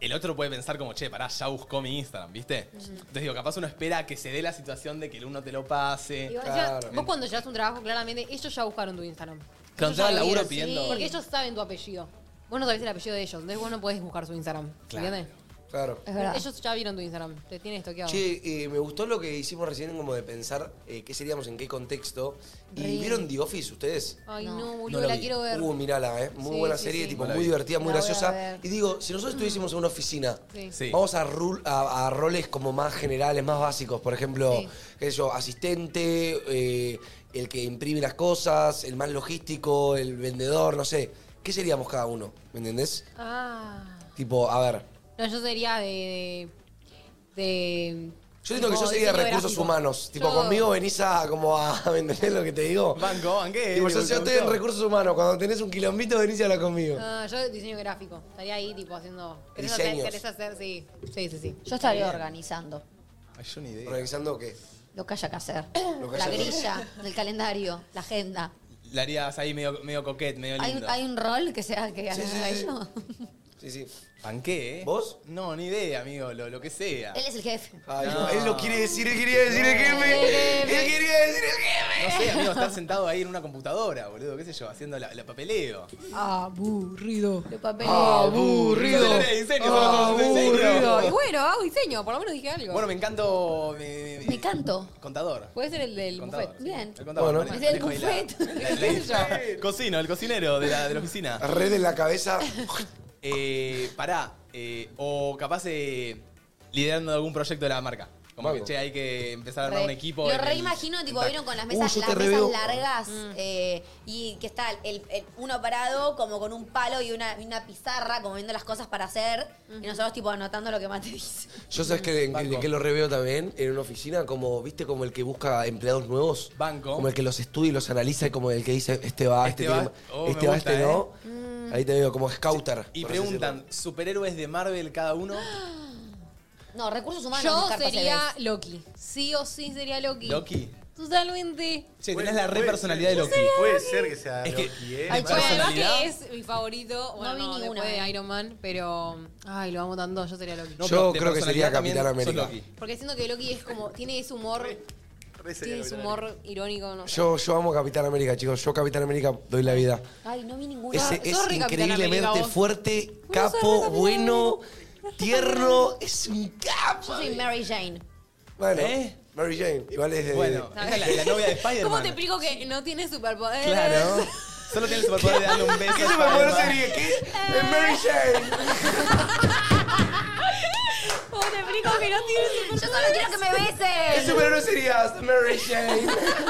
Speaker 1: el otro puede pensar como, che, pará, ya buscó mi Instagram, ¿viste? Entonces digo, capaz uno espera a que se dé la situación de que el uno te lo
Speaker 2: Eh,
Speaker 1: pase.
Speaker 3: Y vos, ya- vos cuando llegas a un trabajo, claramente, ellos ya buscaron tu Instagram.
Speaker 1: Cuando
Speaker 3: Ellos ya
Speaker 1: entraba al
Speaker 3: lo
Speaker 1: laburo
Speaker 3: vieron,
Speaker 1: pidiendo-
Speaker 3: Porque ellos saben tu apellido. Vos no sabés el apellido de ellos, entonces vos no podés buscar su Instagram.
Speaker 1: Claro.
Speaker 3: ¿Entiendes?
Speaker 2: Claro.
Speaker 3: Ellos ya vieron tu Instagram, te tienen estoqueado.
Speaker 2: Che, eh, me gustó lo que hicimos recién como de pensar eh, qué seríamos en qué contexto. ¿Y
Speaker 3: Re.
Speaker 2: vieron The Office ustedes?
Speaker 3: Ay, no,
Speaker 2: No
Speaker 3: boludo, la
Speaker 2: vi.
Speaker 3: quiero ver.
Speaker 2: Uh, mirala, eh. Muy
Speaker 3: Sí,
Speaker 2: buena
Speaker 3: sí,
Speaker 2: serie,
Speaker 3: sí.
Speaker 2: tipo,
Speaker 3: No la
Speaker 2: muy
Speaker 3: vi.
Speaker 2: divertida, muy
Speaker 3: La voy a
Speaker 2: gracioésemos
Speaker 3: ver.
Speaker 2: Y digo, si nosotros estuviésemos en una oficina,
Speaker 3: Sí. Sí.
Speaker 2: vamos a, rul- a- a roles como más generales, más básicos. Por ejemplo, qué sé yo, asistente, eh, el que imprime las cosas, el más logístico, el vendedor, no sé. ¿Qué seríamos cada uno? ¿Me entendés?
Speaker 3: Ah.
Speaker 2: Tipo, a ver.
Speaker 3: No, yo sería de. de, de-
Speaker 2: Yo siento que
Speaker 3: tipo,
Speaker 2: yo sería
Speaker 3: diseño
Speaker 2: recursos
Speaker 3: gráfico.
Speaker 2: humanos. Tipo,
Speaker 3: Yo-
Speaker 2: conmigo venís a como a ¿me entendés lo que te digo.
Speaker 13: Banco, banqué.
Speaker 2: Tipo,
Speaker 13: eh,
Speaker 2: yo, yo estoy en
Speaker 13: banco.
Speaker 2: recursos humanos. Cuando tenés un quilombito, venís a hablar conmigo.
Speaker 3: Ah, yo diseño gráfico. Estaría ahí, tipo, haciendo. ¿Querés
Speaker 2: Diseños.
Speaker 3: hacer? ¿Querés hacer? Sí. Sí, sí, sí.
Speaker 4: Yo estaría
Speaker 3: Bien.
Speaker 4: organizando
Speaker 13: Ay, yo ni idea.
Speaker 2: ¿Organizando qué?
Speaker 4: lo que haya que hacer.
Speaker 1: que
Speaker 4: la
Speaker 1: haya que
Speaker 4: grilla, el calendario, la agenda.
Speaker 1: La harías ahí medio, medio coquet, medio
Speaker 4: ¿Hay, un-
Speaker 1: lindo.
Speaker 4: hay un rol que sea que haga ello?
Speaker 2: Sí, sí.
Speaker 1: ¿Panqué, eh?
Speaker 2: ¿Vos?
Speaker 1: No, ni idea, amigo, lo, lo que sea.
Speaker 3: Ah.
Speaker 4: Él es el jefe.
Speaker 2: Ay, no, él lo quiere decir, él quería decir el jefe. Él quería decir el jefe.
Speaker 1: No sé, amigo, estar sentado ahí en una computadora, boludo, qué sé yo, haciendo la, la papeleo.
Speaker 18: Ah.
Speaker 3: Aburrido. De papel.
Speaker 1: Son las de diseño, son las de diseño.
Speaker 3: Y bueno, hago diseño, por lo menos dije algo.
Speaker 1: Bueno, me encanto. Me, me-
Speaker 4: Me canto.
Speaker 1: contador.
Speaker 3: Puede ser el del
Speaker 1: Contador.
Speaker 3: buffet.
Speaker 4: Bien.
Speaker 1: El contador.
Speaker 2: Bueno.
Speaker 1: mane-
Speaker 2: Es
Speaker 4: el
Speaker 1: manejo de la- la- la- Cocino, el cocinero de la, de la oficina.
Speaker 2: Red en la cabeza.
Speaker 1: Eh, pará. eh, o capaz eh, liderando algún proyecto de la marca. Como
Speaker 2: Banco.
Speaker 1: que, che, hay que empezar a armar
Speaker 4: Re-
Speaker 1: un equipo.
Speaker 4: Lo
Speaker 1: en el-
Speaker 4: reimagino, tipo,
Speaker 1: en-
Speaker 4: vieron con las mesas,
Speaker 1: Uh, yo te
Speaker 4: las mesas
Speaker 1: reveo.
Speaker 4: largas
Speaker 3: Mm.
Speaker 4: eh, y que está el, el- uno parado como con un palo y una, y una pizarra como viendo las cosas para hacer y nosotros tipo anotando lo que Mate dice.
Speaker 2: Yo sabes que en, en qué lo reveo también en una oficina, como, viste, como el que busca empleados nuevos.
Speaker 1: Banco.
Speaker 2: Como el que los estudia y los analiza y como el que dice, este va, este,
Speaker 1: Este va,
Speaker 2: tiene-
Speaker 1: oh, me
Speaker 2: este, va,
Speaker 1: gusta,
Speaker 2: este
Speaker 1: eh.
Speaker 2: no. Ahí te veo, como scouter.
Speaker 1: Y
Speaker 2: por así
Speaker 1: preguntan, ¿superhéroes de Marvel cada uno?
Speaker 4: No, recursos humanos.
Speaker 3: Yo
Speaker 4: Carpa,
Speaker 3: sería
Speaker 4: se ve.
Speaker 3: Loki. Sí o sí sería Loki.
Speaker 1: ¿Loki?
Speaker 3: Totalmente.
Speaker 1: Che, tenés la re personalidad de
Speaker 5: Puede
Speaker 1: Loki.
Speaker 5: ser- Puede ser que sea
Speaker 1: Es que-
Speaker 5: Loki, ¿eh? Me
Speaker 1: Ay,
Speaker 3: Bueno,
Speaker 5: parece-
Speaker 3: además
Speaker 1: personalidad.
Speaker 3: que es mi favorito. Bueno, no vi ninguna. eh. de Iron Man, pero. Ay, lo amo tanto. Yo sería Loki.
Speaker 2: No, Yo pero de creo que sería personalidad Capitán también sos América. Loki.
Speaker 3: Porque siento que Loki es como. Tiene ese humor. Tiene ese humor irónico. No sé.
Speaker 2: decirlo. Yo, yo amo Capitán América, chicos. Yo Capitán América doy la vida.
Speaker 4: Ay, no vi ninguna.
Speaker 2: Ese es
Speaker 3: sos re Capitán
Speaker 2: increíblemente
Speaker 3: América, vos.
Speaker 2: fuerte, capo, bueno, tierno. Es un capo.
Speaker 4: Yo soy Mary Jane.
Speaker 2: Bueno,
Speaker 1: ¿Eh?
Speaker 2: Mary Jane. Igual es de...
Speaker 1: Bueno, esa es la, la novia de Spider-Man.
Speaker 3: ¿Cómo te explico que no tiene superpoderes?
Speaker 1: Claro. Solo tiene el superpoder de darle un beso.
Speaker 2: ¿Qué
Speaker 1: a
Speaker 2: superpoder
Speaker 1: Spider-Man.
Speaker 2: sería? ¿Qué? Es Mary Jane.
Speaker 3: ¿Cómo te explico que no tiene superpoderes?
Speaker 4: Yo solo quiero que me
Speaker 2: ¿Qué
Speaker 4: besen.
Speaker 2: superhéroe serías? Mary Jane.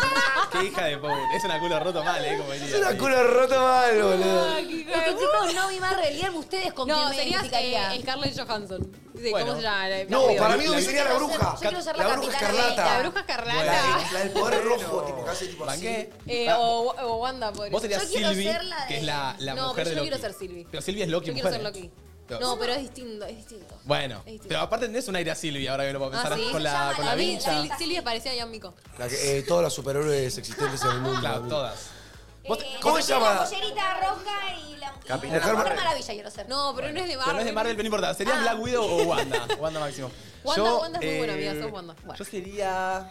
Speaker 1: Qué hija de pobre. Es una culo roto mal, eh, como diría.
Speaker 2: Es una culo rota mal, boludo.
Speaker 4: Es que chicos, no vi Marvel. Díganme ustedes con
Speaker 3: No,
Speaker 4: quién me
Speaker 3: serías
Speaker 4: identificaría.
Speaker 3: eh, Scarlett Johansson. Sí,
Speaker 1: Bueno.
Speaker 3: ¿Cómo se llama? La-
Speaker 2: No,
Speaker 3: la-
Speaker 2: para mí Domi sería la
Speaker 4: Yo quiero ser-
Speaker 2: bruja.
Speaker 4: yo quiero ser la
Speaker 2: La bruja
Speaker 4: capitana de-
Speaker 2: escarlata.
Speaker 3: La bruja escarlata.
Speaker 2: La, la del poder rojo, tipo, casi tipo así.
Speaker 1: Banqué.
Speaker 3: Eh,
Speaker 1: Va,
Speaker 3: o, o Wanda podría
Speaker 1: Ah. Vos serías
Speaker 3: ser. Yo quiero
Speaker 1: Sylvie,
Speaker 3: ser la de-
Speaker 1: que es la, la
Speaker 3: No,
Speaker 1: mujer
Speaker 3: pero yo
Speaker 1: de
Speaker 3: no
Speaker 1: Loki.
Speaker 3: quiero ser Sylvie.
Speaker 1: Pero Sylvie es Loki,
Speaker 3: Yo quiero
Speaker 1: mujer,
Speaker 3: ser
Speaker 1: eh.
Speaker 3: Loki.
Speaker 1: Pero-
Speaker 3: No, pero es distinto, es distinto.
Speaker 1: Bueno,
Speaker 3: Es distinto.
Speaker 1: pero aparte tenés un aire a Sylvie ahora que lo puedo pensar
Speaker 3: Ah, ¿sí?
Speaker 1: con la, con la
Speaker 3: A mí,
Speaker 1: vincha.
Speaker 3: Sil- Silvia parecía a Jan Mico.
Speaker 2: La que- eh, todas las superhéroes existentes en el mundo.
Speaker 1: Claro,
Speaker 2: amigo.
Speaker 1: todas.
Speaker 2: ¿Vos
Speaker 3: Eh,
Speaker 2: te- ¿Cómo se llama?
Speaker 4: La pollerita roja y la. y
Speaker 1: Capitana
Speaker 4: la Mujer
Speaker 1: Marvel.
Speaker 4: Maravilla quiero ser.
Speaker 3: No, pero no es de
Speaker 1: Pero no es de Marvel, pero no importa. ¿Sería Black Widow o Wanda? Wanda máximo.
Speaker 3: Ah.
Speaker 1: eh,
Speaker 3: Wanda, Wanda es muy buena, amiga, sos Wanda. Bueno.
Speaker 1: Yo sería...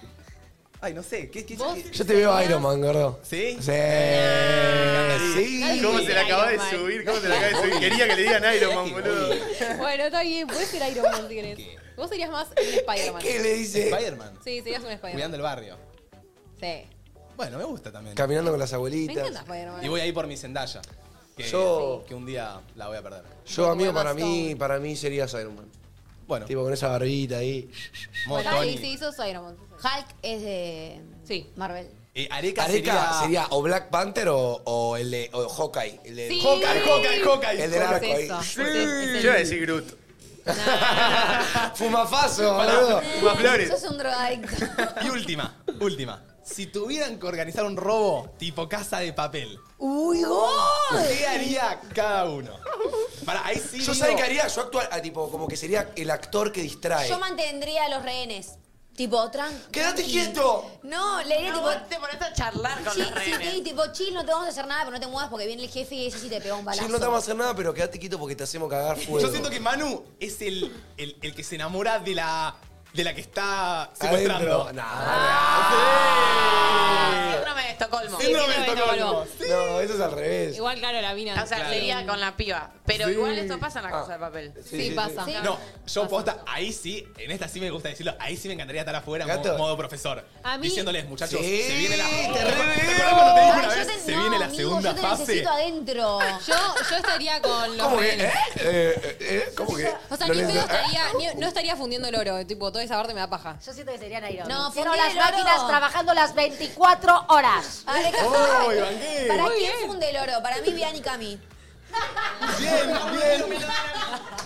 Speaker 1: Ay, no sé. ¿Qué, qué,
Speaker 3: Vos-
Speaker 1: qué-
Speaker 2: Yo te veo Iron Man, gordo.
Speaker 1: ¿Sí?
Speaker 2: Sí.
Speaker 5: Sí. ¿Cómo se le acaba de subir? ¿Cómo se le acaba de subir? Quería que le digan Iron Man, boludo.
Speaker 3: Bueno, está bien, puedes ser Iron Man si querés. Vos serías más un Spider-Man.
Speaker 2: ¿Qué le dice?
Speaker 1: Spider-Man.
Speaker 3: Sí, serías un Spider-Man.
Speaker 1: Cuidando el barrio.
Speaker 3: Sí.
Speaker 1: Bueno, me gusta también.
Speaker 2: Caminando con las
Speaker 3: Me
Speaker 2: abuelitas.
Speaker 3: encanta Spider-Man.
Speaker 1: Y voy ahí por mi Zendaya. Que,
Speaker 2: Yo-
Speaker 1: que un día la voy a perder.
Speaker 2: Yo, amigo, para mí, para mí serías Iron Man.
Speaker 1: Bueno.
Speaker 2: Tipo con esa barbita ahí.
Speaker 1: Modo
Speaker 3: Sí,
Speaker 1: Tony.
Speaker 3: sí, sos Iron Man.
Speaker 4: Hulk es de.
Speaker 3: Sí.
Speaker 4: Marvel.
Speaker 1: Eh, Areca,
Speaker 2: Areca
Speaker 1: sería...
Speaker 2: sería o Black Panther o, o el de o Hawkeye. El de
Speaker 3: Sí.
Speaker 1: Hawkeye, Hawkeye, Hawkeye.
Speaker 2: El del arco ahí.
Speaker 3: Eso.
Speaker 2: Sí.
Speaker 3: Es- es el-
Speaker 5: Yo iba a decir Groot.
Speaker 2: Fumafazo, boludo.
Speaker 5: Más flores.
Speaker 4: Sos un drogadicto.
Speaker 1: Y última, última. Si tuvieran que organizar un robo tipo casa de papel,
Speaker 4: ¡Uy, gol!
Speaker 1: ¿qué haría cada uno? Para, ahí sí.
Speaker 2: Yo
Speaker 1: digo-
Speaker 2: sabía que haría, yo actuaría, tipo, como que sería el actor que distrae.
Speaker 4: Yo mantendría a los rehenes. Tipo, tran.
Speaker 2: ¡Quédate
Speaker 4: tranqui.
Speaker 2: quieto!
Speaker 4: No, le diría
Speaker 12: No,
Speaker 4: tipo.
Speaker 12: vos te pones a charlar con
Speaker 4: Sí,
Speaker 12: los
Speaker 4: sí,
Speaker 12: rehenes.
Speaker 4: sí, tipo, chill, no te vamos a hacer nada, pero no te muevas porque viene el jefe y ese sí te pega un balazo.
Speaker 2: Sí, no te vamos a hacer nada, pero quédate quieto porque te hacemos cagar fuego.
Speaker 1: Yo siento que Manu es el, el, el que se enamora de la
Speaker 13: de la que está
Speaker 2: Adentro.
Speaker 13: secuestrando.
Speaker 12: Síndrome de Estocolmo.
Speaker 13: Síndrome de
Speaker 12: Estocolmo.
Speaker 2: No, eso es al revés.
Speaker 12: Igual, claro, la mina. O sea,
Speaker 13: Claro.
Speaker 12: sería con la piba. Pero
Speaker 13: Sí.
Speaker 12: igual esto pasa en la
Speaker 13: Ah.
Speaker 12: casa de papel.
Speaker 13: No, yo posta, ahí sí, en esta sí me gusta decirlo, ahí sí me encantaría estar afuera mo-
Speaker 2: Gato.
Speaker 13: modo profesor.
Speaker 12: A mí-
Speaker 13: Diciéndoles, muchachos,
Speaker 2: Sí,
Speaker 13: se viene la.
Speaker 2: te
Speaker 13: ¿Te
Speaker 2: reveo.
Speaker 13: acuerdas cuando te dije una
Speaker 4: Ay, yo
Speaker 13: vez?
Speaker 4: te-
Speaker 13: se
Speaker 4: no,
Speaker 13: viene la
Speaker 4: amigo,
Speaker 13: segunda
Speaker 4: yo te
Speaker 13: fase.
Speaker 4: necesito adentro.
Speaker 3: Yo, yo estaría con los
Speaker 2: ¿Cómo que?
Speaker 3: rehenes.
Speaker 2: ¿Eh? Eh, eh, eh, ¿Cómo que?
Speaker 3: O sea,
Speaker 2: No
Speaker 3: ni en
Speaker 2: les-
Speaker 3: pedo estaría, ni- no estaría fundiendo el oro. Tipo, toda esa parte me da paja.
Speaker 14: Yo siento que serían Nairobi.
Speaker 3: No,
Speaker 14: Cierro
Speaker 3: fundí
Speaker 14: las
Speaker 3: el oro.
Speaker 14: máquinas trabajando las 24 horas.
Speaker 4: Alejandro,
Speaker 13: banqué.
Speaker 4: ¿Para
Speaker 14: Muy
Speaker 4: quién funde el oro? Para mí, Bian y Cami.
Speaker 13: Bien, bien.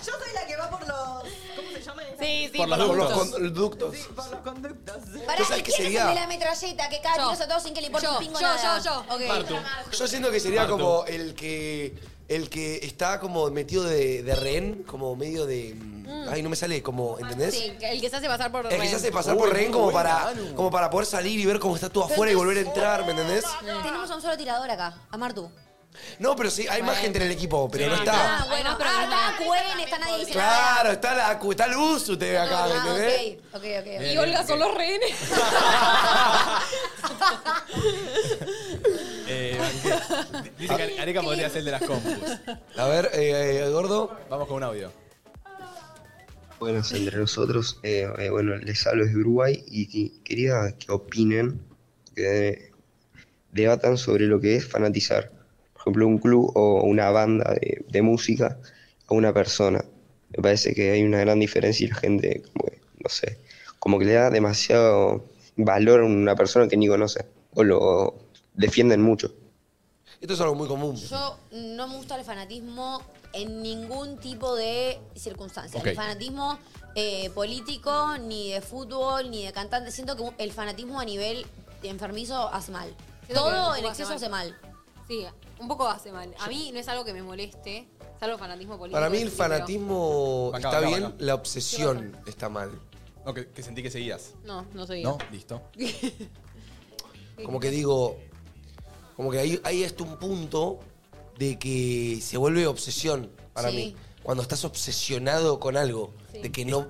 Speaker 10: Yo soy la que va por los. ¿Cómo se llaman? esas?
Speaker 3: Sí,
Speaker 2: Por los
Speaker 10: conductos.
Speaker 2: conductos.
Speaker 10: Por los conductos.
Speaker 4: Para
Speaker 2: ¿Tú
Speaker 4: mí,
Speaker 2: sabes qué
Speaker 4: ¿quién es el
Speaker 2: sería?
Speaker 4: de la metralleta que cae
Speaker 3: Yo.
Speaker 4: tiros a todos sin que le importe
Speaker 3: Yo,
Speaker 4: un pingo
Speaker 3: yo,
Speaker 4: nada?
Speaker 3: yo, yo.
Speaker 4: Ok.
Speaker 2: Martu. Yo siento que sería como el que el que está como metido de, de rehén, como medio de.
Speaker 3: Mm.
Speaker 2: Ay, no me sale, como, ¿entendés?
Speaker 3: Sí, el que se hace pasar por
Speaker 2: El que se
Speaker 3: rehén.
Speaker 2: hace pasar por rehén como para, como para poder salir y ver cómo está todo afuera y volver a entrar, ¿me entendés?
Speaker 4: Tenemos a un solo tirador acá, a Martu.
Speaker 2: No, pero sí, hay más gente en el equipo, pero no
Speaker 4: Ah,
Speaker 2: está.
Speaker 4: bueno, pero está Cuen, está nadie dice nada.
Speaker 2: Claro, está la está Luz usted acá, ¿me
Speaker 4: Ah,
Speaker 2: entendés?
Speaker 4: ok, ok, ok.
Speaker 2: Bien, Y Olga bien,
Speaker 4: son los rehenes.
Speaker 1: Eh, banqué. Dice que Areca podría ser el de las compus.
Speaker 2: A ver, eh, eh, gordo.
Speaker 1: Vamos con un audio.
Speaker 17: Buenas entre nosotros. Eh, eh, bueno, les hablo desde Uruguay y que- quería que opinen, que debatan sobre lo que es fanatizar. Por ejemplo, un club o una banda de, de música a una persona. Me parece que hay una gran diferencia y la gente, como que, no sé, como que le da demasiado valor a una persona que ni conoce o lo defienden mucho.
Speaker 2: Esto es algo muy común.
Speaker 4: Yo no me gusta el fanatismo en ningún tipo de circunstancia.
Speaker 2: Ok.
Speaker 4: El fanatismo eh, político, ni de fútbol, ni de cantante. Siento que el fanatismo a nivel de enfermizo hace mal.
Speaker 3: Siento que
Speaker 4: Todo
Speaker 3: un
Speaker 4: en
Speaker 3: poco
Speaker 4: exceso hace mal.
Speaker 3: Sí, un poco hace mal. A mí no es algo que me moleste, salvo fanatismo político.
Speaker 2: Para mí el
Speaker 3: del principio.
Speaker 2: fanatismo
Speaker 1: Bancá,
Speaker 2: está
Speaker 1: bancá,
Speaker 2: bien,
Speaker 1: bancá.
Speaker 2: la obsesión está mal.
Speaker 1: No, que, que sentí que seguías.
Speaker 3: No, no soy
Speaker 1: No, listo.
Speaker 2: Como que digo, como que ahí, ahí está un punto de que se vuelve obsesión para
Speaker 4: Sí.
Speaker 2: mí. Cuando estás obsesionado con algo,
Speaker 4: Sí.
Speaker 2: de que no.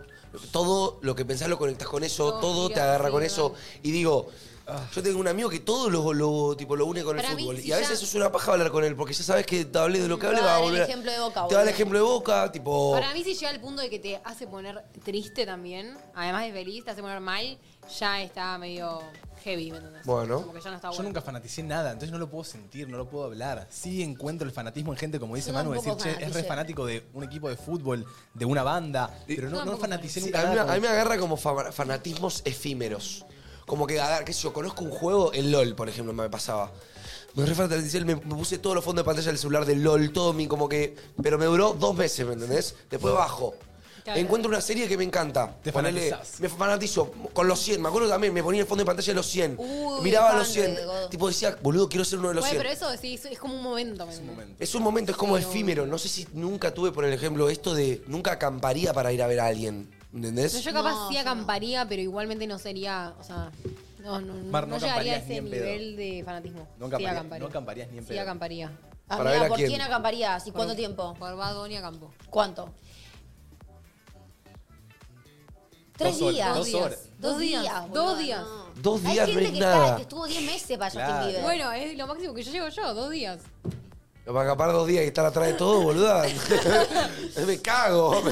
Speaker 2: Todo lo que pensás lo conectas con eso,
Speaker 3: No,
Speaker 2: todo
Speaker 3: mira,
Speaker 2: te agarra
Speaker 3: sí,
Speaker 2: con
Speaker 3: verdad.
Speaker 2: eso. Y digo, ah, yo tengo un amigo que todo lo, lo- tipo, lo une con
Speaker 4: Para
Speaker 2: el
Speaker 4: mí,
Speaker 2: fútbol.
Speaker 4: si
Speaker 2: y a veces
Speaker 4: ya-
Speaker 2: es una paja hablar con él, porque ya sabes que te hablé de lo que
Speaker 4: Te va
Speaker 2: hable,
Speaker 4: a
Speaker 2: va a
Speaker 4: dar el
Speaker 2: volver. a-
Speaker 4: ejemplo de Boca,
Speaker 2: Te da el
Speaker 4: boludo.
Speaker 2: ejemplo de boca, tipo.
Speaker 3: Para mí si llega al punto de que te hace poner triste también, además de feliz, te hace poner mal, ya está medio heavy, ¿me entendés?
Speaker 2: Bueno.
Speaker 3: Como que ya no está
Speaker 1: Yo
Speaker 3: bueno.
Speaker 1: nunca fanaticé nada, entonces no lo puedo sentir, no lo puedo hablar. Sí encuentro el fanatismo en gente, como dice
Speaker 3: Yo
Speaker 1: Manu, decir,
Speaker 3: tampoco
Speaker 1: che, es re
Speaker 3: fanaticé.
Speaker 1: fanático de un equipo de fútbol, de una banda, pero no, no
Speaker 2: tampoco
Speaker 1: fanaticé
Speaker 2: Sí,
Speaker 1: nunca
Speaker 2: a, mí, me-
Speaker 1: nada.
Speaker 2: a mí me agarra como fa- fanatismos efímeros. Como que, a ver, qué sé yo, conozco un juego, el LOL, por ejemplo, me pasaba. Me re fanaticé, me, me puse todos los fondos de pantalla del celular del LOL, todo mi, como que. Pero me duró dos meses, ¿me entendés? Después bajo.
Speaker 1: Claro.
Speaker 2: Encuentro una serie que me encanta.
Speaker 1: Te
Speaker 2: Ponele-
Speaker 1: fanatizás.
Speaker 2: Me fanatizo con los 100. Me acuerdo también, me ponía el fondo de pantalla de los 100.
Speaker 3: Uy,
Speaker 2: Miraba los
Speaker 3: fan
Speaker 2: 100.
Speaker 3: de God.
Speaker 2: Tipo decía, boludo, quiero ser uno de los
Speaker 3: Bueno,
Speaker 2: 100.
Speaker 3: pero eso sí, es es como un momento. Es un momento.
Speaker 2: Es un momento, es como efímero. No sé si nunca tuve, por ejemplo, esto de nunca acamparía para ir a ver a alguien. ¿Entendés?
Speaker 3: yo capaz sí acamparía, pero igualmente no sería, o sea, no, no,
Speaker 1: Mar, no
Speaker 3: no llegaría a
Speaker 1: acamparías ni
Speaker 3: ese
Speaker 1: en pedo.
Speaker 3: nivel de fanatismo.
Speaker 1: No
Speaker 3: sí
Speaker 1: acamparía-
Speaker 3: acamparía.
Speaker 1: no acamparías ni en
Speaker 3: Sí
Speaker 1: pedo.
Speaker 3: acamparía.
Speaker 4: Amiga,
Speaker 2: ver a
Speaker 4: ¿por
Speaker 2: quién.
Speaker 4: quién, acamparías? ¿Y
Speaker 3: Por-
Speaker 4: cuánto tiempo?
Speaker 3: Por Bad Bunny acampó.
Speaker 4: ¿Cuánto? Tres
Speaker 1: horas,
Speaker 4: días.
Speaker 1: dos horas.
Speaker 4: Dos días. boludo,
Speaker 3: Dos días.
Speaker 4: no.
Speaker 2: Dos
Speaker 4: Hay
Speaker 2: días no
Speaker 4: gente
Speaker 2: es
Speaker 4: que,
Speaker 2: nada.
Speaker 4: está- que estuvo 10 meses para
Speaker 2: Claro.
Speaker 4: Justin Bieber.
Speaker 3: Bueno, es lo máximo que yo llego yo, dos días.
Speaker 2: Para acampar dos días y estar atrás de todo, boluda. me cago.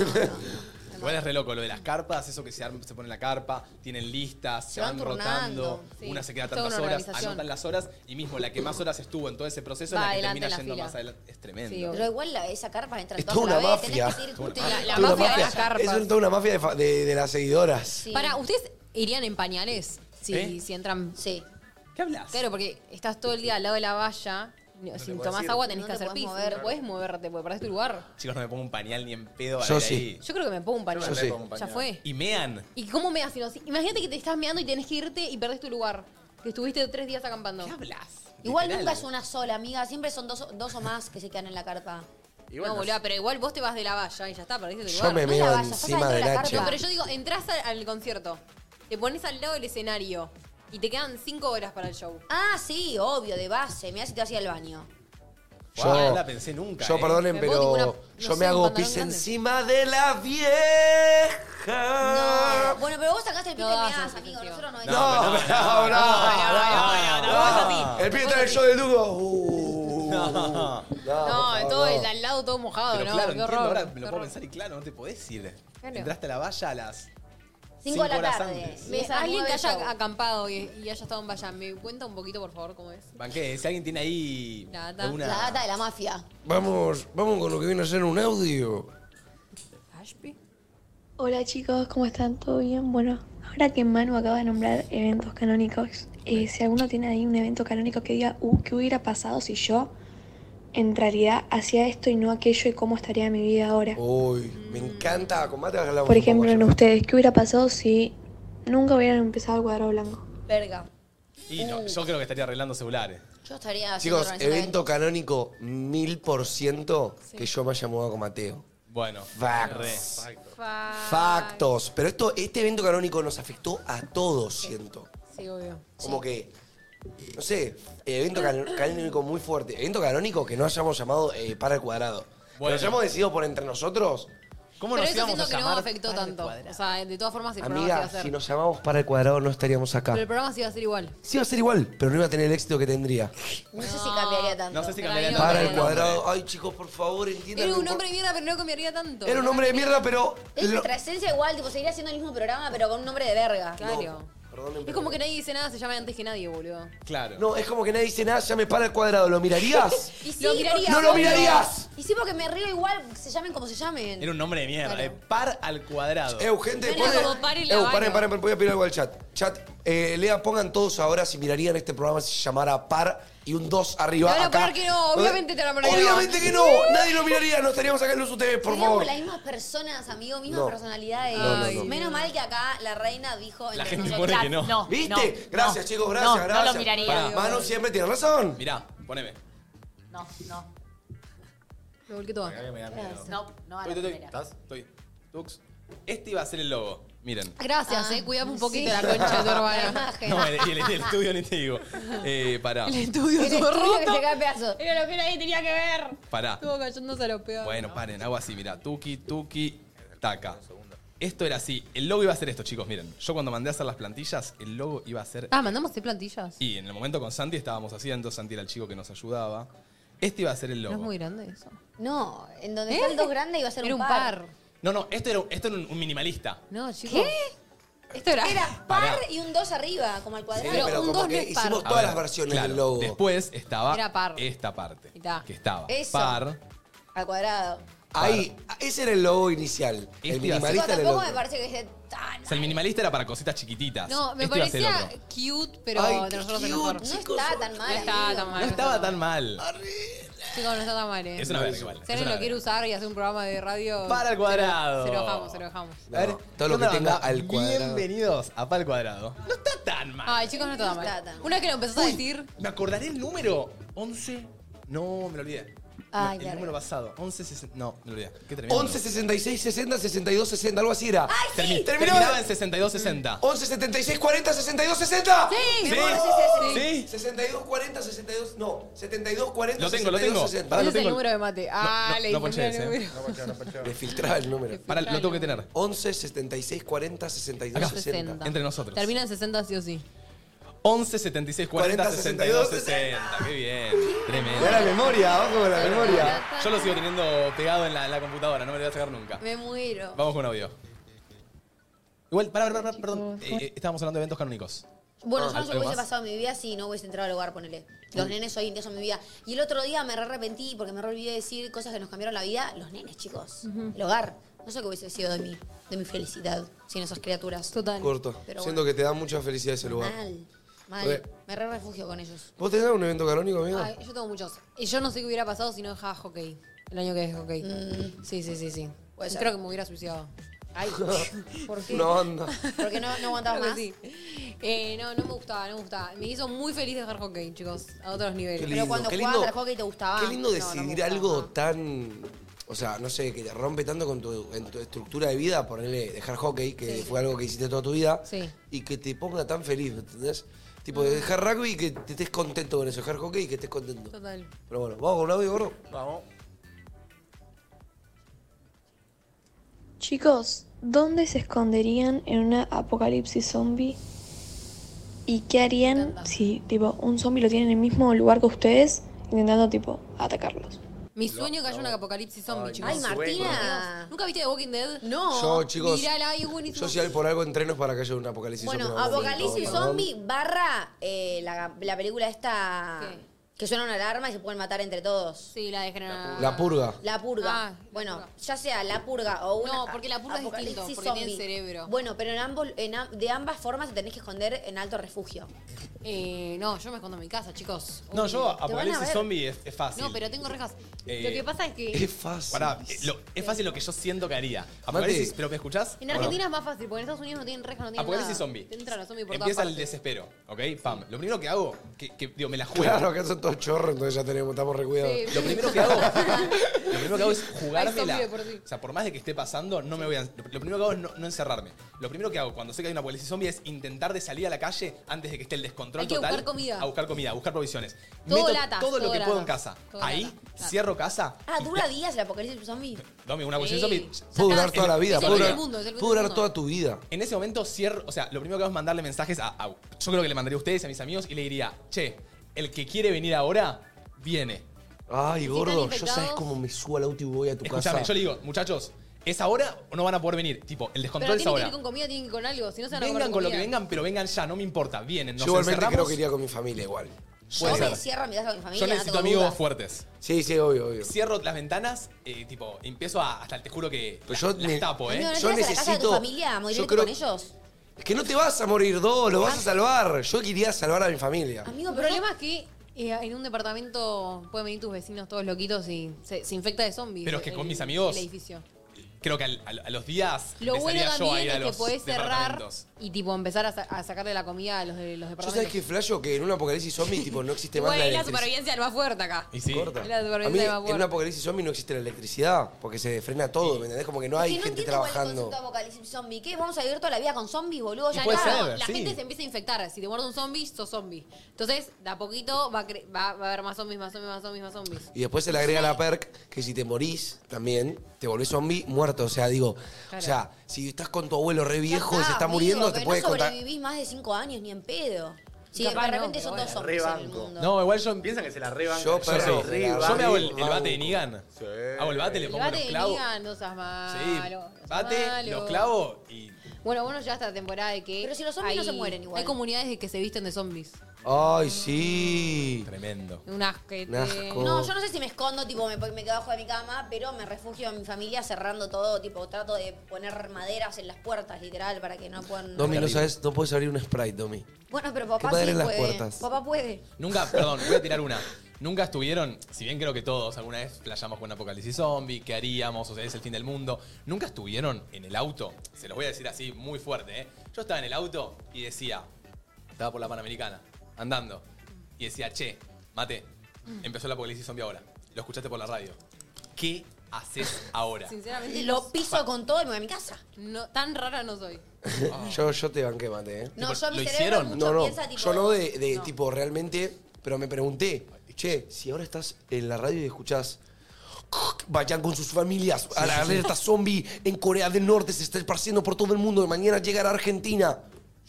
Speaker 1: Igual es re loco lo de las carpas, eso que se, arma- se pone la carpa, tienen listas, se, van,
Speaker 3: van turnando,
Speaker 1: rotando,
Speaker 3: sí.
Speaker 1: una se queda
Speaker 3: Toda una
Speaker 1: tantas horas,
Speaker 3: organización.
Speaker 1: anotan las horas y mismo la que más horas estuvo en todo ese proceso
Speaker 3: Va
Speaker 1: es la que
Speaker 3: adelante
Speaker 1: termina
Speaker 3: la
Speaker 1: yendo
Speaker 3: fila.
Speaker 1: más adelante. Es tremendo.
Speaker 3: Sí, obvio.
Speaker 4: Pero igual la- esa carpa entra en
Speaker 2: Es toda
Speaker 4: todas a
Speaker 2: una
Speaker 4: la vez, tenés
Speaker 2: mafia.
Speaker 4: que seguir-
Speaker 2: Toda
Speaker 4: te-
Speaker 3: La, la
Speaker 2: Toda una
Speaker 3: mafia de las
Speaker 2: mafia.
Speaker 3: carpas.
Speaker 2: Es toda una mafia de, fa- de- de las seguidoras.
Speaker 3: Para, ¿ustedes irían en pañales si,
Speaker 2: ¿Eh?
Speaker 3: si entran? Sí.
Speaker 1: ¿Qué hablas?
Speaker 3: Claro, porque estás todo el día al lado de la valla. si
Speaker 1: podés
Speaker 3: tomás
Speaker 1: ir.
Speaker 3: agua tenés
Speaker 1: No
Speaker 3: que
Speaker 1: te
Speaker 3: hacer
Speaker 1: podés
Speaker 3: pis.
Speaker 1: mover.
Speaker 3: No puedes moverte, porque perdés tu lugar.
Speaker 1: Chicos, no me pongo un pañal ni en pedo a
Speaker 2: Yo
Speaker 1: ver
Speaker 2: sí.
Speaker 1: ahí.
Speaker 3: Yo creo que me pongo un pañal.
Speaker 1: Yo me pongo un
Speaker 3: Ya
Speaker 1: pañal.
Speaker 3: fue.
Speaker 1: Y mean.
Speaker 3: ¿Y cómo me hacen? así? Imagínate que te estás meando y tenés que irte y perdés tu lugar. Que estuviste tres días acampando. ¿Qué
Speaker 1: hablas?
Speaker 4: Igual nunca es una sola, amiga. Siempre son dos, dos o más que se quedan en la carpa.
Speaker 3: no, boludo, pero igual vos te vas de la valla y ya está, perdiste tu
Speaker 2: Yo
Speaker 3: lugar.
Speaker 2: me
Speaker 3: No
Speaker 2: meo
Speaker 3: es la valla,
Speaker 2: encima
Speaker 3: estás adentro
Speaker 2: de
Speaker 3: la
Speaker 2: Nacho.
Speaker 3: carpa. No, pero yo digo, entras al, al concierto, te pones al lado del escenario y te quedan cinco horas para el show.
Speaker 4: Ah, sí, obvio, de base. Mirá si te vas a ir al baño.
Speaker 1: Guau, no la pensé nunca,
Speaker 2: Yo,
Speaker 1: eh.
Speaker 2: perdonen,
Speaker 1: Me
Speaker 2: pero
Speaker 1: pongo tipo una-
Speaker 2: yo
Speaker 1: no
Speaker 2: me
Speaker 1: sé, un
Speaker 2: hago
Speaker 1: pantalón
Speaker 2: pis
Speaker 1: grande.
Speaker 2: encima de la vieja.
Speaker 4: No, bueno, pero vos sacaste el pito y me das, amigo. Nosotros no
Speaker 2: No, no, no, no, no. El pie está en el show del Dugo. Uh,
Speaker 1: No.
Speaker 3: No,
Speaker 2: por
Speaker 3: todo
Speaker 2: favor.
Speaker 3: el al lado todo mojado,
Speaker 1: Pero
Speaker 3: ¿no?
Speaker 1: claro,
Speaker 3: Qué
Speaker 1: entiendo,
Speaker 3: horror.
Speaker 1: ahora me lo
Speaker 3: qué
Speaker 1: puedo
Speaker 3: horror.
Speaker 1: pensar y claro, no te podés ir.
Speaker 3: Claro.
Speaker 1: Entraste a la valla a las
Speaker 4: Cinco de la
Speaker 1: horas
Speaker 4: tarde.
Speaker 1: antes.
Speaker 3: Me-
Speaker 4: Esa
Speaker 3: alguien
Speaker 4: nueva
Speaker 3: que
Speaker 4: de
Speaker 3: haya
Speaker 4: show.
Speaker 3: acampado y, y haya estado en Valla, ¿me cuenta un poquito, por favor, cómo es?
Speaker 1: Banqué, si alguien tiene ahí
Speaker 3: La data.
Speaker 1: alguna...
Speaker 4: La data de la mafia.
Speaker 2: Vamos, vamos con lo que viene a ser un audio.
Speaker 15: Hola chicos, ¿cómo están? ¿Todo bien? Bueno, ahora que Manu acaba de nombrar eventos canónicos, eh, si alguno tiene ahí un evento canónico que diga, uh, ¿qué hubiera pasado si yo en realidad hacía esto y no aquello y cómo estaría mi vida ahora?
Speaker 2: Uy, me encanta. Combate a la
Speaker 15: Por ejemplo, en ustedes, ¿qué hubiera pasado si nunca hubieran empezado el cuadrado blanco?
Speaker 4: Verga.
Speaker 1: Y no, yo creo que estaría arreglando celulares.
Speaker 4: Yo estaría haciendo
Speaker 2: Chicos,
Speaker 4: organización de
Speaker 2: evento canónico mil por ciento que yo me haya mudado con Mateo.
Speaker 1: Bueno.
Speaker 2: Facts.
Speaker 1: Re.
Speaker 2: Factos. Pero esto, este evento canónico nos afectó a todos, siento.
Speaker 3: Sí, obvio.
Speaker 2: Como que, no sé, evento cano- canónico muy fuerte. Evento canónico que no hayamos llamado eh, para el cuadrado.
Speaker 1: Bueno.
Speaker 2: Nos hayamos decidido por entre nosotros.
Speaker 3: Pero eso siento que no afectó tanto. O sea, de todas formas el programa se iba a
Speaker 2: Amiga,
Speaker 3: hacer.
Speaker 2: si nos llamamos para el cuadrado no estaríamos acá.
Speaker 3: Pero el programa se iba a hacer igual.
Speaker 2: Sí, va a ser igual, pero no iba a tener el éxito que tendría.
Speaker 4: No, sé si cambiaría tanto.
Speaker 1: No sé si
Speaker 4: Pero
Speaker 1: cambiaría
Speaker 4: ahí
Speaker 1: tanto.
Speaker 2: Para el cuadrado. Ay, chicos, por favor, entiendan.
Speaker 3: Era
Speaker 2: lo
Speaker 3: un
Speaker 2: impor-
Speaker 3: hombre de mierda, pero no cambiaría tanto.
Speaker 2: Era un hombre de mierda, pero.
Speaker 4: Es
Speaker 2: lo-
Speaker 4: nuestra esencia igual, tipo, seguiría haciendo el mismo programa, pero con un nombre de verga.
Speaker 3: Claro.
Speaker 2: Perdonen,
Speaker 3: Es
Speaker 2: pero-
Speaker 3: como que nadie dice nada, se llama antes que nadie, boludo.
Speaker 1: Claro.
Speaker 2: No, es como que nadie dice nada, llame para el cuadrado. ¿Lo mirarías?
Speaker 4: Y sí,
Speaker 3: Lo mirarías,
Speaker 2: ¡No lo
Speaker 4: obvio.
Speaker 2: mirarías!
Speaker 4: Y sí, porque me río igual, se llamen como se llamen.
Speaker 1: Era un nombre de mierda. eh. Par al cuadrado.
Speaker 2: Eu, gente,
Speaker 4: Era
Speaker 2: ponen-
Speaker 4: como par y la
Speaker 2: Eu,
Speaker 4: vara.
Speaker 2: paren, paren, paren, voy a pedir algo al chat. Chat, eh, Lea, pongan todos ahora si mirarían este programa si se llamara par y un 2 arriba.
Speaker 3: Te van a
Speaker 2: acá.
Speaker 3: poner que no, obviamente te van a poner que no.
Speaker 2: Obviamente que no, nadie lo miraría, no estaríamos acá en luz ustedes, por
Speaker 4: Seríamos
Speaker 2: favor.
Speaker 4: las mismas personas, amigo, mismas
Speaker 2: No.
Speaker 4: personalidades.
Speaker 2: No, no, no.
Speaker 4: Menos mal que acá la reina dijo.
Speaker 1: La
Speaker 4: entre
Speaker 1: gente
Speaker 4: nosotras.
Speaker 1: pone que no.
Speaker 2: ¿Viste? gracias, chicos, gracias,
Speaker 4: no lo
Speaker 2: gracias.
Speaker 4: miraría.
Speaker 2: Pará, Manu siempre tiene razón.
Speaker 1: Mirá, poneme.
Speaker 14: No, no.
Speaker 3: Me volqué toda.
Speaker 14: No, no a la
Speaker 1: Estoy, estoy,
Speaker 14: primera.
Speaker 1: ¿Estás? Estoy. Tux. Este iba a ser el logo. Miren.
Speaker 3: Gracias, eh. Cuidamos un poquito
Speaker 14: sí.
Speaker 3: la concha de tu hermana.
Speaker 1: No, el, el- el estudio ni te digo. Eh, pará.
Speaker 3: estudio
Speaker 4: El
Speaker 3: todo
Speaker 4: estudio que
Speaker 3: roto.
Speaker 4: se cae a pedazos.
Speaker 3: Era lo que nadie tenía que ver.
Speaker 1: Pará.
Speaker 3: Estuvo cayéndose a los peores.
Speaker 1: Ah. Bueno, paren, hago así, mirá. Tuki, tuki, taca. Esto era así. El logo iba a ser esto, chicos. Miren, yo cuando mandé a hacer las plantillas, el logo iba a ser.
Speaker 3: Ah, mandamos de plantillas.
Speaker 1: Y en el momento con Santi estábamos haciendo, Santi era el chico que nos ayudaba. Este iba a ser el
Speaker 3: No es
Speaker 1: logo.
Speaker 3: muy grande eso.
Speaker 4: No, en donde
Speaker 3: ¿Eh?
Speaker 4: está el dos grande iba a ser
Speaker 3: Era
Speaker 4: un
Speaker 3: un
Speaker 4: par.
Speaker 3: par.
Speaker 1: No, no, esto era, esto era un, un minimalista.
Speaker 3: No, chicos. ¿Qué? Esto era.
Speaker 4: Era par
Speaker 1: Pará.
Speaker 4: y un dos arriba, como al cuadrado.
Speaker 2: pero como
Speaker 3: dos no
Speaker 2: que
Speaker 3: es par.
Speaker 2: hicimos
Speaker 1: A
Speaker 2: todas
Speaker 1: ver,
Speaker 2: las versiones
Speaker 1: claro,
Speaker 2: del logo.
Speaker 1: Después estaba
Speaker 3: Era par.
Speaker 1: esta parte.
Speaker 3: Y ta.
Speaker 1: Que estaba
Speaker 4: Eso.
Speaker 1: par.
Speaker 4: Al cuadrado.
Speaker 2: Ahí, ese era el logo inicial.
Speaker 1: Este
Speaker 2: El
Speaker 1: iba a ser-
Speaker 4: Tipo,
Speaker 2: minimalista era el
Speaker 4: tampoco
Speaker 2: logo.
Speaker 4: me parece que esté tan.
Speaker 1: O sea, el minimalista era para cositas chiquititas.
Speaker 3: No, me
Speaker 1: Esto iba a ser
Speaker 3: parecía
Speaker 1: otro.
Speaker 3: cute, pero
Speaker 2: Ay,
Speaker 3: entre
Speaker 2: qué
Speaker 3: nosotros
Speaker 2: cute,
Speaker 3: es mejor.
Speaker 4: No está tan mal.
Speaker 3: No estaba
Speaker 4: amigo.
Speaker 3: tan mal.
Speaker 1: No estaba tan mal.
Speaker 3: Chicos, no está tan mal, eh.
Speaker 1: Es una verga igual.
Speaker 3: Si
Speaker 1: es
Speaker 3: alguien
Speaker 1: una
Speaker 3: lo quiere
Speaker 1: verga.
Speaker 3: usar y hacer un programa de radio.
Speaker 1: Para el cuadrado.
Speaker 3: Se lo dejamos, se lo dejamos.
Speaker 2: No, todo lo que
Speaker 1: ¿Cómo
Speaker 2: tenga
Speaker 1: anda?
Speaker 2: al cuadrado.
Speaker 1: Bienvenidos a Pal Cuadrado. No está tan mal.
Speaker 3: Ay, chicos, no está tan
Speaker 4: No está
Speaker 3: mal.
Speaker 4: tan
Speaker 3: Una vez que lo empezás a decir.
Speaker 1: ¿Me acordaré el número? 11. No, me lo olvidé.
Speaker 4: Ay,
Speaker 1: el
Speaker 4: claro.
Speaker 1: número pasado. 11. sesen- No, me lo olvidé. Qué tremendo.
Speaker 2: 11, 66, 60, 62, 60, algo así era. Terminaba-
Speaker 1: Termi- Terminaba en 62-60.
Speaker 2: 11, 76, 40, 62, 60.
Speaker 3: Sí.
Speaker 1: Sí.
Speaker 2: Demora.
Speaker 1: Sí. Sí.
Speaker 2: 62, 40, 62, no, 72, 40,
Speaker 1: Lo tengo, lo
Speaker 2: 62,
Speaker 1: tengo.
Speaker 2: 60.
Speaker 1: Pará,
Speaker 3: Ese
Speaker 1: lo
Speaker 3: es el
Speaker 1: tengo.
Speaker 3: número de mate. Ah,
Speaker 1: no,
Speaker 3: le
Speaker 1: no
Speaker 3: dije
Speaker 1: ponché
Speaker 3: el
Speaker 1: ese, eh.
Speaker 3: número.
Speaker 2: Le filtraba el número.
Speaker 1: Para, lo tengo que tener.
Speaker 2: 11, 76, 40, 62,
Speaker 1: Acá.
Speaker 2: 60.
Speaker 1: Entre nosotros.
Speaker 3: Termina en 60 sí o sí.
Speaker 1: 11, 76, 40, 62, 60. Qué bien. Tremendo.
Speaker 2: Ah, memoria, ojo con la memoria.
Speaker 1: Yo lo sigo teniendo pegado en la, en la computadora, no me lo voy a sacar nunca.
Speaker 4: Me muero.
Speaker 1: Vamos con audio. Igual, pará, pará, pará, perdón. Eh, eh, estábamos hablando de eventos canónicos.
Speaker 4: Bueno,
Speaker 1: Ah,
Speaker 4: yo no sé
Speaker 1: ¿algo
Speaker 4: lo hubiese
Speaker 1: más?
Speaker 4: pasado en mi vida si no hubiese entrado al hogar, ponele. Los nenes hoy en día son mi vida. Y el otro día me re arrepentí porque me re olvidé de decir cosas que nos cambiaron la vida. Los nenes, chicos. El hogar. No sé qué hubiese sido de mí, de mi felicidad sin esas criaturas.
Speaker 3: Total.
Speaker 2: Corto.
Speaker 4: Pero
Speaker 2: Siento
Speaker 4: bueno. Ah.
Speaker 2: que te da mucha felicidad ese lugar.
Speaker 4: Mal. Mal.
Speaker 2: Re.
Speaker 4: Me re refugio con ellos.
Speaker 2: ¿Vos tenés un evento canónico, amigo?
Speaker 3: Ay, yo tengo muchos. Y yo no sé qué hubiera pasado si no dejaba hockey. El año que dejé hockey.
Speaker 4: Mm.
Speaker 3: Sí, sí, sí, sí.
Speaker 4: Puede ser.
Speaker 3: Creo que me hubiera suicidado.
Speaker 4: Ay, ¿por qué?
Speaker 2: Una onda.
Speaker 4: Porque no, no aguantaba
Speaker 3: Creo
Speaker 4: más.
Speaker 3: que sí. Eh, no, no me gustaba, no me gustaba. Me hizo muy feliz dejar hockey, chicos. A otros niveles.
Speaker 2: Qué
Speaker 4: Pero
Speaker 2: lindo,
Speaker 4: cuando
Speaker 2: qué
Speaker 4: jugabas
Speaker 2: lindo.
Speaker 4: al hockey te gustaba.
Speaker 2: Qué lindo
Speaker 4: ah, No, no me
Speaker 2: decidir
Speaker 4: gustaba.
Speaker 2: algo tan. O sea, no sé, que te rompe tanto con tu, en tu estructura de vida, ponerle dejar hockey, que fue algo que hiciste toda tu vida,
Speaker 3: Sí.
Speaker 2: y que te ponga tan feliz, ¿me entendés? Tipo,
Speaker 4: Ah.
Speaker 2: dejar rugby y que te estés contento con eso, dejar hockey y que estés contento.
Speaker 3: Total.
Speaker 2: Pero bueno, vamos con un audio, gordo.
Speaker 1: Vamos.
Speaker 15: Chicos,
Speaker 20: ¿Dónde se esconderían en una apocalipsis zombie? ¿Y qué harían si tipo un zombie lo tienen en el mismo lugar que ustedes intentando tipo atacarlos?
Speaker 3: Mi sueño cayó en un apocalipsis zombie, chicos.
Speaker 4: Ay, Martina.
Speaker 3: Dios. ¿Nunca viste The Walking Dead? No.
Speaker 2: Yo, chicos,
Speaker 3: Mírala, es buenísimo.
Speaker 2: yo si hay por algo entrenos para que haya un apocalipsis
Speaker 4: Bueno,
Speaker 2: zombie.
Speaker 4: Apocalipsis
Speaker 2: Perdón.
Speaker 4: Zombie barra eh, la, la película esta que suena una alarma y se pueden matar entre todos.
Speaker 3: Sí, la degenerada.
Speaker 2: La purga.
Speaker 4: La purga.
Speaker 3: Ah,
Speaker 4: bueno, ya sea la purga o una.
Speaker 3: No, porque la purga es
Speaker 4: apocalipsis
Speaker 3: distinto, porque tiene
Speaker 4: zombie.
Speaker 3: cerebro.
Speaker 4: Bueno, pero en ambos, en am- de ambas formas te tenés que esconder en alto refugio.
Speaker 3: Eh, no, yo me escondo en mi casa, chicos.
Speaker 1: No, yo,
Speaker 3: Te van a
Speaker 1: apocalipsis
Speaker 3: ver.
Speaker 1: zombie es, es fácil.
Speaker 3: No, pero tengo rejas.
Speaker 1: Eh,
Speaker 3: Lo que pasa es que.
Speaker 2: Es fácil.
Speaker 1: Pará, eh, lo- es fácil lo que yo siento que haría. Apocalipsis, ¿pero me escuchás?
Speaker 3: En Argentina es más fácil, porque en Estados Unidos no tienen rejas, no tienen
Speaker 1: Apocalipsis
Speaker 3: nada.
Speaker 1: zombie.
Speaker 3: Te entran los zombies por
Speaker 1: Empieza
Speaker 3: todas
Speaker 1: el desespero, ¿ok? Pam. Lo primero que hago, que, que, digo, me la juego.
Speaker 2: Claro, acá son todos chorros, entonces ya tenemos, estamos recuidados.
Speaker 3: Sí.
Speaker 1: Lo primero que hago, lo primero que hago es jugármela.
Speaker 3: Hay zombie de por sí.
Speaker 1: O sea, por más de que esté pasando, no me voy a. Lo primero que hago es no, no encerrarme. Lo primero que hago cuando sé que hay una apocalipsis zombie es intentar de salir a la calle antes de que esté el descontrol
Speaker 3: Hay que
Speaker 1: total.
Speaker 3: buscar comida.
Speaker 1: A buscar comida, a buscar provisiones.
Speaker 3: Todo
Speaker 1: Meto
Speaker 3: latas,
Speaker 1: todo lo
Speaker 3: todo
Speaker 1: que puedo en
Speaker 3: latas.
Speaker 1: casa.
Speaker 3: Todo
Speaker 1: Ahí cierro casa.
Speaker 4: Ah,
Speaker 1: y-
Speaker 4: dura días el apocalipsis zombie.
Speaker 1: Dame una
Speaker 4: Sí.
Speaker 1: cuestión zombie.
Speaker 2: Puede durar toda la vida,
Speaker 1: Es el
Speaker 2: puede
Speaker 1: fin del
Speaker 2: durar-
Speaker 1: mundo, es el fin
Speaker 2: puede
Speaker 1: del
Speaker 2: durar
Speaker 1: mundo.
Speaker 2: toda tu vida.
Speaker 1: En ese momento cierro, o sea, lo primero que hago es mandarle mensajes a, a- yo creo que le mandaría a ustedes, a mis amigos, y le diría, che, el que quiere venir ahora, viene.
Speaker 2: Ay,
Speaker 1: Si
Speaker 2: gordo,
Speaker 1: están
Speaker 2: yo sabes
Speaker 1: infectados-
Speaker 2: cómo me subo al auto y voy a tu
Speaker 1: Escúchame,
Speaker 2: casa.
Speaker 1: yo le digo, muchachos, ¿es ahora o no van a poder venir? Tipo, el
Speaker 3: Pero
Speaker 1: descontrol es
Speaker 3: tienen que
Speaker 1: ahora.
Speaker 3: ir con comida, tienen que ir con algo, si no se van a
Speaker 1: Vengan
Speaker 3: comer
Speaker 1: con lo que
Speaker 3: comida.
Speaker 1: vengan, pero vengan ya, no me importa, vienen, nos
Speaker 2: Yo igualmente
Speaker 1: encerramos.
Speaker 2: creo que iría con mi familia igual.
Speaker 4: Yo me encierro en mi casa con mi familia.
Speaker 1: Yo
Speaker 4: no
Speaker 1: necesito
Speaker 4: tengo
Speaker 1: amigos
Speaker 4: dudas.
Speaker 1: fuertes.
Speaker 2: Sí, sí, obvio, obvio.
Speaker 1: Cierro las ventanas, eh, tipo, empiezo a, hasta te juro que
Speaker 2: Pero
Speaker 1: la-
Speaker 2: Pues yo
Speaker 1: las
Speaker 2: ne-
Speaker 1: tapo, ¿eh?
Speaker 4: Amigo, ¿no
Speaker 2: Yo
Speaker 4: te vas a la casa de tu
Speaker 2: necesito-
Speaker 4: familia a morirte
Speaker 2: creo-
Speaker 4: con ellos?
Speaker 2: Es que no te vas a morir, dos, lo vas a salvar. Yo quería salvar a mi familia.
Speaker 4: Ah,
Speaker 3: Amigo, el problema es que eh, en un departamento pueden venir tus vecinos todos loquitos y se, se infecta de zombies.
Speaker 1: Pero es que
Speaker 3: el-
Speaker 1: con mis amigos-
Speaker 3: El edificio.
Speaker 1: Creo que al- al- a los días
Speaker 3: Lo bueno
Speaker 1: empezaría yo a
Speaker 3: también
Speaker 1: ir a
Speaker 3: es que
Speaker 1: los
Speaker 3: podés cerrar
Speaker 1: departamentos.
Speaker 3: y tipo empezar a, sa- a sacarle la comida a los de los
Speaker 2: Yo sabes
Speaker 3: departamentos.
Speaker 2: que flasho que en un apocalipsis zombie tipo no existe más
Speaker 3: Güey,
Speaker 2: la
Speaker 3: es la
Speaker 2: electricidad.
Speaker 3: supervivencia del más fuerte acá.
Speaker 2: Y sí. Corta.
Speaker 3: Es la
Speaker 2: A mí,
Speaker 3: supervivencia del más
Speaker 2: en un
Speaker 3: fuerte.
Speaker 2: apocalipsis zombie no existe la electricidad, porque se frena todo, ¿me entendés? Como que no hay
Speaker 4: que no
Speaker 2: gente
Speaker 4: entiendo cuál es el
Speaker 2: trabajando.
Speaker 4: concepto de apocalipsis zombie. ¿Qué? ¿Vamos a vivir toda la vida con zombies, boludo? Ya
Speaker 2: puede
Speaker 4: está.
Speaker 2: ser,
Speaker 3: La
Speaker 2: sí.
Speaker 3: gente se empieza a infectar. Si te muerde un zombie, sos zombie. Entonces, de a poquito va a, cre- va- va a haber más zombies, más zombies, más zombies, más zombies.
Speaker 2: Y después se le agrega la perk que si te morís también, te volvés zombie muerto. O sea, digo,
Speaker 3: Claro.
Speaker 2: o sea, si estás con tu abuelo re viejo y se
Speaker 4: Ah,
Speaker 2: está
Speaker 4: amigo,
Speaker 2: muriendo,
Speaker 4: que
Speaker 2: te puede
Speaker 4: no
Speaker 2: contar.
Speaker 4: sobrevivís más de 5 años ni en pedo. Si
Speaker 12: Capaz
Speaker 4: de
Speaker 12: no,
Speaker 4: repente
Speaker 12: pero
Speaker 4: son dos
Speaker 12: bueno,
Speaker 4: zombies en el
Speaker 12: rebanco.
Speaker 4: mundo.
Speaker 1: No, igual yo.
Speaker 12: Piensan que se la reban.
Speaker 1: Yo,
Speaker 12: se la
Speaker 1: perro,
Speaker 12: rebancan.
Speaker 1: yo me hago el, el bate de Nigan. Hago el bate, le pongo los clavos.
Speaker 3: Nigan, no seas malo. no
Speaker 1: Sí,
Speaker 3: seas
Speaker 1: bate,
Speaker 3: malo.
Speaker 1: los clavos y.
Speaker 3: Bueno, bueno, ya está la temporada de que.
Speaker 4: Pero si los zombies no
Speaker 3: hay-
Speaker 4: se mueren igual.
Speaker 3: Hay comunidades de que se visten de zombies.
Speaker 2: Ay, sí.
Speaker 1: Tremendo.
Speaker 3: Un asquete.
Speaker 2: Un asco.
Speaker 4: No, yo no sé si me escondo, tipo, me, me quedo abajo de mi cama, pero me refugio en mi familia cerrando todo, tipo, trato de poner maderas en las puertas, literal, para que no puedan...
Speaker 2: Domi, no sabes, no puedes abrir un sprite, Domi.
Speaker 4: Bueno, pero
Speaker 2: Que
Speaker 4: papá sí
Speaker 2: madera en las
Speaker 4: puede.
Speaker 2: puertas.
Speaker 4: Papá puede.
Speaker 1: Nunca, perdón, voy a tirar una. Nunca estuvieron, si bien creo que todos alguna vez playamos con un apocalipsis zombie, ¿qué haríamos? O sea, es el fin del mundo. Nunca estuvieron en el auto, se los voy a decir así muy fuerte, ¿eh? Yo estaba en el auto y decía, estaba por la Panamericana, andando, y decía, che, mate, empezó el apocalipsis zombie ahora. Lo escuchaste por la radio. ¿Qué haces ahora?
Speaker 3: Sinceramente.
Speaker 4: Lo piso con todo y me voy a mi casa.
Speaker 3: No, tan rara no soy.
Speaker 2: yo, yo te banqué, mate, ¿eh?
Speaker 4: No, Tipo, yo mi ¿lo cerebro hicieron? mucho
Speaker 2: No, no.
Speaker 4: piensa, tipo-
Speaker 2: yo no de, de tipo realmente, pero me pregunté, che, si ahora estás en la radio y escuchás. Vayan con sus familias a la
Speaker 1: sí, sí.
Speaker 2: alerta zombie en Corea del Norte se está esparciendo por todo el mundo. De mañana llegará a Argentina.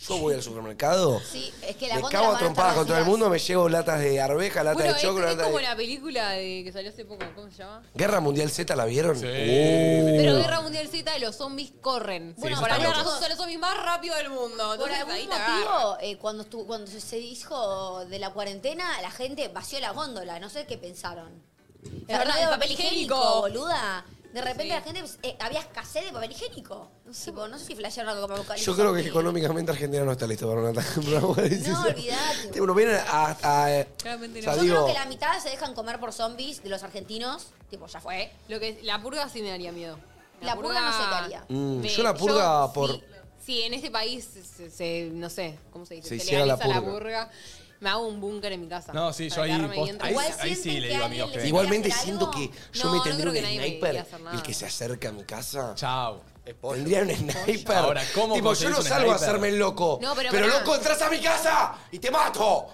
Speaker 2: Yo voy al supermercado.
Speaker 4: Sí, es que las
Speaker 2: Me
Speaker 4: góndolas
Speaker 2: cago
Speaker 4: van
Speaker 2: a
Speaker 4: a
Speaker 2: trompadas
Speaker 4: estar
Speaker 2: con todo el
Speaker 4: vacías.
Speaker 2: mundo, me llevo latas de arveja, latas
Speaker 3: bueno,
Speaker 2: de
Speaker 3: es,
Speaker 2: chocolate.
Speaker 3: es
Speaker 2: latas
Speaker 3: como
Speaker 2: de-
Speaker 3: la película de que salió hace poco, ¿cómo se llama?
Speaker 2: Guerra Mundial Z, ¿la vieron? Oh. Sí.
Speaker 3: Pero Guerra Mundial Z, los zombies corren.
Speaker 4: Sí, eso
Speaker 3: por
Speaker 4: está
Speaker 3: alguna
Speaker 4: loco.
Speaker 3: razón son los zombies más rápidos del mundo.
Speaker 4: Por
Speaker 3: Entonces,
Speaker 4: algún
Speaker 3: ahí te agarran.
Speaker 4: motivo, eh, cuando, estu- cuando se- se dijo de la cuarentena, la gente vació la góndola. No sé qué pensaron. Es
Speaker 3: verdad, el papel higiénico.
Speaker 4: boluda. De repente la gente, eh, había escasez de papel higiénico. Tipo, No sé, si flashearon algo como
Speaker 2: Yo creo que económicamente Argentina no está listo para una No,
Speaker 4: olvidate.
Speaker 2: Bueno, vienen a. a- eh,
Speaker 3: Claramente
Speaker 2: o
Speaker 3: no.
Speaker 2: sea,
Speaker 4: Yo
Speaker 2: digo,
Speaker 4: creo que la mitad se dejan comer por zombies de los argentinos. Tipo, ya fue.
Speaker 3: Lo que es- la purga sí me daría miedo.
Speaker 4: La purga no sé qué haría.
Speaker 2: Mm,
Speaker 3: Me-
Speaker 2: yo la purga
Speaker 3: yo
Speaker 2: por.
Speaker 3: sí. Sí, en este país, se, se- no sé, ¿cómo se dice?
Speaker 2: Se
Speaker 3: se
Speaker 2: hiciera la
Speaker 3: legaliza la purga.
Speaker 2: purga.
Speaker 3: Me hago un búnker en mi casa.
Speaker 1: No, sí, yo ahí
Speaker 3: Agarrarme
Speaker 1: post-
Speaker 3: bien
Speaker 1: ahí-
Speaker 3: tranquila.
Speaker 1: ahí sí le digo a amigos que.
Speaker 2: Igualmente siento que yo
Speaker 3: No,
Speaker 2: me
Speaker 3: no
Speaker 2: tendría
Speaker 3: creo que
Speaker 2: un
Speaker 3: nadie me
Speaker 2: sniper.
Speaker 3: diría hacer nada.
Speaker 2: el que se acerca a mi casa.
Speaker 1: Chao.
Speaker 2: Tendría un sniper.
Speaker 1: Ahora, ¿cómo
Speaker 2: Tipo, yo
Speaker 1: conseguís
Speaker 2: no
Speaker 1: un
Speaker 2: salgo a
Speaker 1: sniper?
Speaker 2: hacerme el loco.
Speaker 4: No, pero
Speaker 2: pero
Speaker 4: pará.
Speaker 2: loco, entras a mi casa y te mato.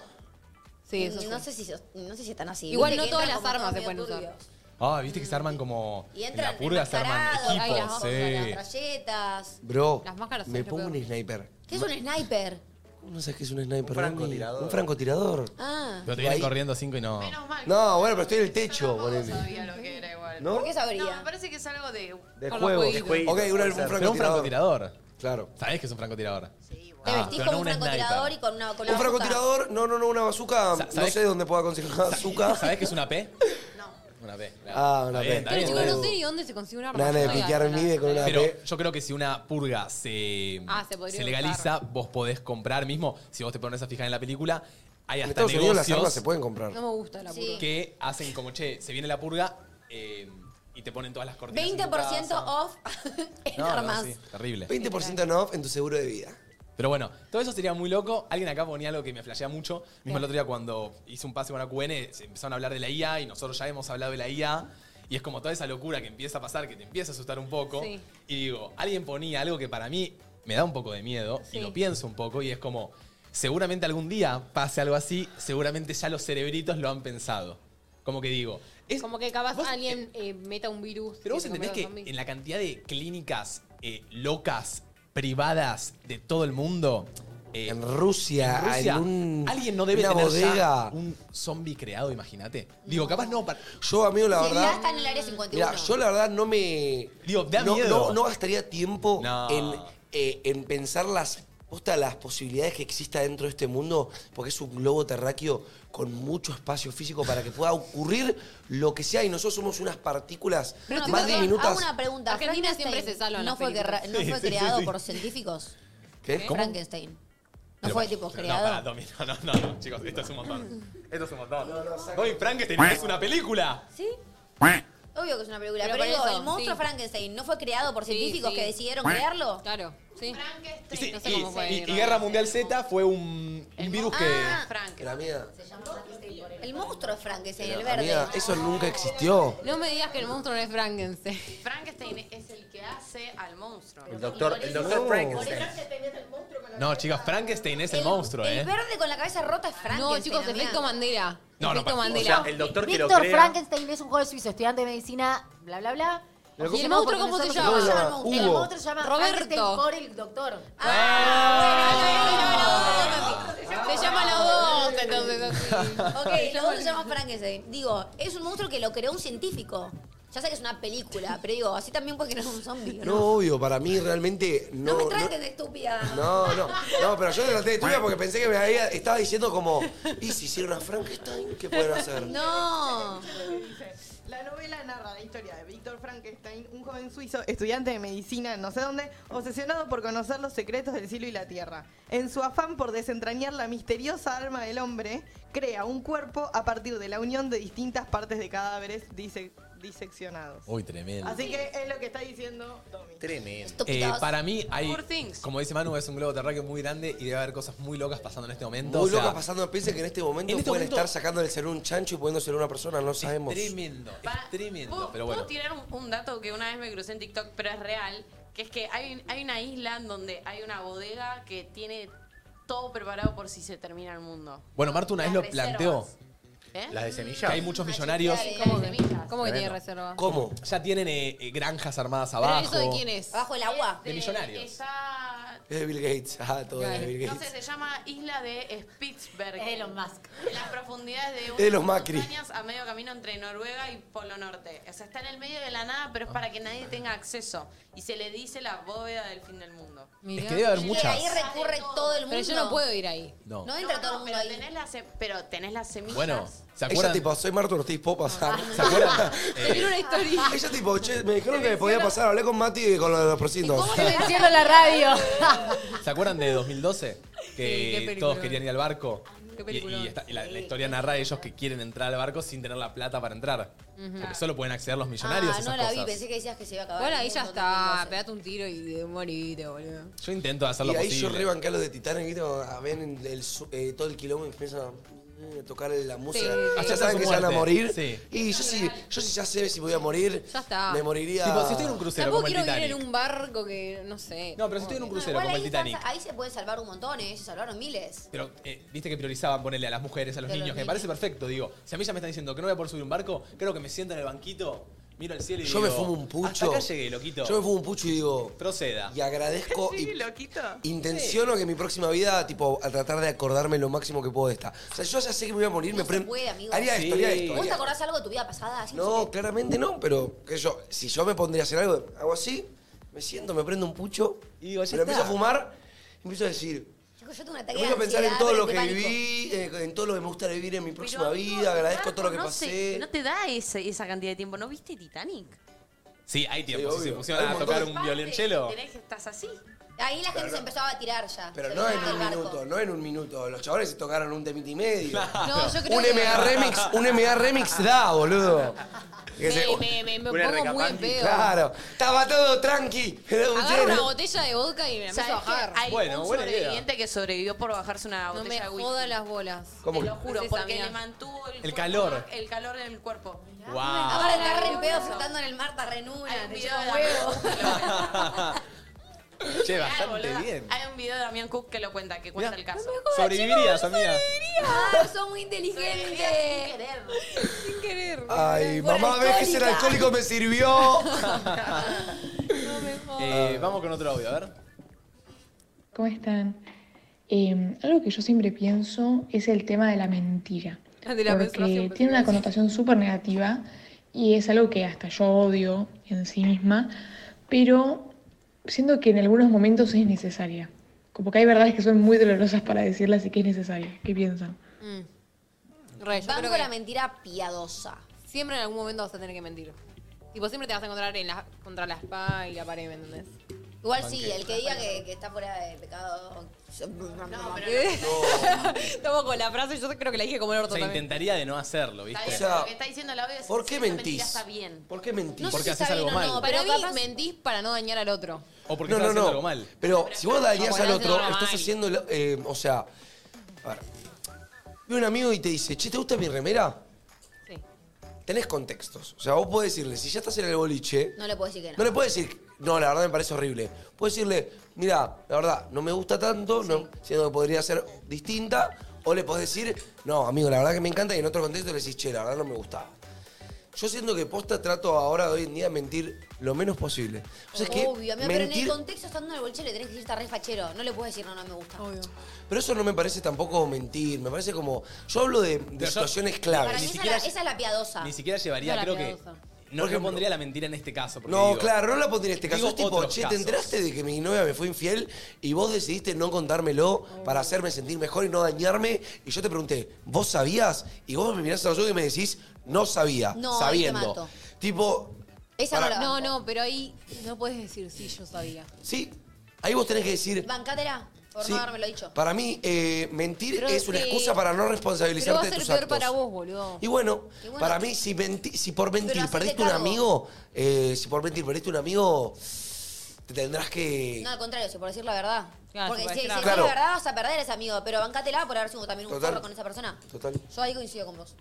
Speaker 3: Sí, eso
Speaker 4: no,
Speaker 3: sí.
Speaker 4: sé si, sos- no sé si están así.
Speaker 3: Igual
Speaker 4: Viste
Speaker 3: no
Speaker 4: que
Speaker 3: todas
Speaker 4: entran
Speaker 3: las
Speaker 4: como
Speaker 3: armas se
Speaker 4: todos
Speaker 3: pueden
Speaker 4: medio
Speaker 3: usar.
Speaker 4: turbios.
Speaker 1: Ah, viste que se arman como.
Speaker 4: Y
Speaker 1: en
Speaker 4: entran
Speaker 1: la purga se arman
Speaker 4: enmascarados, hay las
Speaker 1: equipos. eh.
Speaker 4: máscaras, las
Speaker 1: Sí.
Speaker 4: rayetas.
Speaker 2: Bro,
Speaker 4: Las máscaras son
Speaker 2: me
Speaker 4: lo
Speaker 2: pongo
Speaker 4: peor.
Speaker 2: un sniper.
Speaker 4: ¿Qué es un sniper?
Speaker 2: ¿No sabes qué es un sniper?
Speaker 1: Un francotirador.
Speaker 2: Un francotirador.
Speaker 4: Ah.
Speaker 1: Pero te vienen
Speaker 2: Ahí.
Speaker 1: corriendo a cinco y no.
Speaker 2: No, bueno, pero estoy en el techo, ponele.
Speaker 12: sabía lo que era igual.
Speaker 2: ¿No? ¿Por qué
Speaker 4: sabría?
Speaker 12: No, me parece que es algo de.
Speaker 2: De
Speaker 12: con los
Speaker 2: juego.
Speaker 12: jueguitos.
Speaker 2: Ok, un, un
Speaker 1: Pero
Speaker 2: francotirador.
Speaker 1: un francotirador.
Speaker 2: Claro.
Speaker 1: ¿Sabés que es un francotirador? Sí,
Speaker 4: Te
Speaker 2: Ah,
Speaker 4: vestís como un francotirador y con una con
Speaker 2: Un
Speaker 4: una bazooka.
Speaker 2: francotirador, no, no, no, una bazooka. No sé dónde puedo conseguir una bazooka.
Speaker 1: ¿Sabés que es una P? No. Una P. claro.
Speaker 2: Ah, una
Speaker 1: Está bien,
Speaker 2: P.
Speaker 1: está
Speaker 3: Pero
Speaker 1: bien,
Speaker 3: chicos,
Speaker 1: está
Speaker 3: no
Speaker 1: bien.
Speaker 3: sé ni dónde se consigue un arma.
Speaker 2: Nada de
Speaker 3: Oiga,
Speaker 2: picar
Speaker 3: la-
Speaker 2: mide con una
Speaker 1: Pero
Speaker 2: P.
Speaker 1: yo creo que si una purga se,
Speaker 3: Ah, se podría
Speaker 1: legaliza, vos podés comprar mismo. Si vos te pones a fijar en la película, hay
Speaker 2: En
Speaker 1: hasta
Speaker 2: Estados Unidos las
Speaker 1: negocios
Speaker 2: armas se pueden comprar.
Speaker 3: No me gusta la purga.
Speaker 1: que hacen como, che, se viene la purga eh, y te ponen todas las cortinas. en tu
Speaker 4: 20%
Speaker 1: casa.
Speaker 4: off en
Speaker 1: No, no,
Speaker 4: armas.
Speaker 1: sí, terrible.
Speaker 2: 20% en off en tu seguro de vida.
Speaker 1: Pero bueno, todo eso sería muy loco. Alguien acá ponía algo que me flashea mucho. Mismo el otro día cuando hice un pase con AQN, se empezaron a hablar de la IA y nosotros ya hemos hablado de la IA. Y es como toda esa locura que empieza a pasar, que te empieza a asustar un poco.
Speaker 3: Sí.
Speaker 1: Y digo, alguien ponía algo que para mí me da un poco de miedo
Speaker 3: Sí.
Speaker 1: y lo pienso un poco y es como, seguramente algún día pase algo así, seguramente ya los cerebritos lo han pensado. Como que digo,
Speaker 3: como que capaz alguien eh, meta un virus.
Speaker 1: pero vos
Speaker 3: te
Speaker 1: entendés
Speaker 3: convierta
Speaker 1: que
Speaker 3: en zombie.
Speaker 1: en la cantidad de clínicas eh, locas, privadas de todo el mundo. eh, en
Speaker 2: Rusia, en un-
Speaker 1: alguien no debe
Speaker 2: una
Speaker 1: tener ya
Speaker 2: bodega.
Speaker 1: un zombie creado, imagínate. Digo, capaz no. para-
Speaker 2: Yo, amigo, la
Speaker 4: Ya
Speaker 2: verdad.
Speaker 4: está en el área 51.
Speaker 2: Mira, yo la verdad no me.
Speaker 1: Digo, da
Speaker 2: no,
Speaker 1: miedo.
Speaker 2: no- no gastaría tiempo
Speaker 1: No.
Speaker 2: en, eh, en pensar las, posta, las posibilidades que exista dentro de este mundo, porque es un globo terráqueo con mucho espacio físico para que pueda ocurrir lo que sea y nosotros somos unas partículas
Speaker 4: Pero estoy
Speaker 2: más
Speaker 4: perdón,
Speaker 2: diminutas.
Speaker 4: Hago una pregunta.
Speaker 3: Argentina
Speaker 4: Frankenstein
Speaker 3: siempre se salva en
Speaker 4: ¿No
Speaker 3: las
Speaker 4: fue, que
Speaker 3: películas.
Speaker 4: ra- no
Speaker 1: Sí,
Speaker 4: fue
Speaker 1: sí, sí,
Speaker 4: creado
Speaker 1: sí.
Speaker 4: por científicos?
Speaker 2: ¿Qué? ¿Cómo?
Speaker 4: Frankenstein. ¿No fue de tipos
Speaker 1: Pero
Speaker 4: creados?
Speaker 1: No, pará, Domi, no, no, no, no, chicos, esto es un montón. Esto es un montón. Domi Frankenstein es una película.
Speaker 4: ¿Sí? Obvio que es una película.
Speaker 3: Pero
Speaker 4: Pero,
Speaker 3: por
Speaker 4: digo,
Speaker 3: eso,
Speaker 4: el monstruo
Speaker 3: sí.
Speaker 4: Frankenstein no fue creado por
Speaker 3: Sí,
Speaker 4: científicos
Speaker 3: sí.
Speaker 4: que decidieron
Speaker 1: Bueno.
Speaker 4: crearlo.
Speaker 3: Claro, sí.
Speaker 1: Y, sí,
Speaker 3: No sé
Speaker 1: y-
Speaker 3: cómo fue,
Speaker 1: y- y
Speaker 3: no,
Speaker 1: Guerra
Speaker 3: no sé.
Speaker 1: Mundial Z fue un, un virus que.
Speaker 4: Ah,
Speaker 2: La mía.
Speaker 4: El monstruo es Frankenstein, el verde.
Speaker 2: Amiga, eso nunca existió.
Speaker 3: No me digas que el monstruo no es Frankenstein.
Speaker 12: Frankenstein es el que hace al monstruo.
Speaker 1: El doctor- el doctor
Speaker 12: Por eso-
Speaker 1: Frankenstein.
Speaker 12: por eso se tenía el monstruo con la-
Speaker 1: No, chicos, Frankenstein es el, monstruo, ¿eh?
Speaker 4: El verde con la cabeza rota es Frankenstein.
Speaker 3: No, chicos,
Speaker 4: amiga.
Speaker 3: efecto Mandela.
Speaker 1: No, no,
Speaker 3: efecto
Speaker 1: pa-
Speaker 3: Mandela.
Speaker 1: o sea, el doctor que lo
Speaker 14: Víctor
Speaker 1: crea-
Speaker 14: Frankenstein es un joven suizo, estudiante de medicina, bla, bla, bla.
Speaker 2: Pero
Speaker 3: ¿Y el monstruo cómo se llama?
Speaker 14: El
Speaker 2: Hugo.
Speaker 14: monstruo se llama
Speaker 3: Roberto.
Speaker 14: Frankenstein por el doctor.
Speaker 3: Se llama la voz, entonces así.
Speaker 4: Ok, el otro se llama Frankenstein. Digo, es un monstruo que lo creó un científico. Ya sé que es una película, pero digo, así también puede crear un zombie.
Speaker 2: No, obvio, para mí realmente no.
Speaker 4: No me
Speaker 2: no-
Speaker 4: trates de estúpida.
Speaker 2: No, no, no, pero yo te traté de tuya porque pensé que me había, estaba diciendo como, ¿y si hicieron a Frankenstein? ¿Qué pueden hacer?
Speaker 4: No.
Speaker 10: La novela narra la historia de Víctor Frankenstein, un joven suizo, estudiante de medicina en no sé dónde, obsesionado por conocer los secretos del cielo y la tierra. En su afán por desentrañar la misteriosa arma del hombre, crea un cuerpo a partir de la unión de distintas partes de cadáveres dise- diseccionados.
Speaker 1: Uy, tremendo.
Speaker 10: Así que es lo que está diciendo Tommy.
Speaker 1: Tremendo. Eh, para mí hay, como dice Manu, es un globo terráqueo muy grande y debe haber cosas muy locas pasando en este momento.
Speaker 2: Muy
Speaker 1: o sea,
Speaker 2: loca pasando, piensa que en este momento
Speaker 1: en este
Speaker 2: pueden
Speaker 1: momento-
Speaker 2: estar sacando del cerebro un chancho y pudiéndose ser una persona, no sabemos.
Speaker 1: Tremendo, es tremendo, pero
Speaker 12: Puedo
Speaker 1: bueno.
Speaker 12: tirar un, un dato que una vez me crucé en TikTok, pero es real, que es que hay, hay una isla en donde hay una bodega que tiene todo preparado por si se termina el mundo.
Speaker 1: Bueno, Marta una vez lo
Speaker 12: Las
Speaker 1: planteó.
Speaker 12: ¿Eh?
Speaker 1: Las de semillas. Que hay muchos millonarios.
Speaker 3: ¿Cómo que, ¿Cómo que tiene
Speaker 1: Tremendo.
Speaker 3: reserva?
Speaker 2: ¿Cómo?
Speaker 1: Ya tienen eh, eh, granjas armadas
Speaker 3: ¿Pero
Speaker 1: abajo.
Speaker 3: eso de quién es?
Speaker 4: Bajo el agua.
Speaker 1: De millonarios.
Speaker 12: Está-
Speaker 2: Es de Bill Gates, ah, todo es de Bill
Speaker 12: No sé,
Speaker 2: Gates.
Speaker 12: se llama Isla de Spitsberg.
Speaker 14: Elon Musk.
Speaker 12: En las profundidades de
Speaker 2: Es de los
Speaker 12: unas
Speaker 2: Macri.
Speaker 12: montañas a medio camino entre Noruega y Polo Norte. O sea, está en el medio de la nada, pero es para que nadie tenga acceso. Y se le dice la bóveda del fin del mundo.
Speaker 1: Es que debe haber
Speaker 4: Y
Speaker 1: muchas.
Speaker 4: ahí recurre todo el mundo.
Speaker 3: Pero yo no puedo ir ahí.
Speaker 1: No.
Speaker 4: No entra todo el mundo
Speaker 12: pero
Speaker 4: ahí.
Speaker 12: tenés, las se- pero tenés las semillas.
Speaker 1: Bueno, ¿se
Speaker 2: Ella
Speaker 1: acuerdan?
Speaker 2: tipo, soy Marta Ortiz, ¿puedo pasar?
Speaker 1: ¿Se acuerdan? Eh,
Speaker 3: Tiene una historia.
Speaker 2: Ella tipo, che, me dijeron que me podía pasar, hablé con Mati y con lo de los precintos.
Speaker 14: Se enciende la radio.
Speaker 1: ¿Se acuerdan de 2012?
Speaker 3: qué
Speaker 1: Que
Speaker 3: película.
Speaker 1: todos querían ir al barco.
Speaker 3: Qué
Speaker 1: Y,
Speaker 3: película.
Speaker 1: y está- y la, la historia narra ellos que quieren entrar al barco sin tener la plata para entrar. Porque solo pueden acceder los millonarios a
Speaker 4: Ah,
Speaker 1: esas
Speaker 4: no la vi,
Speaker 1: cosas.
Speaker 4: pensé que decías que se iba a acabar.
Speaker 3: Bueno,
Speaker 4: el
Speaker 3: ahí ya
Speaker 4: mundo,
Speaker 3: está. Pegate un tiro y morite, boludo.
Speaker 1: Yo intento
Speaker 2: Y
Speaker 1: hacer lo
Speaker 2: ahí
Speaker 1: posible.
Speaker 2: yo rebanqué a los de Titanic, ¿viste? Cuando ven el su- eh, todo el quilombo y empiezan a... eh, tocar la música. Ah,
Speaker 1: Hasta
Speaker 2: Ya
Speaker 1: su
Speaker 2: saben que se van a
Speaker 1: muerte.
Speaker 2: morir.
Speaker 1: Sí.
Speaker 2: Y yo sí, yo sí ya sé si voy a morir.
Speaker 3: Ya está.
Speaker 2: Me moriría.
Speaker 1: Tipo, si estoy en un crucero
Speaker 3: Tampoco quiero vivir en un barco que, no sé.
Speaker 1: No, pero si estoy en un crucero
Speaker 4: Igual
Speaker 1: como el
Speaker 4: ahí, están-
Speaker 1: Titanic.
Speaker 4: ahí se pueden salvar un montón, ¿eh? Se salvaron miles.
Speaker 1: Pero eh, viste que priorizaban ponerle a las mujeres, a los
Speaker 4: De los
Speaker 1: niños, que me
Speaker 4: niños.
Speaker 1: parece perfecto. Digo, si a mí ya me están diciendo que no voy a poder subir un barco, creo que me siento en el banquito, miro al cielo y
Speaker 2: Yo me
Speaker 1: digo.
Speaker 2: fumo un pucho.
Speaker 1: Hasta acá llegué, loquito.
Speaker 2: Yo me fumo un pucho y digo.
Speaker 1: Proceda.
Speaker 2: Y agradezco y
Speaker 10: loquito.
Speaker 2: intenciono que mi próxima vida, tipo, a tratar de acordarme lo máximo que puedo de esta. O sea, yo ya sé que me voy a morir, me
Speaker 4: Se
Speaker 2: prendo.
Speaker 4: puede, amigo.
Speaker 2: Haría esto, haría esto.
Speaker 4: ¿Vos te
Speaker 2: haría-
Speaker 4: acordás algo de tu vida pasada? Así
Speaker 2: No, claramente no, pero que yo, si yo me pondría a hacer algo, hago así, me siento, me prendo un pucho, y digo,
Speaker 4: ya
Speaker 2: pero empiezo a
Speaker 4: está.
Speaker 2: fumar, empiezo a decir,
Speaker 4: Chico, yo tengo un ataque de
Speaker 2: empiezo a pensar en
Speaker 4: ansiedad,
Speaker 2: todo
Speaker 4: pero
Speaker 2: lo
Speaker 4: de
Speaker 2: que
Speaker 4: pánico.
Speaker 2: viví, eh, en todo lo que me gusta vivir en mi próxima
Speaker 12: amigo,
Speaker 2: vida, agradezco todo lo que
Speaker 12: no
Speaker 2: pasé.
Speaker 12: se- no te da ese- esa cantidad de tiempo. ¿No viste Titanic?
Speaker 1: Sí, hay tiempo.
Speaker 2: Sí,
Speaker 1: si se
Speaker 2: obvio.
Speaker 1: funciona
Speaker 2: Hay un
Speaker 1: a
Speaker 2: montón.
Speaker 1: tocar un violonchelo.
Speaker 12: Tenés que estás así.
Speaker 4: Ahí la gente
Speaker 2: Pero
Speaker 4: se
Speaker 2: no-
Speaker 4: empezó a tirar ya.
Speaker 2: Pero
Speaker 4: Se
Speaker 2: no
Speaker 4: empezó
Speaker 2: en
Speaker 4: a
Speaker 2: un
Speaker 4: tirar el barco.
Speaker 2: minuto, no en un minuto. Los chavales se tocaron un temita y medio.
Speaker 3: No, yo creo
Speaker 2: un
Speaker 3: que-
Speaker 2: MA Remix, un MA Remix da, boludo. Que se-
Speaker 3: Me, me, me,
Speaker 2: Una
Speaker 3: me pongo muy en
Speaker 2: recapanqui.
Speaker 3: pedo.
Speaker 2: Claro, estaba todo tranqui. Era un
Speaker 3: Agarro una
Speaker 2: lleno.
Speaker 3: botella de vodka y me la empiezo a
Speaker 12: ¿Sabés
Speaker 3: bajar.
Speaker 12: que Hay un sobreviviente que sobrevivió por bajarse una
Speaker 3: No
Speaker 12: botella
Speaker 3: me
Speaker 12: de whisky.
Speaker 3: jodas las bolas.
Speaker 2: ¿Cómo
Speaker 12: Te
Speaker 2: que?
Speaker 12: lo juro,
Speaker 3: Es esa,
Speaker 12: porque
Speaker 3: mía.
Speaker 12: le mantuvo el,
Speaker 1: El
Speaker 12: cuerpo-
Speaker 1: calor.
Speaker 12: El calor del cuerpo.
Speaker 1: Wow.
Speaker 4: Ahora está re en pedo flotando en el mar, está re nula, te lleva huevo.
Speaker 1: che,
Speaker 12: Claro,
Speaker 1: bastante
Speaker 12: boluda.
Speaker 1: bien.
Speaker 12: Hay un video de Damián Cook que lo cuenta, que cuenta el caso.
Speaker 1: Sobrevivirías, amiga.
Speaker 4: Ah, son muy inteligentes.
Speaker 3: Sin querer.
Speaker 2: Ay,
Speaker 3: Por
Speaker 2: mamá, ves que ser
Speaker 3: alcohólica.
Speaker 2: alcohólico me sirvió. Ah.
Speaker 1: Eh, vamos con otro audio, a ver.
Speaker 20: ¿Cómo están? Eh, algo que yo siempre pienso es el tema de la mentira.
Speaker 3: Ah, De la menstruación,
Speaker 20: porque tiene una connotación súper negativa y es algo que hasta yo odio en sí misma, pero siento que en algunos momentos es necesaria. Como que hay verdades que son muy dolorosas para decirlas y que es necesaria. ¿Qué piensan?
Speaker 4: Banco la mentira piadosa.
Speaker 3: Siempre en algún momento vas a tener que mentir. Tipo, siempre te vas a encontrar en la, contra la espada y la pared, ¿me entendés?
Speaker 4: Igual sí, el que diga que, que está fuera de pecado. No,
Speaker 3: Estamos con la frase, yo creo que la dije como el
Speaker 1: O
Speaker 3: orto
Speaker 1: sea,
Speaker 3: también.
Speaker 1: intentaría de no hacerlo, ¿viste?
Speaker 12: Está bien, lo que está diciendo la audio es
Speaker 1: ¿por qué
Speaker 12: si esa mentira
Speaker 1: mentís?
Speaker 12: Está bien.
Speaker 2: ¿Por qué mentís?
Speaker 3: No sé
Speaker 1: Porque
Speaker 3: si
Speaker 1: haces
Speaker 3: está
Speaker 1: algo
Speaker 3: bien o
Speaker 1: mal.
Speaker 3: No, pero a mí mentís para no dañar al otro.
Speaker 1: O porque
Speaker 2: no,
Speaker 1: estás
Speaker 2: no,
Speaker 1: haciendo
Speaker 2: no.
Speaker 1: algo mal.
Speaker 2: Pero si vos darías
Speaker 3: estás
Speaker 2: al
Speaker 3: haciendo
Speaker 2: otro,
Speaker 3: algo
Speaker 2: estás
Speaker 3: mal.
Speaker 2: haciendo. la- eh, o sea, a ver. Ve un amigo y te dice, che, ¿te gusta mi remera?
Speaker 3: Sí.
Speaker 2: Tenés contextos. O sea, vos podés decirle, si ya estás en el boliche,
Speaker 4: No le puedo decir que no.
Speaker 2: No le puedes decir, no, la verdad me parece horrible. Puedes decirle, mira, la verdad, no me gusta tanto, no, siendo que podría ser distinta. O le podés decir, no, amigo, la verdad que me encanta. Y en otro contexto le decís, che, la verdad no me gustaba. Yo siento que posta trato ahora de hoy en día mentir lo menos posible. O sea, es que
Speaker 4: Obvio, amigo, pero en el
Speaker 2: mentir,
Speaker 4: contexto estando en el bolche le tenés que decir está re fachero. No le puedes decir no, no me gusta. Obvio.
Speaker 2: pero eso no me parece tampoco mentir. Me parece como, yo hablo de, de
Speaker 1: yo-
Speaker 2: situaciones claves.
Speaker 4: Para mí esa, es la- esa es la piadosa.
Speaker 1: Ni siquiera llevaría,
Speaker 4: No, la
Speaker 1: creo que.
Speaker 4: piadosa.
Speaker 1: No,
Speaker 2: Por
Speaker 1: no
Speaker 2: ejemplo.
Speaker 1: pondría la mentira en este caso. porque
Speaker 2: No,
Speaker 1: digo-
Speaker 2: claro, no la pondría en este caso.
Speaker 1: Digo
Speaker 2: Es tipo,
Speaker 1: otros
Speaker 2: che, ¿te
Speaker 1: casos.
Speaker 2: enteraste de que mi novia me fue infiel y vos decidiste no contármelo para hacerme sentir mejor y no dañarme? Y yo te pregunté, ¿vos sabías? Y vos me mirás a los ojos y me decís, no sabía,
Speaker 3: No, ahí te mato.
Speaker 2: Ah, sabiendo. Tipo,
Speaker 3: Esa
Speaker 2: Para-
Speaker 3: no, la- no, no, pero ahí no puedes decir, sí, yo sabía.
Speaker 2: sí, ahí vos tenés que decir,
Speaker 4: Bancátela, por
Speaker 2: Sí.
Speaker 4: no haberme lo dicho.
Speaker 2: para mí eh, mentir
Speaker 3: Pero
Speaker 2: es una
Speaker 3: sí.
Speaker 2: excusa para no
Speaker 3: Pero va
Speaker 2: responsabilizarte de
Speaker 3: a ser
Speaker 2: tus
Speaker 3: peor
Speaker 2: actos.
Speaker 3: para vos, boludo.
Speaker 2: Y bueno,
Speaker 3: Y bueno,
Speaker 2: para mí, si, menti- si por mentir
Speaker 3: hacete
Speaker 2: perdiste un
Speaker 3: cargo.
Speaker 2: amigo, eh, si por mentir perdiste un amigo, te tendrás que...
Speaker 4: No, al contrario, si por decir la verdad.
Speaker 3: Claro,
Speaker 4: Porque si,
Speaker 3: si
Speaker 4: si
Speaker 3: por decir
Speaker 2: la
Speaker 4: decís
Speaker 2: verdad.
Speaker 4: la verdad vas a perder a ese amigo, pero bancátela por haber sido también un
Speaker 2: Total.
Speaker 4: zorro con esa persona.
Speaker 2: Total.
Speaker 4: Yo ahí coincido con vos.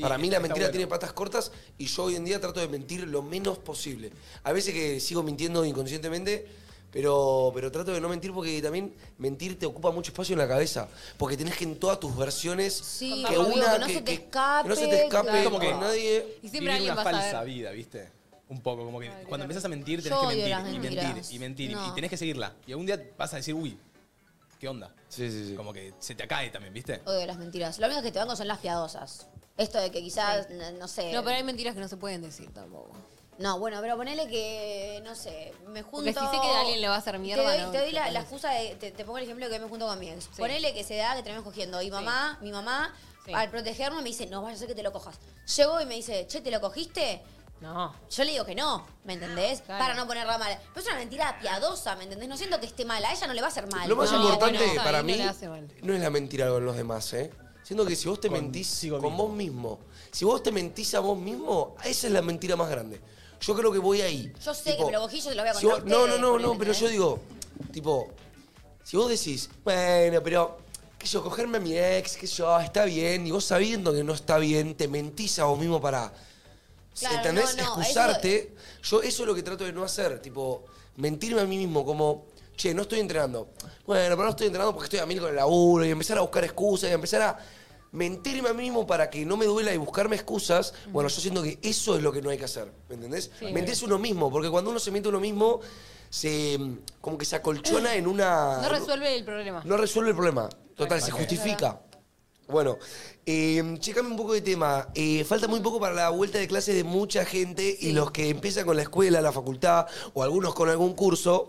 Speaker 2: Para mí la
Speaker 1: está
Speaker 2: mentira
Speaker 1: bueno.
Speaker 2: tiene patas cortas y yo hoy en día trato de mentir lo menos posible. A veces que sigo mintiendo inconscientemente, pero, pero trato de no mentir porque también mentir te ocupa mucho espacio en la cabeza. Porque tenés que en todas tus versiones
Speaker 4: Sí,
Speaker 2: que
Speaker 4: obvio,
Speaker 2: una
Speaker 4: que no se te escape,
Speaker 2: que no se te escape
Speaker 4: claro.
Speaker 2: como que
Speaker 4: Como que-
Speaker 2: nadie.
Speaker 4: Y siempre
Speaker 1: vivir
Speaker 4: alguien
Speaker 1: una
Speaker 4: va a
Speaker 1: falsa
Speaker 4: saber.
Speaker 1: vida, ¿viste? Un poco, como que cuando empiezas a mentir tenés
Speaker 4: Yo
Speaker 1: que
Speaker 4: odio
Speaker 1: mentir
Speaker 4: las
Speaker 1: y mentir
Speaker 4: mentiras.
Speaker 1: y mentir y
Speaker 4: No.
Speaker 1: tenés que seguirla. Y algún día vas a decir, uy, ¿qué onda? Sí, sí, sí. Como que se te cae también, ¿viste?
Speaker 4: Odio las mentiras. Lo único que te banco son las piadosas. Esto de que quizás, n- no sé.
Speaker 3: No, pero hay mentiras que no se pueden decir tampoco.
Speaker 4: No, bueno, pero ponele que, no sé, me junto...
Speaker 3: Porque si sé que a alguien le va a hacer mierda,
Speaker 4: Te doy,
Speaker 3: no,
Speaker 4: te doy
Speaker 3: te
Speaker 4: la,
Speaker 3: pones.
Speaker 4: la excusa, de, te, te pongo el ejemplo de que me junto con mi ex.
Speaker 3: Sí.
Speaker 4: Ponele que se da que terminamos cogiendo. Y mamá, mi mamá,
Speaker 3: Sí.
Speaker 4: al protegerme, me dice, no vaya a ser que te lo cojas. Llego y me dice, che, ¿te lo cogiste?
Speaker 3: No.
Speaker 4: Yo le digo que no, ¿me entendés?
Speaker 3: Claro.
Speaker 4: Para no ponerla mal. Pero es una mentira piadosa, ¿me entendés? No siento que esté mal, a ella no le va a hacer mal.
Speaker 2: Lo más
Speaker 4: No,
Speaker 2: importante
Speaker 4: bueno,
Speaker 2: para
Speaker 4: ahí
Speaker 2: mí
Speaker 4: no le hace mal.
Speaker 2: no es la mentira con los demás, ¿eh? Siendo que si vos te mentís con vos mismo, si vos te mentís a vos mismo, esa es la mentira más grande. Yo creo que voy ahí.
Speaker 4: Yo sé
Speaker 2: Tipo,
Speaker 4: que me lo cogí, yo te lo voy a ¿eh?
Speaker 2: Si
Speaker 4: contar.
Speaker 2: vos- no,
Speaker 4: a
Speaker 2: no,
Speaker 4: ustedes,
Speaker 2: no,
Speaker 4: ponele,
Speaker 2: no, pero yo digo, tipo, si vos decís, bueno, pero qué sé yo, cogerme a mi ex, qué sé yo, ah, está bien, y vos sabiendo que no está bien, te mentís a vos mismo para,
Speaker 4: Claro,
Speaker 2: ¿entendés?
Speaker 4: no, no,
Speaker 2: Excusarte. Yo eso es lo que trato de no hacer, tipo, mentirme a mí mismo como, che, no estoy entrenando. Bueno, pero no estoy entrenando porque estoy a mil con el laburo y empezar a buscar excusas y empezar a mentirme a mí mismo para que no me duela y buscarme excusas. Bueno, yo siento que eso es lo que no hay que hacer, ¿me entendés?
Speaker 1: Sí.
Speaker 2: Mentirse uno mismo, porque cuando uno se miente a uno mismo, se como que se acolchona en
Speaker 1: Ah,
Speaker 2: una...
Speaker 3: No resuelve el problema.
Speaker 2: No resuelve el problema. Total, se justifica. Bueno, eh, checame un poco de tema. Eh, falta muy poco para la vuelta de clases de mucha gente y los que empiezan con la escuela, la facultad o algunos con algún curso.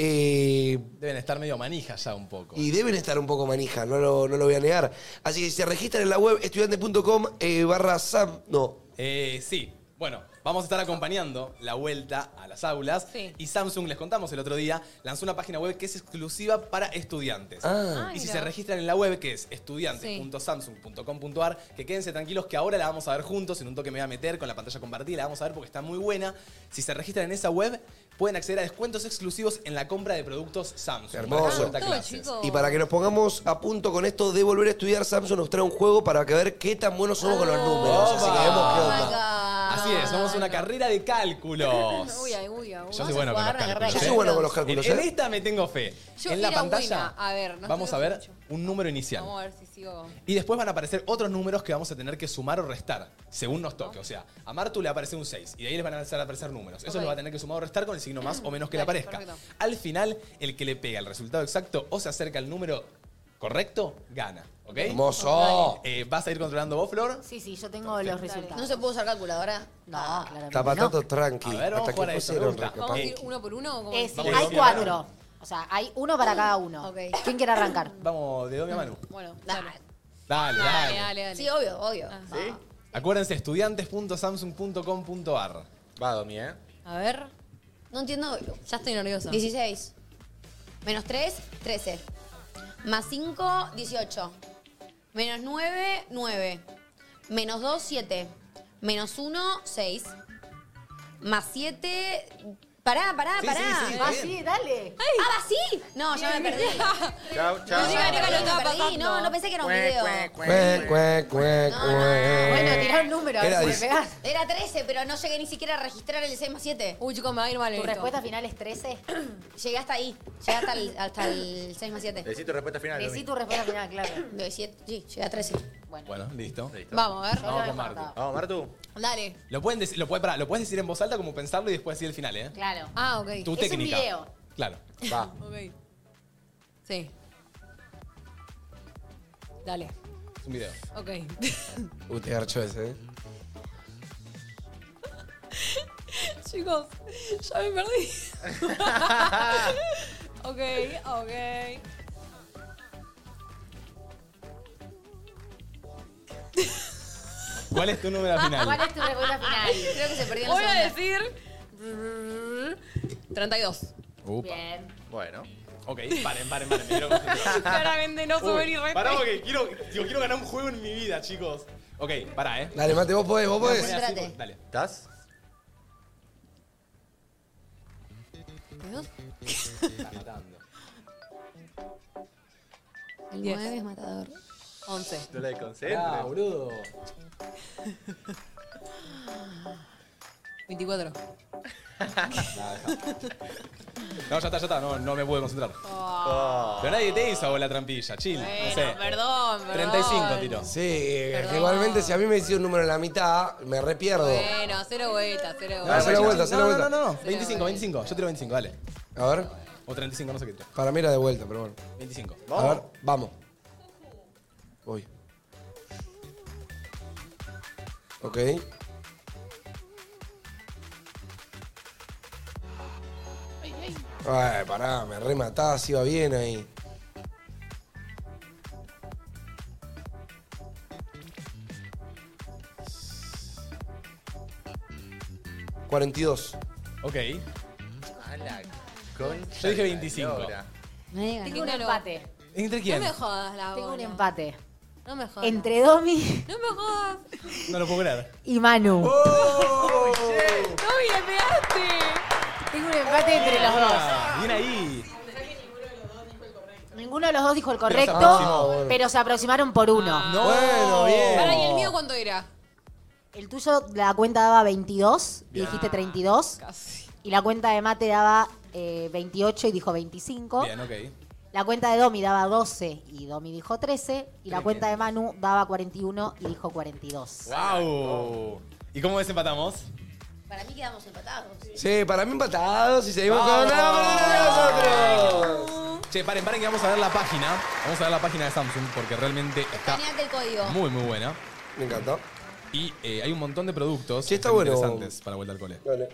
Speaker 2: eh,
Speaker 1: Deben estar medio manijas ya un poco.
Speaker 2: y deben estar un poco manija, no lo, no lo voy a negar. Así que se registran en la web estudiante.com eh, barra SAM. No,
Speaker 1: Eh, sí, bueno, vamos a estar acompañando la vuelta a las aulas. Y Samsung, les contamos el otro día, lanzó una página web que es exclusiva para estudiantes.
Speaker 2: Ah. Ah,
Speaker 1: y si
Speaker 2: mira.
Speaker 1: se registran en la web, que es estudiantes.samsung.com.ar, que quédense tranquilos que ahora la vamos a ver juntos, en un toque me voy a meter con la pantalla compartida, la vamos a ver porque está muy buena. Si se registran en esa web, pueden acceder a descuentos exclusivos en la compra de productos Samsung. Para la
Speaker 2: Hermoso.
Speaker 1: vuelta a clases.
Speaker 2: Y para que nos pongamos a punto con esto de volver a estudiar, Samsung nos trae un juego para que ver qué tan buenos somos con los números. Así que vemos qué onda.
Speaker 1: Así es, somos una carrera de cálculos.
Speaker 3: Uy, ay, uy,
Speaker 14: ah.
Speaker 3: ay, uy.
Speaker 1: Yo soy bueno con los cálculos.
Speaker 2: Yo
Speaker 1: ¿eh?
Speaker 2: soy bueno con los cálculos,
Speaker 1: En, en
Speaker 2: ¿eh?
Speaker 1: esta me tengo fe.
Speaker 3: Yo
Speaker 1: en la
Speaker 3: era
Speaker 1: pantalla
Speaker 3: buena. A ver, no
Speaker 1: vamos a
Speaker 3: estudio
Speaker 1: ver
Speaker 3: mucho.
Speaker 1: un número inicial.
Speaker 3: Vamos a ver si sigo.
Speaker 1: Y después van a aparecer otros números que vamos a tener que sumar o restar, según nos toque. O sea, a Martu le aparece un 6 y de ahí les van a empezar a aparecer números. Eso
Speaker 3: Ok.
Speaker 1: lo va a tener que sumar o restar con el signo más o menos que le
Speaker 3: Dale,
Speaker 1: aparezca.
Speaker 3: perfecto.
Speaker 1: Al final, el que le pega el resultado exacto o se acerca al número correcto, gana. ¿Ok?
Speaker 2: ¡Hermoso!
Speaker 1: Eh, ¿Vas a ir controlando vos, Flor?
Speaker 14: Sí, sí, yo tengo los resultados.
Speaker 4: ¿No se puede usar calculadora? Ah. No, claro.
Speaker 2: Está batato tranqui.
Speaker 1: A ver, vamos a
Speaker 2: hasta
Speaker 1: jugar
Speaker 2: que
Speaker 1: a eso,
Speaker 2: pusieron
Speaker 1: me gusta.
Speaker 2: recapaz.
Speaker 1: Vamos a
Speaker 14: ir
Speaker 3: uno por uno?
Speaker 14: o Es,
Speaker 1: Vamos
Speaker 14: hay
Speaker 1: a ir.
Speaker 14: cuatro. O sea, hay uno para cada uno. ¿Quién quiere arrancar?
Speaker 1: Vamos, de Domi a Manu.
Speaker 3: Bueno, dale.
Speaker 1: Dale, dale.
Speaker 4: Sí, obvio, obvio.
Speaker 3: Ah.
Speaker 1: Acuérdense, estudiantes.samsung.com.ar. Va, Domi, ¿eh?
Speaker 3: A ver.
Speaker 4: No entiendo.
Speaker 3: Ya estoy nerviosa.
Speaker 4: 16. Menos 3, 13. Más 5, 18. Menos 9, 9. Menos 2, 7. Menos 1, 6. Más 7. Pará, pará,
Speaker 18: Sí,
Speaker 4: pará.
Speaker 18: sí, sí, está Ah, bien. sí,
Speaker 4: dale. Ah, ¿va sí? No, ya me perdí.
Speaker 5: Chao,
Speaker 4: No,
Speaker 5: chao.
Speaker 4: ya me perdí, me perdí. No, no pensé que era un video.
Speaker 2: Cuec, cuec, cuec, cuec. Era dis-
Speaker 4: Era 13, pero no llegué ni siquiera a registrar el 6 más 7.
Speaker 3: Uy, chicos, me va a ir mal
Speaker 4: ¿Tu
Speaker 14: esto.
Speaker 4: respuesta final es 13? llegué hasta ahí. Llegué hasta el, hasta el 6 más 7.
Speaker 5: Decí tu respuesta final. Domi.
Speaker 4: tu respuesta final, claro. sí, llegué a 13.
Speaker 1: Bueno, listo.
Speaker 3: Vamos, a ver.
Speaker 1: Vamos con Martu.
Speaker 5: Vamos, Martu.
Speaker 3: Dale.
Speaker 1: Lo, pueden decir- lo, puede- pará, lo puedes decir en voz alta como pensarlo y después decir el final, ¿eh?
Speaker 14: Claro.
Speaker 3: Ah, ok.
Speaker 1: Tu técnica. Claro. Va.
Speaker 3: Ok. Sí. Dale.
Speaker 1: Es un video.
Speaker 3: Ok.
Speaker 2: Uy, te garchó ese, ¿eh?
Speaker 3: Chicos, ya me perdí. ok, ok.
Speaker 1: ¿Cuál es tu
Speaker 3: Ah,
Speaker 1: número final?
Speaker 14: es tu respuesta final?
Speaker 4: Creo que se perdió en la
Speaker 3: Voy a
Speaker 4: segunda.
Speaker 3: decir. 32.
Speaker 1: Upa.
Speaker 14: Bien.
Speaker 1: Bueno. Ok, paren, paren, paren. me quiero concentrar.
Speaker 3: Claramente no sumé
Speaker 1: Uy,
Speaker 3: ni resté.
Speaker 1: Pará porque quiero, yo quiero ganar un juego en mi vida, chicos. Ok, pará, ¿eh?
Speaker 2: Dale, mate, vos podés, vos podés.
Speaker 4: Espérate.
Speaker 1: Dale. ¿Estás? Está matando.
Speaker 4: El Oh.
Speaker 3: Diez.
Speaker 4: 9 es matador.
Speaker 3: 11.
Speaker 5: No la desconcentres.
Speaker 1: Ah, boludo.
Speaker 3: 24.
Speaker 1: No, ya está, ya está. No, no me puedo concentrar.
Speaker 4: Oh.
Speaker 1: Pero nadie te hizo vos la trampilla, chill. no sé.
Speaker 3: Perdón, perdón.
Speaker 1: 35 tiró.
Speaker 2: Sí, eh, que igualmente si a mí me hicieron un número en la mitad, me repierdo.
Speaker 3: Bueno, cero vueltas, cero
Speaker 2: No,
Speaker 3: vueltas.
Speaker 2: hace la vuelta, hace
Speaker 1: No,
Speaker 2: la
Speaker 1: no,
Speaker 2: vuelta.
Speaker 1: no, no, no. 25, 25. Yo tiro 25, dale.
Speaker 2: A ver,
Speaker 1: O 35, no sé qué tiro.
Speaker 2: para mí era de vuelta, pero bueno.
Speaker 1: 25.
Speaker 2: A ver, vamos. Voy. Ok. Ay, pará, me rematás, iba bien ahí. ¿42?
Speaker 1: Ok.
Speaker 5: Concha
Speaker 1: Yo dije
Speaker 5: de la
Speaker 1: 25.
Speaker 5: lora.
Speaker 14: Tengo un empate.
Speaker 1: ¿Entre quién?
Speaker 3: No me jodas, la
Speaker 14: Tengo un
Speaker 3: bola.
Speaker 14: empate.
Speaker 3: No me jodas.
Speaker 14: Entre Domi
Speaker 3: No me jodas.
Speaker 1: No lo puedo creer.
Speaker 14: y Manu.
Speaker 3: Domi, le pegaste.
Speaker 1: Ah.
Speaker 14: Tengo un empate entre los dos.
Speaker 1: Bien ahí.
Speaker 14: Ninguno de los dos dijo el
Speaker 3: Pero se
Speaker 14: correcto, pero se
Speaker 3: aproximó,
Speaker 14: aproximaron,
Speaker 3: bueno.
Speaker 14: por uno.
Speaker 3: Bueno, bien. Pará, ¿y el mío cuánto era?
Speaker 14: El tuyo, la cuenta daba 22 y
Speaker 3: Bien.
Speaker 14: dijiste 32. Y la cuenta de Mate daba eh, 28 y dijo 25.
Speaker 1: Bien, ok.
Speaker 14: La cuenta de Domi daba 12 y Domi dijo 13. Y la cuenta de Manu daba 41 y dijo 42.
Speaker 1: ¡Wow! ¿Y cómo desempatamos?
Speaker 4: Para mí quedamos empatados.
Speaker 2: Sí, para mí empatados y seguimos con... nosotros!
Speaker 1: Che, paren, paren que vamos a ver la página. Vamos a ver la página de Samsung porque realmente está
Speaker 4: Escaneate el código.
Speaker 1: muy, muy buena.
Speaker 2: Me encantó.
Speaker 1: Y eh, hay un montón de productos
Speaker 2: Sí, está
Speaker 1: que son
Speaker 2: bueno.
Speaker 1: interesantes para vuelta al cole.
Speaker 2: Dale.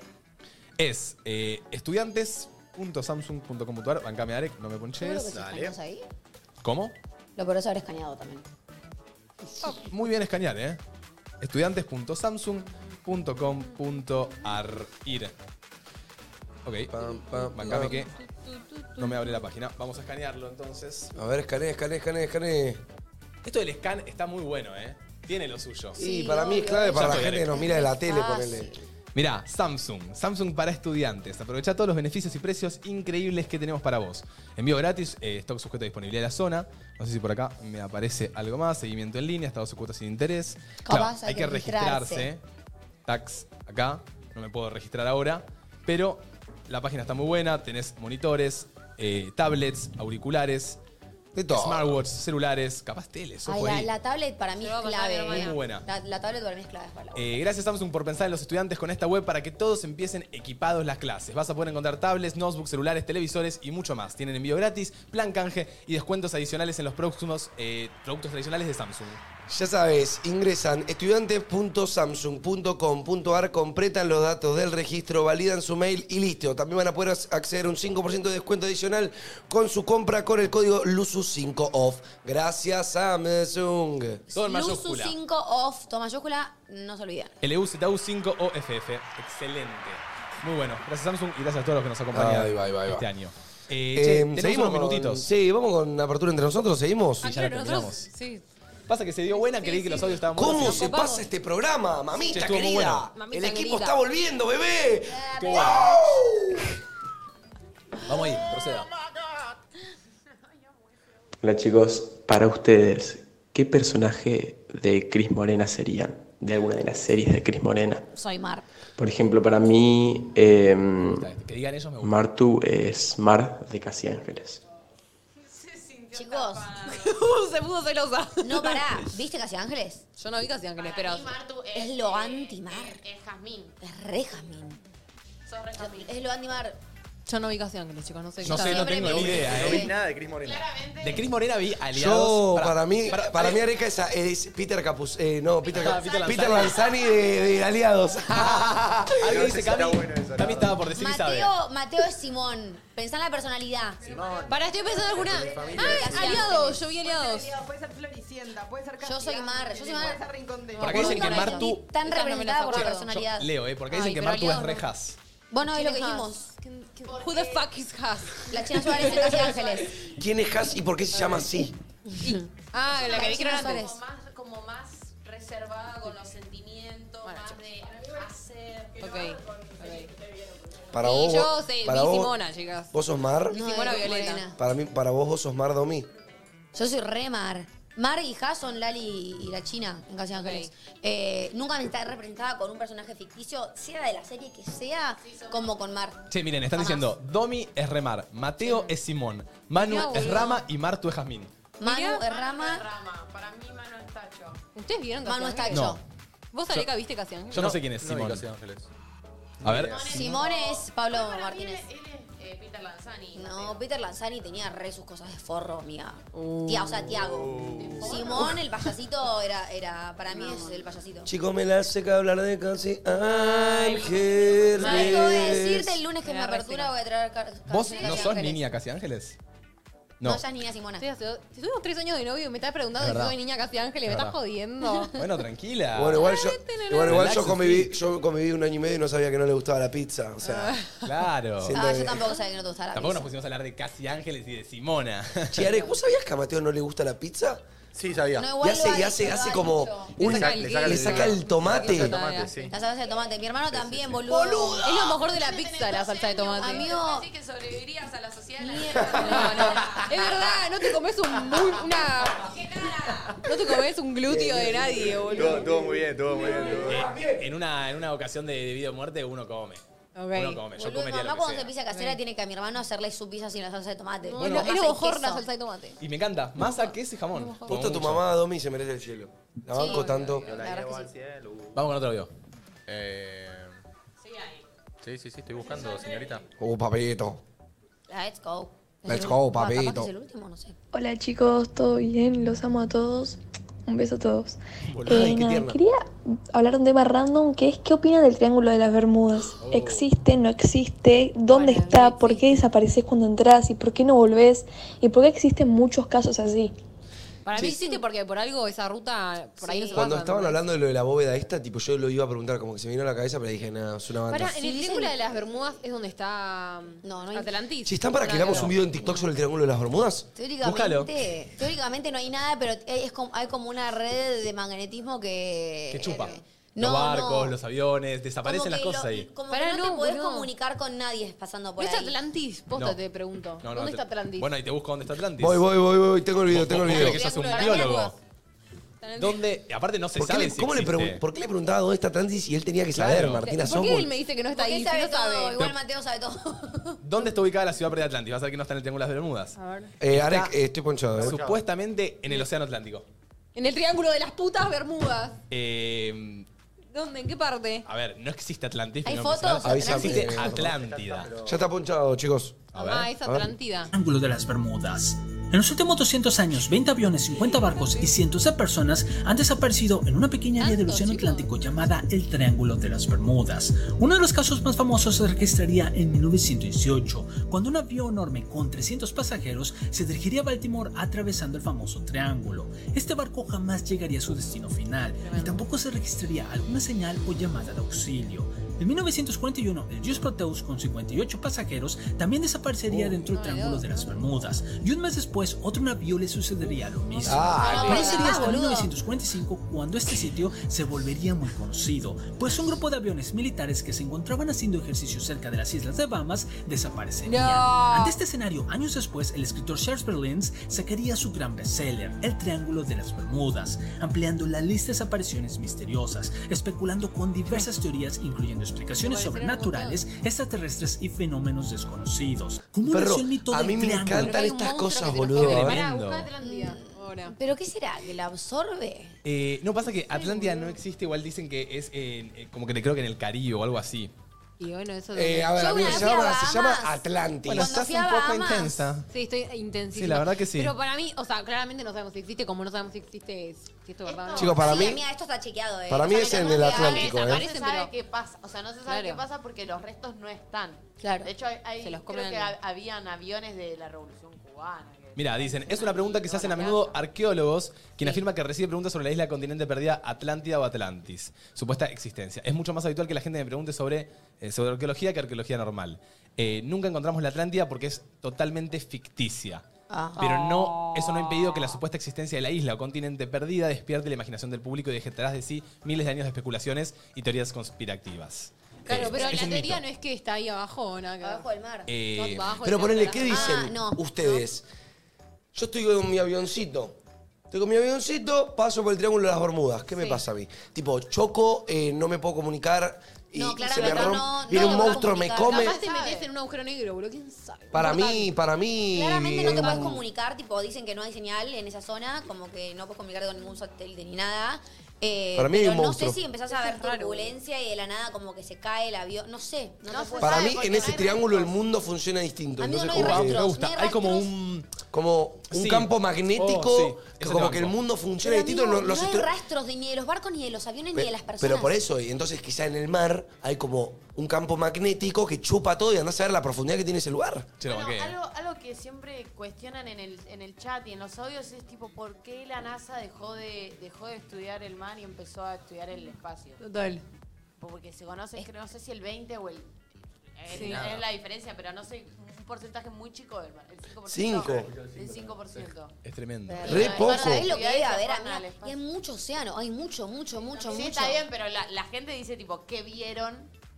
Speaker 1: Es eh, estudiantes.samsung.com.ar, bancame Arek, no me
Speaker 4: ¿Seguro que
Speaker 1: ponches.
Speaker 4: se escaneó ahí?
Speaker 1: ¿Cómo?
Speaker 4: Lo podés haber escaneado también.
Speaker 1: Muy bien escanear, ¿eh? estudiantes.samsung.com.ar ir. Ok, bancame
Speaker 2: pam.
Speaker 1: que no me abre la página. Vamos a escanearlo entonces.
Speaker 2: A ver, escaneé, escaneé, escaneé, escaneé.
Speaker 1: Esto del scan está muy bueno, ¿eh? Tiene lo suyo.
Speaker 2: Sí, para mí es clave para la gente que nos mira de la
Speaker 1: Ah,
Speaker 2: tele, ponele.
Speaker 1: Mirá, Samsung. Samsung para estudiantes. Aprovecha todos los beneficios y precios increíbles que tenemos para vos. Envío gratis, eh, stock sujeto a disponibilidad de la zona. No sé si por acá me aparece algo más. Seguimiento en línea, estado sujeto sin interés. Claro,
Speaker 4: Capaz
Speaker 1: hay, que registrarse.
Speaker 4: registrarse.
Speaker 1: Tax acá. No me puedo registrar ahora. Pero la página está muy buena. Tenés monitores, eh, tablets, auriculares. De
Speaker 2: todo.
Speaker 1: Smartwatch, celulares, capaz teles.
Speaker 4: Ay,
Speaker 1: ojo
Speaker 4: la,
Speaker 1: ahí.
Speaker 4: la tablet para mí es clave.
Speaker 1: pasar,
Speaker 4: eh.
Speaker 1: Muy buena.
Speaker 4: La, la tablet para mí es clave. para la-
Speaker 1: Eh, gracias Samsung por pensar en los estudiantes con esta web para que todos empiecen equipados las clases. Vas a poder encontrar tablets, notebooks, celulares, televisores y mucho más. Tienen envío gratis, plan canje y descuentos adicionales en los próximos eh, productos tradicionales de Samsung.
Speaker 2: Ya sabes, ingresan estudiantes.samsung.com.ar, completan los datos del registro, validan su mail y listo. También van a poder ac- acceder a un 5% de descuento adicional con su compra con el código LUSU5OFF. Gracias, Samsung.
Speaker 1: Todo en
Speaker 4: Luzu
Speaker 1: mayúscula.
Speaker 4: 5 off, todo mayúscula, no se olvidan.
Speaker 1: LUZU5OFF. Excelente. Muy bueno. Gracias Samsung y gracias a todos los que nos acompañan
Speaker 2: Ahí va, ahí va, ahí va.
Speaker 1: este año. Eh, che, tenemos
Speaker 2: seguimos
Speaker 1: unos
Speaker 2: con-
Speaker 1: minutitos.
Speaker 2: Sí, vamos con apertura entre nosotros, seguimos.
Speaker 1: Sí, ya la terminamos. Pasa que se dio buena, creí que los audios estaban
Speaker 2: ¿Cómo
Speaker 1: buenos.
Speaker 2: se pasa este programa,
Speaker 1: Sí,
Speaker 2: mamita
Speaker 1: estuvo muy
Speaker 2: querida?
Speaker 1: bueno.
Speaker 2: El
Speaker 1: Mamita
Speaker 2: equipo
Speaker 1: querida.
Speaker 2: está volviendo, bebé.
Speaker 1: Estuvo Vamos ahí, proceda.
Speaker 21: Hola chicos, para ustedes, ¿qué personaje de Cris Morena serían? De alguna de las series de Cris Morena.
Speaker 4: Soy Mar.
Speaker 21: Por ejemplo, para mí, eh,
Speaker 1: Que digan ellos me gusta.
Speaker 21: Martu es Mar de Casi Ángeles.
Speaker 4: Chicos,
Speaker 3: se puso celosa.
Speaker 4: No, pará. ¿Viste Casi Ángeles?
Speaker 3: Yo no vi Casi Ángeles, pero.
Speaker 4: es lo anti-mar.
Speaker 12: eh, Es Jazmín.
Speaker 4: Es re Jazmín.
Speaker 12: Sos re Jazmín.
Speaker 4: Es lo anti-mar.
Speaker 3: Yo no vi Casi Ángeles, chicos, no sé.
Speaker 1: No sé, no tengo ni idea,
Speaker 5: No
Speaker 1: ¿eh?
Speaker 5: vi nada de Cris Morena.
Speaker 1: De Chris Morena vi aliados.
Speaker 2: Yo, para,
Speaker 1: Pará,
Speaker 2: mí,
Speaker 1: pará,
Speaker 2: para,
Speaker 1: pará.
Speaker 2: mí Areca es, es Peter Capus, eh, no, Peter, Ca-
Speaker 1: Ah, Peter Lanzani.
Speaker 2: Peter Lanzani de, de Aliados.
Speaker 1: Alguien dice Cami. Cami estaba por decir Isabel.
Speaker 4: Mateo, Mateo es Simón. Pensá en la personalidad. Simón.
Speaker 3: Pará, estoy pensando en alguna. Ah, aliados, yo vi aliados.
Speaker 10: Puede ser Floricienta, puede ser
Speaker 4: Yo soy Mar, yo soy Mar.
Speaker 10: Puede ser Rincón de
Speaker 1: Por acá dicen que Martu.
Speaker 4: Tan
Speaker 3: Esta no me la
Speaker 4: representada por la
Speaker 3: acuerdo.
Speaker 4: personalidad.
Speaker 1: Leo, eh, porque
Speaker 3: Ay,
Speaker 1: dicen que
Speaker 3: pero
Speaker 1: Martu es
Speaker 3: aliados no.
Speaker 1: rejas.
Speaker 4: Bueno, es lo que
Speaker 3: ¿Quién
Speaker 4: dijimos.
Speaker 3: ¿Quién- quién- Who the fuck is Has?
Speaker 4: La China Suárez en Casi Ángeles.
Speaker 2: ¿Quién es Haas y por qué se llama así?
Speaker 3: Ah, la que
Speaker 12: China
Speaker 3: dijeron
Speaker 12: Suárez.
Speaker 3: antes.
Speaker 12: Como más, como más reservada con los sentimientos, más de hacer.
Speaker 3: Ok.
Speaker 2: Para
Speaker 3: Sí,
Speaker 2: vos,
Speaker 3: yo
Speaker 2: vos-
Speaker 3: sé,
Speaker 2: para
Speaker 3: vi
Speaker 2: vos,
Speaker 3: Simona, chicas.
Speaker 2: ¿Vos sos Mar?
Speaker 3: Vi Simona Violeta.
Speaker 2: Para, mí, para vos, vos sos Mar Domi.
Speaker 4: Yo soy re Mar. Mar y Ja son Lali y la China en Casi Ángeles. Eh, nunca me está representada con un personaje ficticio, sea de la serie que sea, como con Mar.
Speaker 1: Che, miren, están
Speaker 4: Jamás.
Speaker 1: diciendo Domi es Remar, Mateo es Simón, Manu
Speaker 4: Mirá,
Speaker 1: es
Speaker 4: boludo.
Speaker 1: Rama y Martu es Jazmín.
Speaker 4: Manu es Rama.
Speaker 12: Para mí, Manu es Tacho.
Speaker 3: ¿Ustedes vieron Casi
Speaker 4: Manu
Speaker 3: Ángeles?
Speaker 1: Tacho. No.
Speaker 3: ¿Vos,
Speaker 1: Yo-
Speaker 3: Aleca, viste Casi Ángeles?
Speaker 1: Yo no, sé quién es
Speaker 5: No vi
Speaker 1: Simón.
Speaker 5: Casi
Speaker 1: A ver.
Speaker 4: Simón es Pablo Martínez.
Speaker 12: Eh, Peter Lanzani.
Speaker 4: No, Peter Lanzani tenía re sus cosas de forro, amiga.
Speaker 2: Uh.
Speaker 4: Tía, o sea, Tiago. Simón, el payasito, era, era para mí es el payasito.
Speaker 2: Chico, me la hace que hablar de casi ángeles.
Speaker 4: ¿Sabes qué voy a decirte? El lunes que me apertura voy a traer ca-
Speaker 1: ¿Vos
Speaker 4: canciones de
Speaker 1: no
Speaker 4: Casi
Speaker 1: sos
Speaker 4: Ángeles.
Speaker 1: niña Casi Ángeles?
Speaker 4: No,
Speaker 1: No.
Speaker 4: ya es niña Simona.
Speaker 3: Estoy hace- Tuvimos tres años de novio y me estás preguntando
Speaker 1: Es
Speaker 3: si
Speaker 1: verdad.
Speaker 3: soy niña Casi Ángeles. Me
Speaker 1: Es
Speaker 3: estás
Speaker 1: verdad.
Speaker 3: jodiendo.
Speaker 1: Bueno, tranquila.
Speaker 2: Bueno, igual yo, igual, igual yo,
Speaker 1: Relax,
Speaker 2: conviví, yo conviví un año y medio y no sabía que no le gustaba la pizza. O sea,
Speaker 1: Claro.
Speaker 2: Siento
Speaker 4: Ah, yo
Speaker 2: que-
Speaker 4: tampoco sabía que no te gustaba la
Speaker 1: Tampoco nos
Speaker 4: pizza.
Speaker 1: pusimos a hablar de Casi Ángeles y de Simona.
Speaker 2: Che, Arek, ¿vos sabías que a Mateo no le gusta la pizza?
Speaker 5: Sí, sabía.
Speaker 4: No,
Speaker 2: y
Speaker 4: igual
Speaker 2: hace,
Speaker 4: lo ha
Speaker 2: y hace,
Speaker 4: dicho,
Speaker 2: hace
Speaker 4: lo ha
Speaker 2: como.
Speaker 4: dicho.
Speaker 2: un-
Speaker 5: Le saca- le saca el-
Speaker 2: le saca el tomate.
Speaker 5: El tomate, sí.
Speaker 4: La salsa de tomate. Mi hermano también, boludo.
Speaker 3: Es lo mejor de la pizza, la salsa de tomate.
Speaker 4: Amigo,
Speaker 12: Así que sobrevivirías a la sociedad de la
Speaker 4: mierda.
Speaker 3: No, no. Es verdad, no te comes un. mu- una. No te comes un glúteo de nadie, boludo.
Speaker 5: Todo muy bien, todo muy bien. todo muy bien.
Speaker 1: Eh, en, una, en una ocasión de, de vida o muerte uno come. Uno come, yo
Speaker 4: Boludo, mi
Speaker 1: comería
Speaker 4: mamá
Speaker 1: lo
Speaker 4: cuando
Speaker 1: que
Speaker 4: hace
Speaker 1: sea.
Speaker 4: pizza casera tiene que a mi hermano hacerle su pizza sin la salsa de tomate.
Speaker 3: No,
Speaker 1: Bueno,
Speaker 3: era- era bojorna salsa de tomate.
Speaker 1: Y me encanta, masa, queso y jamón. Como
Speaker 2: Justo tu
Speaker 1: mucho.
Speaker 2: mamá, Domi, se merece el cielo. La
Speaker 1: Sí,
Speaker 2: banco
Speaker 1: obvio,
Speaker 2: tanto.
Speaker 1: obvio, la llevo al Vamos con otro video.
Speaker 5: Eh, sí, sí, sí, estoy buscando, señorita.
Speaker 2: Uh, papito.
Speaker 4: Let's go.
Speaker 2: Let's go,
Speaker 4: Ah, capaz que
Speaker 2: papito.
Speaker 4: es el último, no sé.
Speaker 22: Hola chicos, ¿todo bien? Los amo a todos. Un beso a todos.
Speaker 2: Boluda,
Speaker 22: Eh,
Speaker 2: ay, qué
Speaker 22: nada,
Speaker 2: tierna.
Speaker 22: quería hablar de un tema random que es ¿qué opinan del Triángulo de las Bermudas?
Speaker 2: Oh.
Speaker 22: ¿Existe? ¿No existe? ¿Dónde está? ¿Por qué desapareces cuando entras? ¿Y por qué no volvés? ¿Y por qué existen muchos casos así?
Speaker 3: Para mí
Speaker 2: Sí.
Speaker 3: existe porque por algo esa ruta por ahí no se
Speaker 2: Cuando
Speaker 3: pasa,
Speaker 2: estaban
Speaker 3: ¿no?
Speaker 2: hablando de lo de la bóveda esta, tipo yo lo iba a preguntar, como que se me vino a la cabeza, pero dije, nada, es una banda.
Speaker 3: Pará, en el Triángulo de las Bermudas es donde está mm, no, no Atlantis.
Speaker 2: Si están para que hagamos un video en TikTok sobre el Triángulo de las Bermudas,
Speaker 4: Teóricamente,
Speaker 2: búscalo.
Speaker 4: teóricamente no hay nada, pero es como- hay como una red de magnetismo que.
Speaker 1: Que chupa.
Speaker 4: No,
Speaker 1: los barcos,
Speaker 4: no.
Speaker 1: los aviones, desaparecen las
Speaker 4: que
Speaker 1: cosas
Speaker 4: lo-
Speaker 1: ahí.
Speaker 4: Como
Speaker 3: Pará,
Speaker 4: que no,
Speaker 3: no,
Speaker 4: te podés
Speaker 3: boludo.
Speaker 4: comunicar con nadie pasando
Speaker 3: ¿No
Speaker 4: por
Speaker 3: está
Speaker 4: ahí.
Speaker 3: Atlantis? Posta
Speaker 1: No.
Speaker 3: te pregunto.
Speaker 1: No, no,
Speaker 3: ¿Dónde
Speaker 1: te-
Speaker 3: está Atlantis?
Speaker 1: Bueno, y te busco dónde está Atlantis.
Speaker 2: Voy, voy, voy, voy, tengo el video,
Speaker 1: Vos-
Speaker 2: tengo el
Speaker 1: vos
Speaker 2: video.
Speaker 1: crees que sos un
Speaker 3: Para mí,
Speaker 1: biólogo.
Speaker 3: aguas.
Speaker 1: ¿Dónde? y Aparte no se
Speaker 2: ¿Por qué,
Speaker 1: sabe
Speaker 2: le,
Speaker 1: si
Speaker 2: cómo le
Speaker 1: existe.
Speaker 2: pregun- ¿Por qué le preguntaba dónde está Atlantis y él tenía que saber,
Speaker 1: Claro.
Speaker 2: Martina
Speaker 3: ¿Por qué él
Speaker 2: Sokol?
Speaker 3: me dice que no está
Speaker 4: Porque
Speaker 3: ahí?
Speaker 4: él
Speaker 3: Si no
Speaker 4: sabe todo,
Speaker 3: sabe.
Speaker 4: igual Mateo sabe todo.
Speaker 1: ¿Dónde está ubicada la ciudad previa de Atlantis? Vas a ver que no está en el Triángulo de las Bermudas.
Speaker 3: A ver.
Speaker 2: Eh,
Speaker 1: Está
Speaker 2: Arek, eh, estoy ponchado. eh.
Speaker 1: Supuestamente en el Océano Atlántico.
Speaker 3: En el Triángulo de las putas Bermudas.
Speaker 1: Eh,
Speaker 3: ¿Dónde? ¿En qué parte?
Speaker 1: a ver, no existe Atlantis.
Speaker 3: ¿Hay
Speaker 1: no
Speaker 3: fotos?
Speaker 1: empezar.
Speaker 3: Avísame.
Speaker 1: Existe Atlántida.
Speaker 2: Ya está ponchado, chicos.
Speaker 3: Ah, es Atlántida.
Speaker 23: Triángulo de las Bermudas. En los últimos 200 años, 20 aviones, 50 barcos y cientos de personas han desaparecido en una pequeña área del Océano Atlántico llamada el Triángulo de las Bermudas. Uno de los casos más famosos se registraría en 1918, cuando un avión enorme con 300 pasajeros se dirigiría a Baltimore atravesando el famoso triángulo. Este barco jamás llegaría a su destino final y tampoco se registraría alguna señal o llamada de auxilio. En 1941, el Just Proteus con 58 pasajeros también desaparecería dentro del Triángulo de las Bermudas y un mes después otro navío le sucedería lo mismo.
Speaker 2: Ah,
Speaker 23: Pero
Speaker 2: dale.
Speaker 23: no sería hasta
Speaker 2: Ah, boludo.
Speaker 23: 1945 cuando este sitio se volvería muy conocido, pues un grupo de aviones militares que se encontraban haciendo ejercicio cerca de las Islas de Bahamas desaparecerían.
Speaker 24: No.
Speaker 23: Ante este escenario, años después, el escritor Charles Berlins sacaría su gran bestseller, El Triángulo de las Bermudas, ampliando la lista de desapariciones misteriosas, especulando con diversas teorías, incluyendo explicaciones sobrenaturales, extraterrestres y fenómenos desconocidos. Como
Speaker 2: Perro,
Speaker 23: nació el mito
Speaker 2: a
Speaker 23: del
Speaker 2: mí me
Speaker 23: triángulo?
Speaker 2: encantan estas cosas, boludo. ¿eh? a ver.
Speaker 4: ¿Pero qué será? ¿Que la absorbe?
Speaker 1: Eh, no pasa que Atlántida no existe, igual dicen que es eh, eh, como que creo que en el Caribe o algo así.
Speaker 3: Y bueno, eso
Speaker 2: Eh, a ver,
Speaker 3: Yo
Speaker 2: amigo,
Speaker 3: una
Speaker 2: se
Speaker 3: vez fui a
Speaker 2: llama, se llama
Speaker 3: Bahamas.
Speaker 2: Atlantis.
Speaker 3: Bueno, Cuando fui a Bahamas-
Speaker 1: intensa.
Speaker 3: Sí, estoy intensísima.
Speaker 1: Sí, la verdad que sí.
Speaker 3: Pero para mí, o sea, claramente no sabemos si existe, como no sabemos si existe, si esto es verdad. o no.
Speaker 2: Chicos, para
Speaker 3: Sí,
Speaker 2: mí-
Speaker 3: amiga,
Speaker 4: Esto está chequeado, ¿eh?
Speaker 2: Para mí es en el Atlántico,
Speaker 3: Desaparece,
Speaker 2: ¿eh?
Speaker 3: desaparece.
Speaker 12: se
Speaker 3: Pero-
Speaker 12: sabe qué pasa, o sea, no se sabe
Speaker 3: Claro.
Speaker 12: qué pasa porque los restos no están.
Speaker 3: Claro.
Speaker 12: De hecho, hay, hay-
Speaker 3: Se los
Speaker 12: creo
Speaker 3: comen.
Speaker 12: que ha- habían aviones de la Revolución Cubana.
Speaker 1: Mira, dicen, es una pregunta que se hacen a menudo arqueólogos, quien afirma que recibe preguntas sobre la isla continente perdida Atlántida o Atlantis, supuesta existencia. Es mucho más habitual que la gente me pregunte sobre, eh, sobre arqueología que arqueología normal. Eh, nunca encontramos la Atlántida porque es totalmente ficticia. Pero
Speaker 4: Oh.
Speaker 1: no, eso no ha impedido que la supuesta existencia de la isla o continente perdida despierte la imaginación del público y deje atrás de sí miles de años de especulaciones y teorías conspirativas.
Speaker 3: Claro,
Speaker 1: Eh,
Speaker 3: pero
Speaker 1: es
Speaker 3: la
Speaker 1: un
Speaker 3: teoría
Speaker 1: mito.
Speaker 3: no es que está ahí abajo o nada que Abajo
Speaker 4: del mar.
Speaker 1: Eh,
Speaker 2: Pero ponele, ¿qué dicen
Speaker 3: Ah, no.
Speaker 2: ustedes? Yo estoy con mi avioncito. Estoy con mi avioncito, paso por el Triángulo de las Bermudas. ¿Qué me pasa a mí? Tipo, choco, eh, no me puedo comunicar. Y
Speaker 3: No,
Speaker 2: y se me
Speaker 3: claramente
Speaker 2: rompe.
Speaker 3: no-
Speaker 2: viene
Speaker 3: no
Speaker 2: un
Speaker 3: lo
Speaker 2: monstruo, me come.
Speaker 3: Capaz te metes en un agujero negro, boludo. ¿Quién sabe?
Speaker 2: Para
Speaker 3: Mortal.
Speaker 2: mí, para mí.
Speaker 4: Claramente no te
Speaker 2: eh,
Speaker 4: puedes comunicar, tipo, dicen que no hay señal en esa zona, como que no puedes comunicarte con ningún satélite ni nada. Eh,
Speaker 2: Para mí hay
Speaker 4: pero
Speaker 2: un
Speaker 4: no
Speaker 2: monstruo.
Speaker 4: sé si empezás a ver turbulencia y de la nada como que se cae el avión. No sé. No, te puedo-
Speaker 2: Para mí, en ese triángulo el mundo funciona distinto.
Speaker 4: Amigo,
Speaker 2: Entonces,
Speaker 4: no hay
Speaker 2: como que-
Speaker 4: rastros, Me gusta. no hay Hay
Speaker 1: como un.
Speaker 2: Como un
Speaker 1: Sí.
Speaker 2: campo magnético.
Speaker 1: Oh, sí.
Speaker 2: que
Speaker 1: Eso te
Speaker 2: como que el
Speaker 1: banco.
Speaker 2: mundo funciona
Speaker 4: Pero,
Speaker 2: distinto.
Speaker 4: amigo,
Speaker 2: no- los
Speaker 4: no hay
Speaker 2: estru-
Speaker 4: rastros de- ni de los barcos, ni de los aviones, ni de las personas.
Speaker 2: Pero por eso, y entonces quizá en el mar hay como un campo magnético que chupa todo y andás a ver la profundidad que tiene ese lugar.
Speaker 12: Bueno, algo, algo que siempre cuestionan en el, en el chat y en los audios es tipo, ¿por qué la NASA dejó de, dejó de estudiar el mar y empezó a estudiar el espacio?
Speaker 3: Total.
Speaker 12: Porque se conoce, creo, no sé si el 20 o el... el-
Speaker 3: Sí.
Speaker 12: Es la diferencia, pero no sé, un porcentaje muy chico del mar. El 5%.
Speaker 2: Cinco.
Speaker 12: El 5%.
Speaker 1: Es tremendo.
Speaker 2: Re poco.
Speaker 4: ¿Sabés lo que debe haber,
Speaker 12: Van al
Speaker 4: amigo? Y hay mucho océano, hay mucho, mucho, mucho,
Speaker 12: Sí,
Speaker 4: mucho.
Speaker 12: está bien, pero la, la gente dice tipo, ¿qué vieron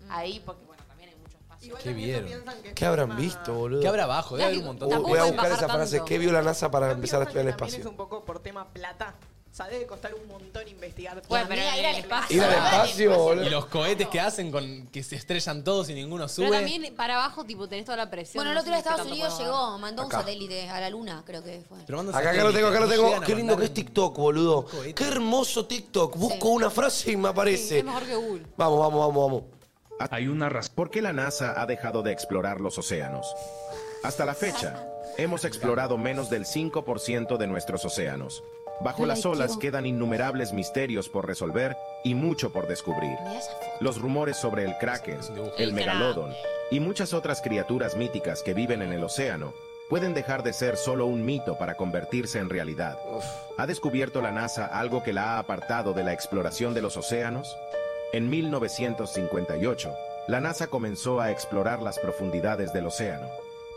Speaker 12: ahí? Porque bueno, también hay mucho espacio.
Speaker 2: ¿Qué vieron? ¿Qué habrán visto, boludo?
Speaker 1: ¿Qué habrá abajo? Debe haber un montón de
Speaker 2: Uh, Voy a
Speaker 1: cosas.
Speaker 2: buscar esa frase. ¿Qué vio la NASA para empezar a estudiar el
Speaker 10: También es
Speaker 2: espacio?
Speaker 10: un poco por tema plata. O sea, debe costar un montón investigar.
Speaker 12: Bueno, pero
Speaker 10: Amiga,
Speaker 12: ir al espacio.
Speaker 2: Ir al espacio,
Speaker 1: Y
Speaker 2: boludo.
Speaker 1: los cohetes que hacen con que se estrellan todos y ninguno sube.
Speaker 3: Pero también para abajo, tipo, tenés toda la presión.
Speaker 4: Bueno, el otro día
Speaker 3: no sé qué
Speaker 4: Estados
Speaker 3: tanto
Speaker 4: Unidos
Speaker 3: puede
Speaker 4: llegó, mandó
Speaker 2: Acá.
Speaker 4: un satélite a la luna, creo que fue.
Speaker 1: Pero manda
Speaker 2: Acá, acá lo
Speaker 1: satélite,
Speaker 2: tengo, acá lo
Speaker 1: no
Speaker 2: tengo.
Speaker 1: llegan a
Speaker 2: Qué lindo que
Speaker 1: mandar
Speaker 2: es TikTok, boludo. Qué hermoso TikTok. Busco una frase y me aparece.
Speaker 3: que Google.
Speaker 2: Vamos, vamos, vamos, vamos.
Speaker 11: Hay una razón por qué la NASA ha dejado de explorar los océanos. Hasta la fecha, hemos explorado menos del 5% de nuestros océanos. Bajo
Speaker 24: Hola,
Speaker 11: las olas
Speaker 24: Ichigo.
Speaker 11: quedan innumerables misterios por resolver y mucho por descubrir. Los rumores sobre el kraken, el
Speaker 24: El
Speaker 11: megalodon y muchas otras criaturas míticas que viven en el océano pueden dejar de ser solo un mito para convertirse en realidad. ¿Ha descubierto la NASA algo que la ha apartado de la exploración de los océanos? En 1958, la NASA comenzó a explorar las profundidades del océano.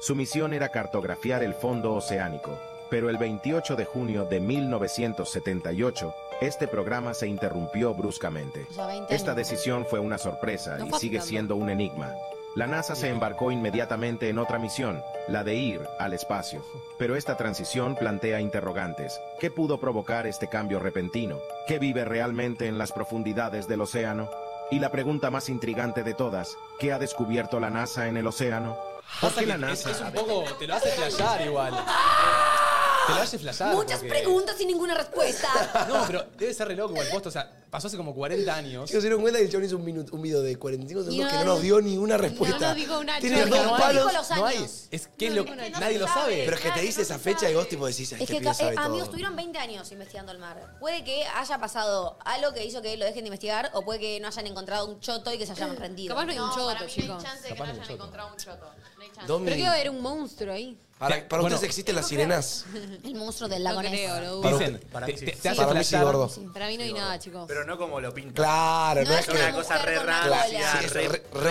Speaker 11: Su misión era cartografiar el fondo oceánico, pero el 28 de junio de 1978, este programa se interrumpió bruscamente.
Speaker 4: O sea, 20
Speaker 11: Esta
Speaker 4: años.
Speaker 11: decisión fue una sorpresa
Speaker 4: No
Speaker 11: y
Speaker 4: fue
Speaker 11: sigue
Speaker 4: tanto.
Speaker 11: siendo un enigma. La NASA se embarcó inmediatamente en otra misión, la de ir al espacio. Pero esta transición plantea interrogantes. ¿Qué pudo provocar este cambio repentino? ¿Qué vive realmente en las profundidades del océano? Y la pregunta más intrigante de todas, ¿qué ha descubierto la NASA en el océano? ¿Por qué la
Speaker 1: Es,
Speaker 11: NASA
Speaker 1: es un poco. Te lo hace flashear igual. Te lo hace flashear.
Speaker 4: Muchas
Speaker 1: porque-
Speaker 4: preguntas sin ninguna respuesta.
Speaker 1: No, pero debe ser re loco igual. Posta, o sea, pasó hace como 40 años.
Speaker 2: Chicos, se dieron cuenta que el chabón hizo un, minuto, un video de 45
Speaker 1: Y no
Speaker 2: segundos que no nos dio ni una respuesta.
Speaker 1: nos dijo una
Speaker 2: Tiene
Speaker 1: chola.
Speaker 2: dos
Speaker 1: No hay.
Speaker 2: palos.
Speaker 4: Dijo los años.
Speaker 1: Es que es lo
Speaker 4: dijo una
Speaker 1: nadie lo
Speaker 4: chola.
Speaker 1: sabe.
Speaker 2: Pero es que te dice esa fecha y vos tipo decís, ay,
Speaker 4: Es
Speaker 2: este
Speaker 4: que,
Speaker 2: pibe
Speaker 4: ca-
Speaker 2: sabe
Speaker 4: eh, amigos,
Speaker 2: todo.
Speaker 4: estuvieron 20 años investigando el mar. Puede que haya pasado algo que hizo que lo dejen de investigar o puede que no hayan encontrado un choto y que se hayan rendido.
Speaker 3: Capaz no hay un choto,
Speaker 12: para mí No hay
Speaker 3: chicos.
Speaker 12: chance de que
Speaker 2: Capaz no
Speaker 12: no
Speaker 2: hay
Speaker 12: hayan
Speaker 2: choto.
Speaker 12: encontrado un choto. No hay chance.
Speaker 2: Domi.
Speaker 3: Pero que iba a haber un monstruo ahí.
Speaker 2: Para, para
Speaker 1: Bueno.
Speaker 2: ustedes existen las sirenas.
Speaker 4: El monstruo del lago
Speaker 3: No creo,
Speaker 4: Ness.
Speaker 3: lo
Speaker 2: Para
Speaker 1: Dicen,
Speaker 2: usted-
Speaker 1: para
Speaker 2: te-
Speaker 1: mí sí.
Speaker 2: te- te
Speaker 1: Sí.
Speaker 2: hace
Speaker 1: Para mí sí,
Speaker 2: flashear.
Speaker 1: gordo.
Speaker 3: Para mí no hay nada, chicos.
Speaker 5: Pero no como lo pintan.
Speaker 2: Claro, no,
Speaker 5: No,
Speaker 2: es
Speaker 5: es
Speaker 2: que.
Speaker 5: una cosa re rara,
Speaker 2: Sí, es
Speaker 5: re-
Speaker 2: re, re
Speaker 5: re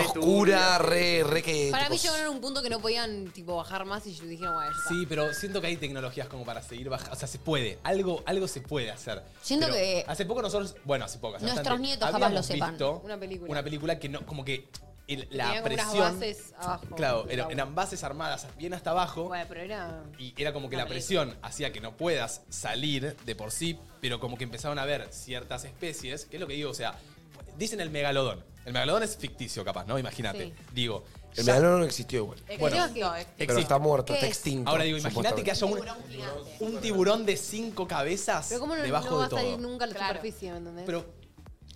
Speaker 5: turbia.
Speaker 2: oscura, re, re
Speaker 1: eh,
Speaker 2: que.
Speaker 3: Para
Speaker 2: tipo,
Speaker 3: mí llegaron a un punto que no podían tipo bajar más y yo dijeron, bueno, ya está.
Speaker 1: Sí, pero siento que hay tecnologías como para seguir bajando. O sea, se puede. Algo, algo se puede hacer.
Speaker 4: Siento
Speaker 1: Pero
Speaker 4: que-
Speaker 1: Hace poco nosotros. Bueno, hace poco. hace
Speaker 4: Nuestros
Speaker 1: bastante,
Speaker 4: nietos jamás lo
Speaker 1: habíamos
Speaker 4: sepan.
Speaker 1: visto
Speaker 3: Una película.
Speaker 1: Una película que no. Como que. el- la
Speaker 3: Tenía como unas
Speaker 1: presión.
Speaker 3: bases abajo.
Speaker 1: Claro, eran, eran bases armadas bien hasta abajo.
Speaker 3: Bueno, pero era.
Speaker 1: Y era como que
Speaker 3: Una
Speaker 1: la presión hacía que no puedas salir de por sí, pero como que empezaron a ver ciertas especies, que es lo que digo, o sea, dicen el megalodón. El megalodón es ficticio, capaz, ¿no? Imagínate.
Speaker 2: Sí.
Speaker 1: Digo.
Speaker 2: El
Speaker 1: ya-
Speaker 2: megalodón no existió igual.
Speaker 1: Bueno,
Speaker 2: Pero está muerto,
Speaker 1: ¿Qué
Speaker 2: está
Speaker 1: es?
Speaker 2: extinto.
Speaker 1: Ahora digo, imagínate que haya un, un tiburón de cinco cabezas
Speaker 3: Pero cómo no,
Speaker 1: debajo
Speaker 3: no va
Speaker 1: de
Speaker 3: a salir
Speaker 1: todo.
Speaker 3: nunca a la superficie, ¿me entendés?
Speaker 1: Pero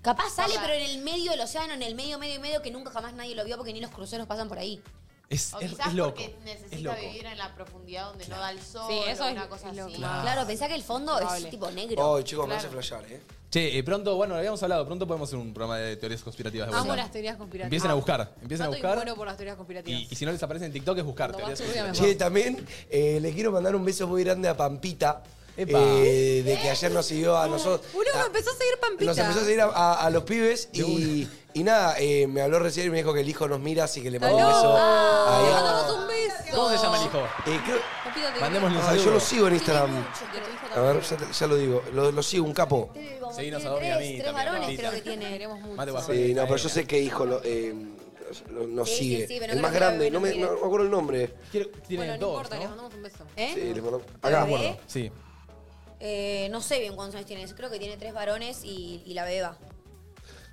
Speaker 4: Capaz sale, pero en el medio del océano, en el medio, medio, medio, que nunca jamás nadie lo vio porque ni los cruceros pasan por ahí.
Speaker 1: es,
Speaker 12: O
Speaker 1: es-
Speaker 12: quizás
Speaker 1: es loco.
Speaker 12: porque necesita
Speaker 1: es loco.
Speaker 12: vivir en la profundidad donde no da el sol
Speaker 3: Sí, eso
Speaker 12: o
Speaker 3: es-
Speaker 12: una cosa así.
Speaker 3: es loco.
Speaker 4: Claro, pensá que el fondo es tipo negro.
Speaker 2: Ay, chicos, me hace flashear, eh.
Speaker 1: Che, eh, pronto, bueno, lo habíamos hablado, pronto podemos hacer un programa de teorías conspirativas de
Speaker 3: Amo
Speaker 1: vuelta.
Speaker 3: las teorías conspirativas. Ah,
Speaker 1: Empiecen a buscar, empiecen a
Speaker 3: Tanto y
Speaker 1: buscar.
Speaker 3: muero por las teorías conspirativas.
Speaker 1: Y, y si no les aparece en TikTok es buscar teorías conspirativas.
Speaker 2: Che, también eh, le quiero mandar un beso muy grande a Pampita.
Speaker 1: Epa.
Speaker 2: eh, de que ayer nos siguió a nosotros. Ah,
Speaker 3: Uno me empezó a seguir Pampita.
Speaker 2: Nos empezó a seguir a, a- a los pibes y, y nada, eh, me habló recién y me dijo que el hijo nos mira, así que le mando un
Speaker 3: ¡Aló!
Speaker 2: beso.
Speaker 6: Ah.
Speaker 3: Le
Speaker 2: Ahí.
Speaker 3: mandamos un beso.
Speaker 1: ¿Cómo se llama el hijo?
Speaker 2: Eh, creo-
Speaker 3: Pampita, te
Speaker 1: Mandémosle un
Speaker 2: Ah,
Speaker 1: saludo.
Speaker 2: yo lo sigo en Instagram.
Speaker 3: quiero. Tu hijo
Speaker 2: A ver, ya, te- ya lo digo. Lo, lo sigo, un capo.
Speaker 1: Seguinos a Domi y a mí también, Pampita.
Speaker 4: tiene.
Speaker 3: Queremos mucho.
Speaker 1: Mate Guasón.
Speaker 2: Sí, no, pero yo sé que hijo lo, eh, lo- nos
Speaker 4: Sí, sí,
Speaker 2: sigue.
Speaker 4: sí, pero
Speaker 2: el
Speaker 4: creo
Speaker 2: más
Speaker 4: que
Speaker 2: grande,
Speaker 4: lo-
Speaker 2: no me, no me acuerdo el nombre.
Speaker 1: Tienen
Speaker 3: Bueno, no importa, le mandamos un beso.
Speaker 4: ¿Eh?
Speaker 2: Sí, le mando-
Speaker 4: ¿Bebé?
Speaker 2: Acá,
Speaker 1: Sí.
Speaker 4: Eh, no sé bien cuántos años tiene. Creo que tiene tres varones y, y la beba.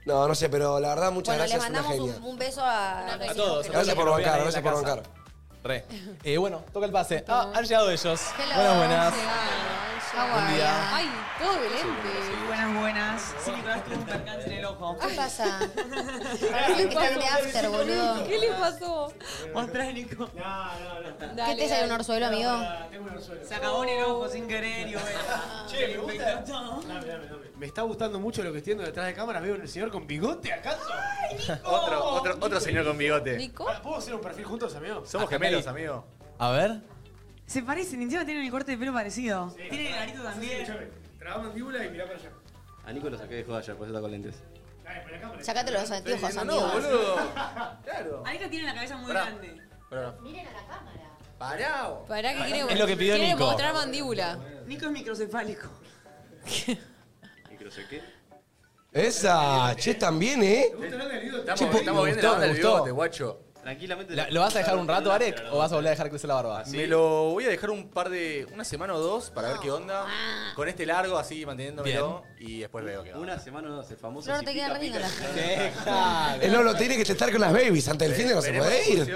Speaker 2: No, no sé, pero la verdad, muchas
Speaker 4: bueno,
Speaker 2: gracias,
Speaker 4: le
Speaker 2: una
Speaker 4: mandamos
Speaker 2: genia.
Speaker 4: un, un beso a,
Speaker 1: A todos. a todos
Speaker 2: Gracias
Speaker 1: los que
Speaker 2: por
Speaker 1: nos vean
Speaker 2: bancar,
Speaker 1: ahí en
Speaker 2: gracias por
Speaker 1: la casa.
Speaker 2: bancar.
Speaker 1: Re. Eh, bueno, toca el pase. Ah, han llegado ellos. Buenas, buenas. Buen día.
Speaker 3: Ay, todo violento.
Speaker 16: Buenas, buenas. Sí, Nicolás tuvo un percance en el ojo.
Speaker 4: ¿Qué pasa?
Speaker 16: ¿Qué
Speaker 4: ¿Qué tal de after, boludo?
Speaker 3: ¿Qué le pasó?
Speaker 16: Otra, Nico. No, no, no.
Speaker 4: ¿Qué te salió un orzuelo, amigo?
Speaker 16: Se acabó en el ojo sin querer y bueno.
Speaker 25: Che, me gusta. Dame, dame, dame. Me está gustando mucho lo que estoy viendo detrás de cámara. Veo un señor con bigote, ¿acaso?
Speaker 5: Otro, otro, otro señor con bigote.
Speaker 3: ¿Nico?
Speaker 25: ¿Puedo hacer un perfil juntos, amigo?
Speaker 5: Somos
Speaker 1: Acá
Speaker 5: gemelos,
Speaker 1: hay-
Speaker 5: amigo.
Speaker 1: A ver.
Speaker 16: Se parecen, encima tienen el corte de pelo parecido. Tienen el garito
Speaker 25: Sí,
Speaker 16: también.
Speaker 25: escuchame. Trabá mandíbula y mirá para allá.
Speaker 26: A Nico lo saqué de joda ayer, por eso está con lentes.
Speaker 25: Dale, para la cámara.
Speaker 4: Sacate los anteojos,
Speaker 25: No,
Speaker 4: amigo.
Speaker 25: no, boludo.
Speaker 16: Claro. Anika tiene la cabeza muy
Speaker 25: Pará.
Speaker 16: grande.
Speaker 4: Miren a la cámara.
Speaker 16: Pará.
Speaker 3: Pará que quiere
Speaker 1: Es lo que pidió
Speaker 3: quiere
Speaker 1: Nico.
Speaker 3: mostrar mandíbula.
Speaker 16: Nico es microcefálico.
Speaker 5: ¿Microsequé?
Speaker 2: Esa, che, también, ¿eh?
Speaker 5: Estamos,
Speaker 2: Che, ¿eh?
Speaker 5: estamos
Speaker 2: po- me
Speaker 5: bien de
Speaker 2: gustó,
Speaker 5: la banda
Speaker 2: me
Speaker 5: del
Speaker 2: gustó.
Speaker 5: bigote, guacho.
Speaker 1: Tranquilamente.
Speaker 27: La- ¿Lo vas a dejar un rato, Arek? ¿O vas a volver a dejar crecer la barba?
Speaker 1: Me lo voy a dejar un par de. una semana o dos para ver qué onda. Con este largo así manteniéndomelo. Y después veo qué onda. Una semana o dos, el famoso.
Speaker 4: Flor, te queda re lindo la-
Speaker 2: El Lolo tiene que estar con las babies antes del fin de no se
Speaker 1: Esperemos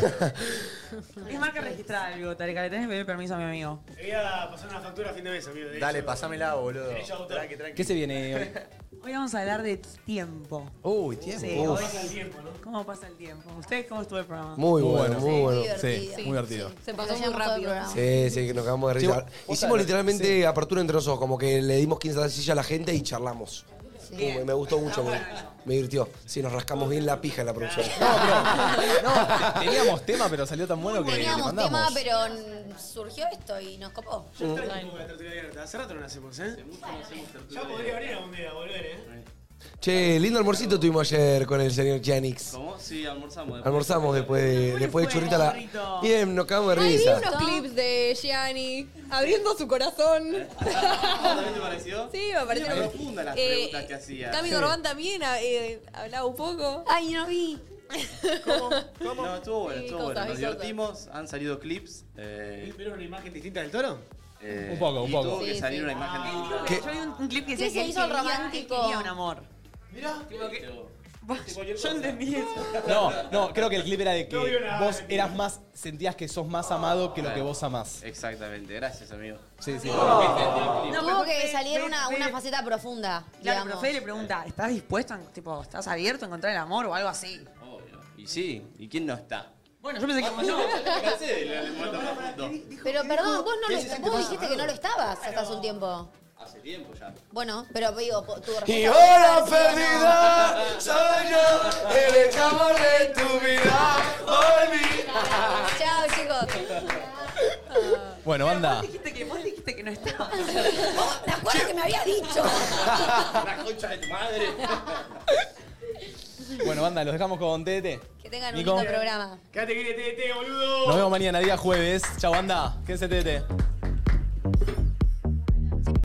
Speaker 2: puede
Speaker 1: que
Speaker 2: ir.
Speaker 16: Es marca registrada algo, Tareca. Le tenés que pedir permiso a mi amigo.
Speaker 6: Te voy a pasar una factura a fin de mes, amigo. derecho.
Speaker 1: Dale, pasámela, boludo.
Speaker 6: Derecho a autor. Tranqui, tranqui.
Speaker 27: ¿Qué se viene hoy?
Speaker 16: Hoy vamos a hablar de tiempo.
Speaker 27: Uy, tiempo.
Speaker 16: Sí,
Speaker 27: Uf.
Speaker 16: hoy- ¿Cómo pasa el tiempo? ¿Ustedes cómo estuvo el programa?
Speaker 2: Muy bueno, muy bueno.
Speaker 27: Sí, muy divertido.
Speaker 16: Se pasó muy rápido.
Speaker 2: Sí, sí, que nos acabamos de
Speaker 27: Sí,
Speaker 2: reír.
Speaker 27: vos- vos
Speaker 2: Hicimos
Speaker 27: sabés,
Speaker 2: literalmente apertura entre nosotros, como que le dimos 15 sillas a la gente y charlamos.
Speaker 16: Bien.
Speaker 2: Me- Me gustó mucho, me, me divirtió. Sí, nos rascamos bien la pija en la producción.
Speaker 27: Teníamos tema, pero salió tan bueno que le
Speaker 4: Teníamos
Speaker 27: mandamos.
Speaker 4: tema, pero mm, surgió esto y nos copó.
Speaker 2: Mm.
Speaker 6: Yo extraño un poco la tertulia abierta. Hace rato no la hacemos, ¿eh? Ya podría abrir algún día, volver, ¿eh?
Speaker 2: Che, lindo almorcito tuvimos ayer con el señor Janix.
Speaker 1: ¿Cómo? Sí, almorzamos. después.
Speaker 2: Almorzamos después de, después de churrita la. Bien, nos cagamos de
Speaker 3: Ay, vi
Speaker 2: risa.
Speaker 3: unos clips de Gianni abriendo su corazón.
Speaker 1: ¿También te pareció?
Speaker 3: Sí, me parecieron
Speaker 1: Eran profundas las
Speaker 3: Eh,
Speaker 1: preguntas que hacía.
Speaker 3: Cami Gorban también ah, eh, hablaba un poco.
Speaker 4: Ay, no vi.
Speaker 1: No, estuvo bueno,
Speaker 3: Sí,
Speaker 1: estuvo
Speaker 3: cosas,
Speaker 1: bueno. Nos
Speaker 3: vi cosas.
Speaker 1: divertimos, han salido clips. Eh,
Speaker 6: ¿Vieron una imagen distinta del toro?
Speaker 1: eh,
Speaker 6: Un poco, un
Speaker 1: y
Speaker 6: poco.
Speaker 1: Tuvo que
Speaker 6: Sí,
Speaker 1: salir
Speaker 6: sí.
Speaker 1: una
Speaker 16: Ah.
Speaker 1: imagen distinta.
Speaker 16: Yo vi un, un clip que
Speaker 4: Sí,
Speaker 16: decía
Speaker 4: se
Speaker 16: que él
Speaker 4: hizo el
Speaker 16: quería-
Speaker 4: romántico.
Speaker 16: él quería un amor.
Speaker 6: Mirá,
Speaker 16: Yo entendí eso.
Speaker 27: No, no, creo que el clip era de que
Speaker 16: No vio nada,
Speaker 27: vos eras más, sentías que sos más amado que lo que vos amás.
Speaker 1: Exactamente, gracias amigo.
Speaker 27: Sí, sí.
Speaker 4: Tuvo que salir
Speaker 16: Fe-
Speaker 4: una,
Speaker 16: Fe-
Speaker 4: una faceta profunda,
Speaker 16: Claro, pero
Speaker 4: digamos.
Speaker 16: Fede le pregunta, ¿estás dispuesto, a- tipo, estás abierto a encontrar el amor o algo así?
Speaker 1: Y sí, ¿y quién no está?
Speaker 16: Bueno, yo pensé que como yo.
Speaker 4: Pero perdón, vos, no
Speaker 1: ¿Qué
Speaker 4: lo-
Speaker 1: se siente
Speaker 4: vos
Speaker 1: más
Speaker 4: dijiste que
Speaker 1: amado?
Speaker 4: no lo estabas hasta hace un tiempo.
Speaker 1: Hace tiempo ya.
Speaker 4: Bueno, pero digo, po- tu respuesta
Speaker 2: Y
Speaker 4: puede
Speaker 2: ahora
Speaker 4: haber sido
Speaker 2: perdida, soy yo, el amor de tu vida,
Speaker 4: no.
Speaker 2: volví.
Speaker 4: Chao, chicos.
Speaker 27: Bueno, anda.
Speaker 16: Dijiste que vos dijiste que no estabas.
Speaker 4: ¿Te acuerdas que me había dicho?
Speaker 1: La concha de tu madre.
Speaker 27: Bueno, banda, los dejamos con TDT.
Speaker 4: Que tengan
Speaker 27: Nico.
Speaker 4: un lindo programa.
Speaker 6: Quédate que TT, boludo.
Speaker 27: Nos vemos mañana, día jueves. Chao, banda. Quédense TDT.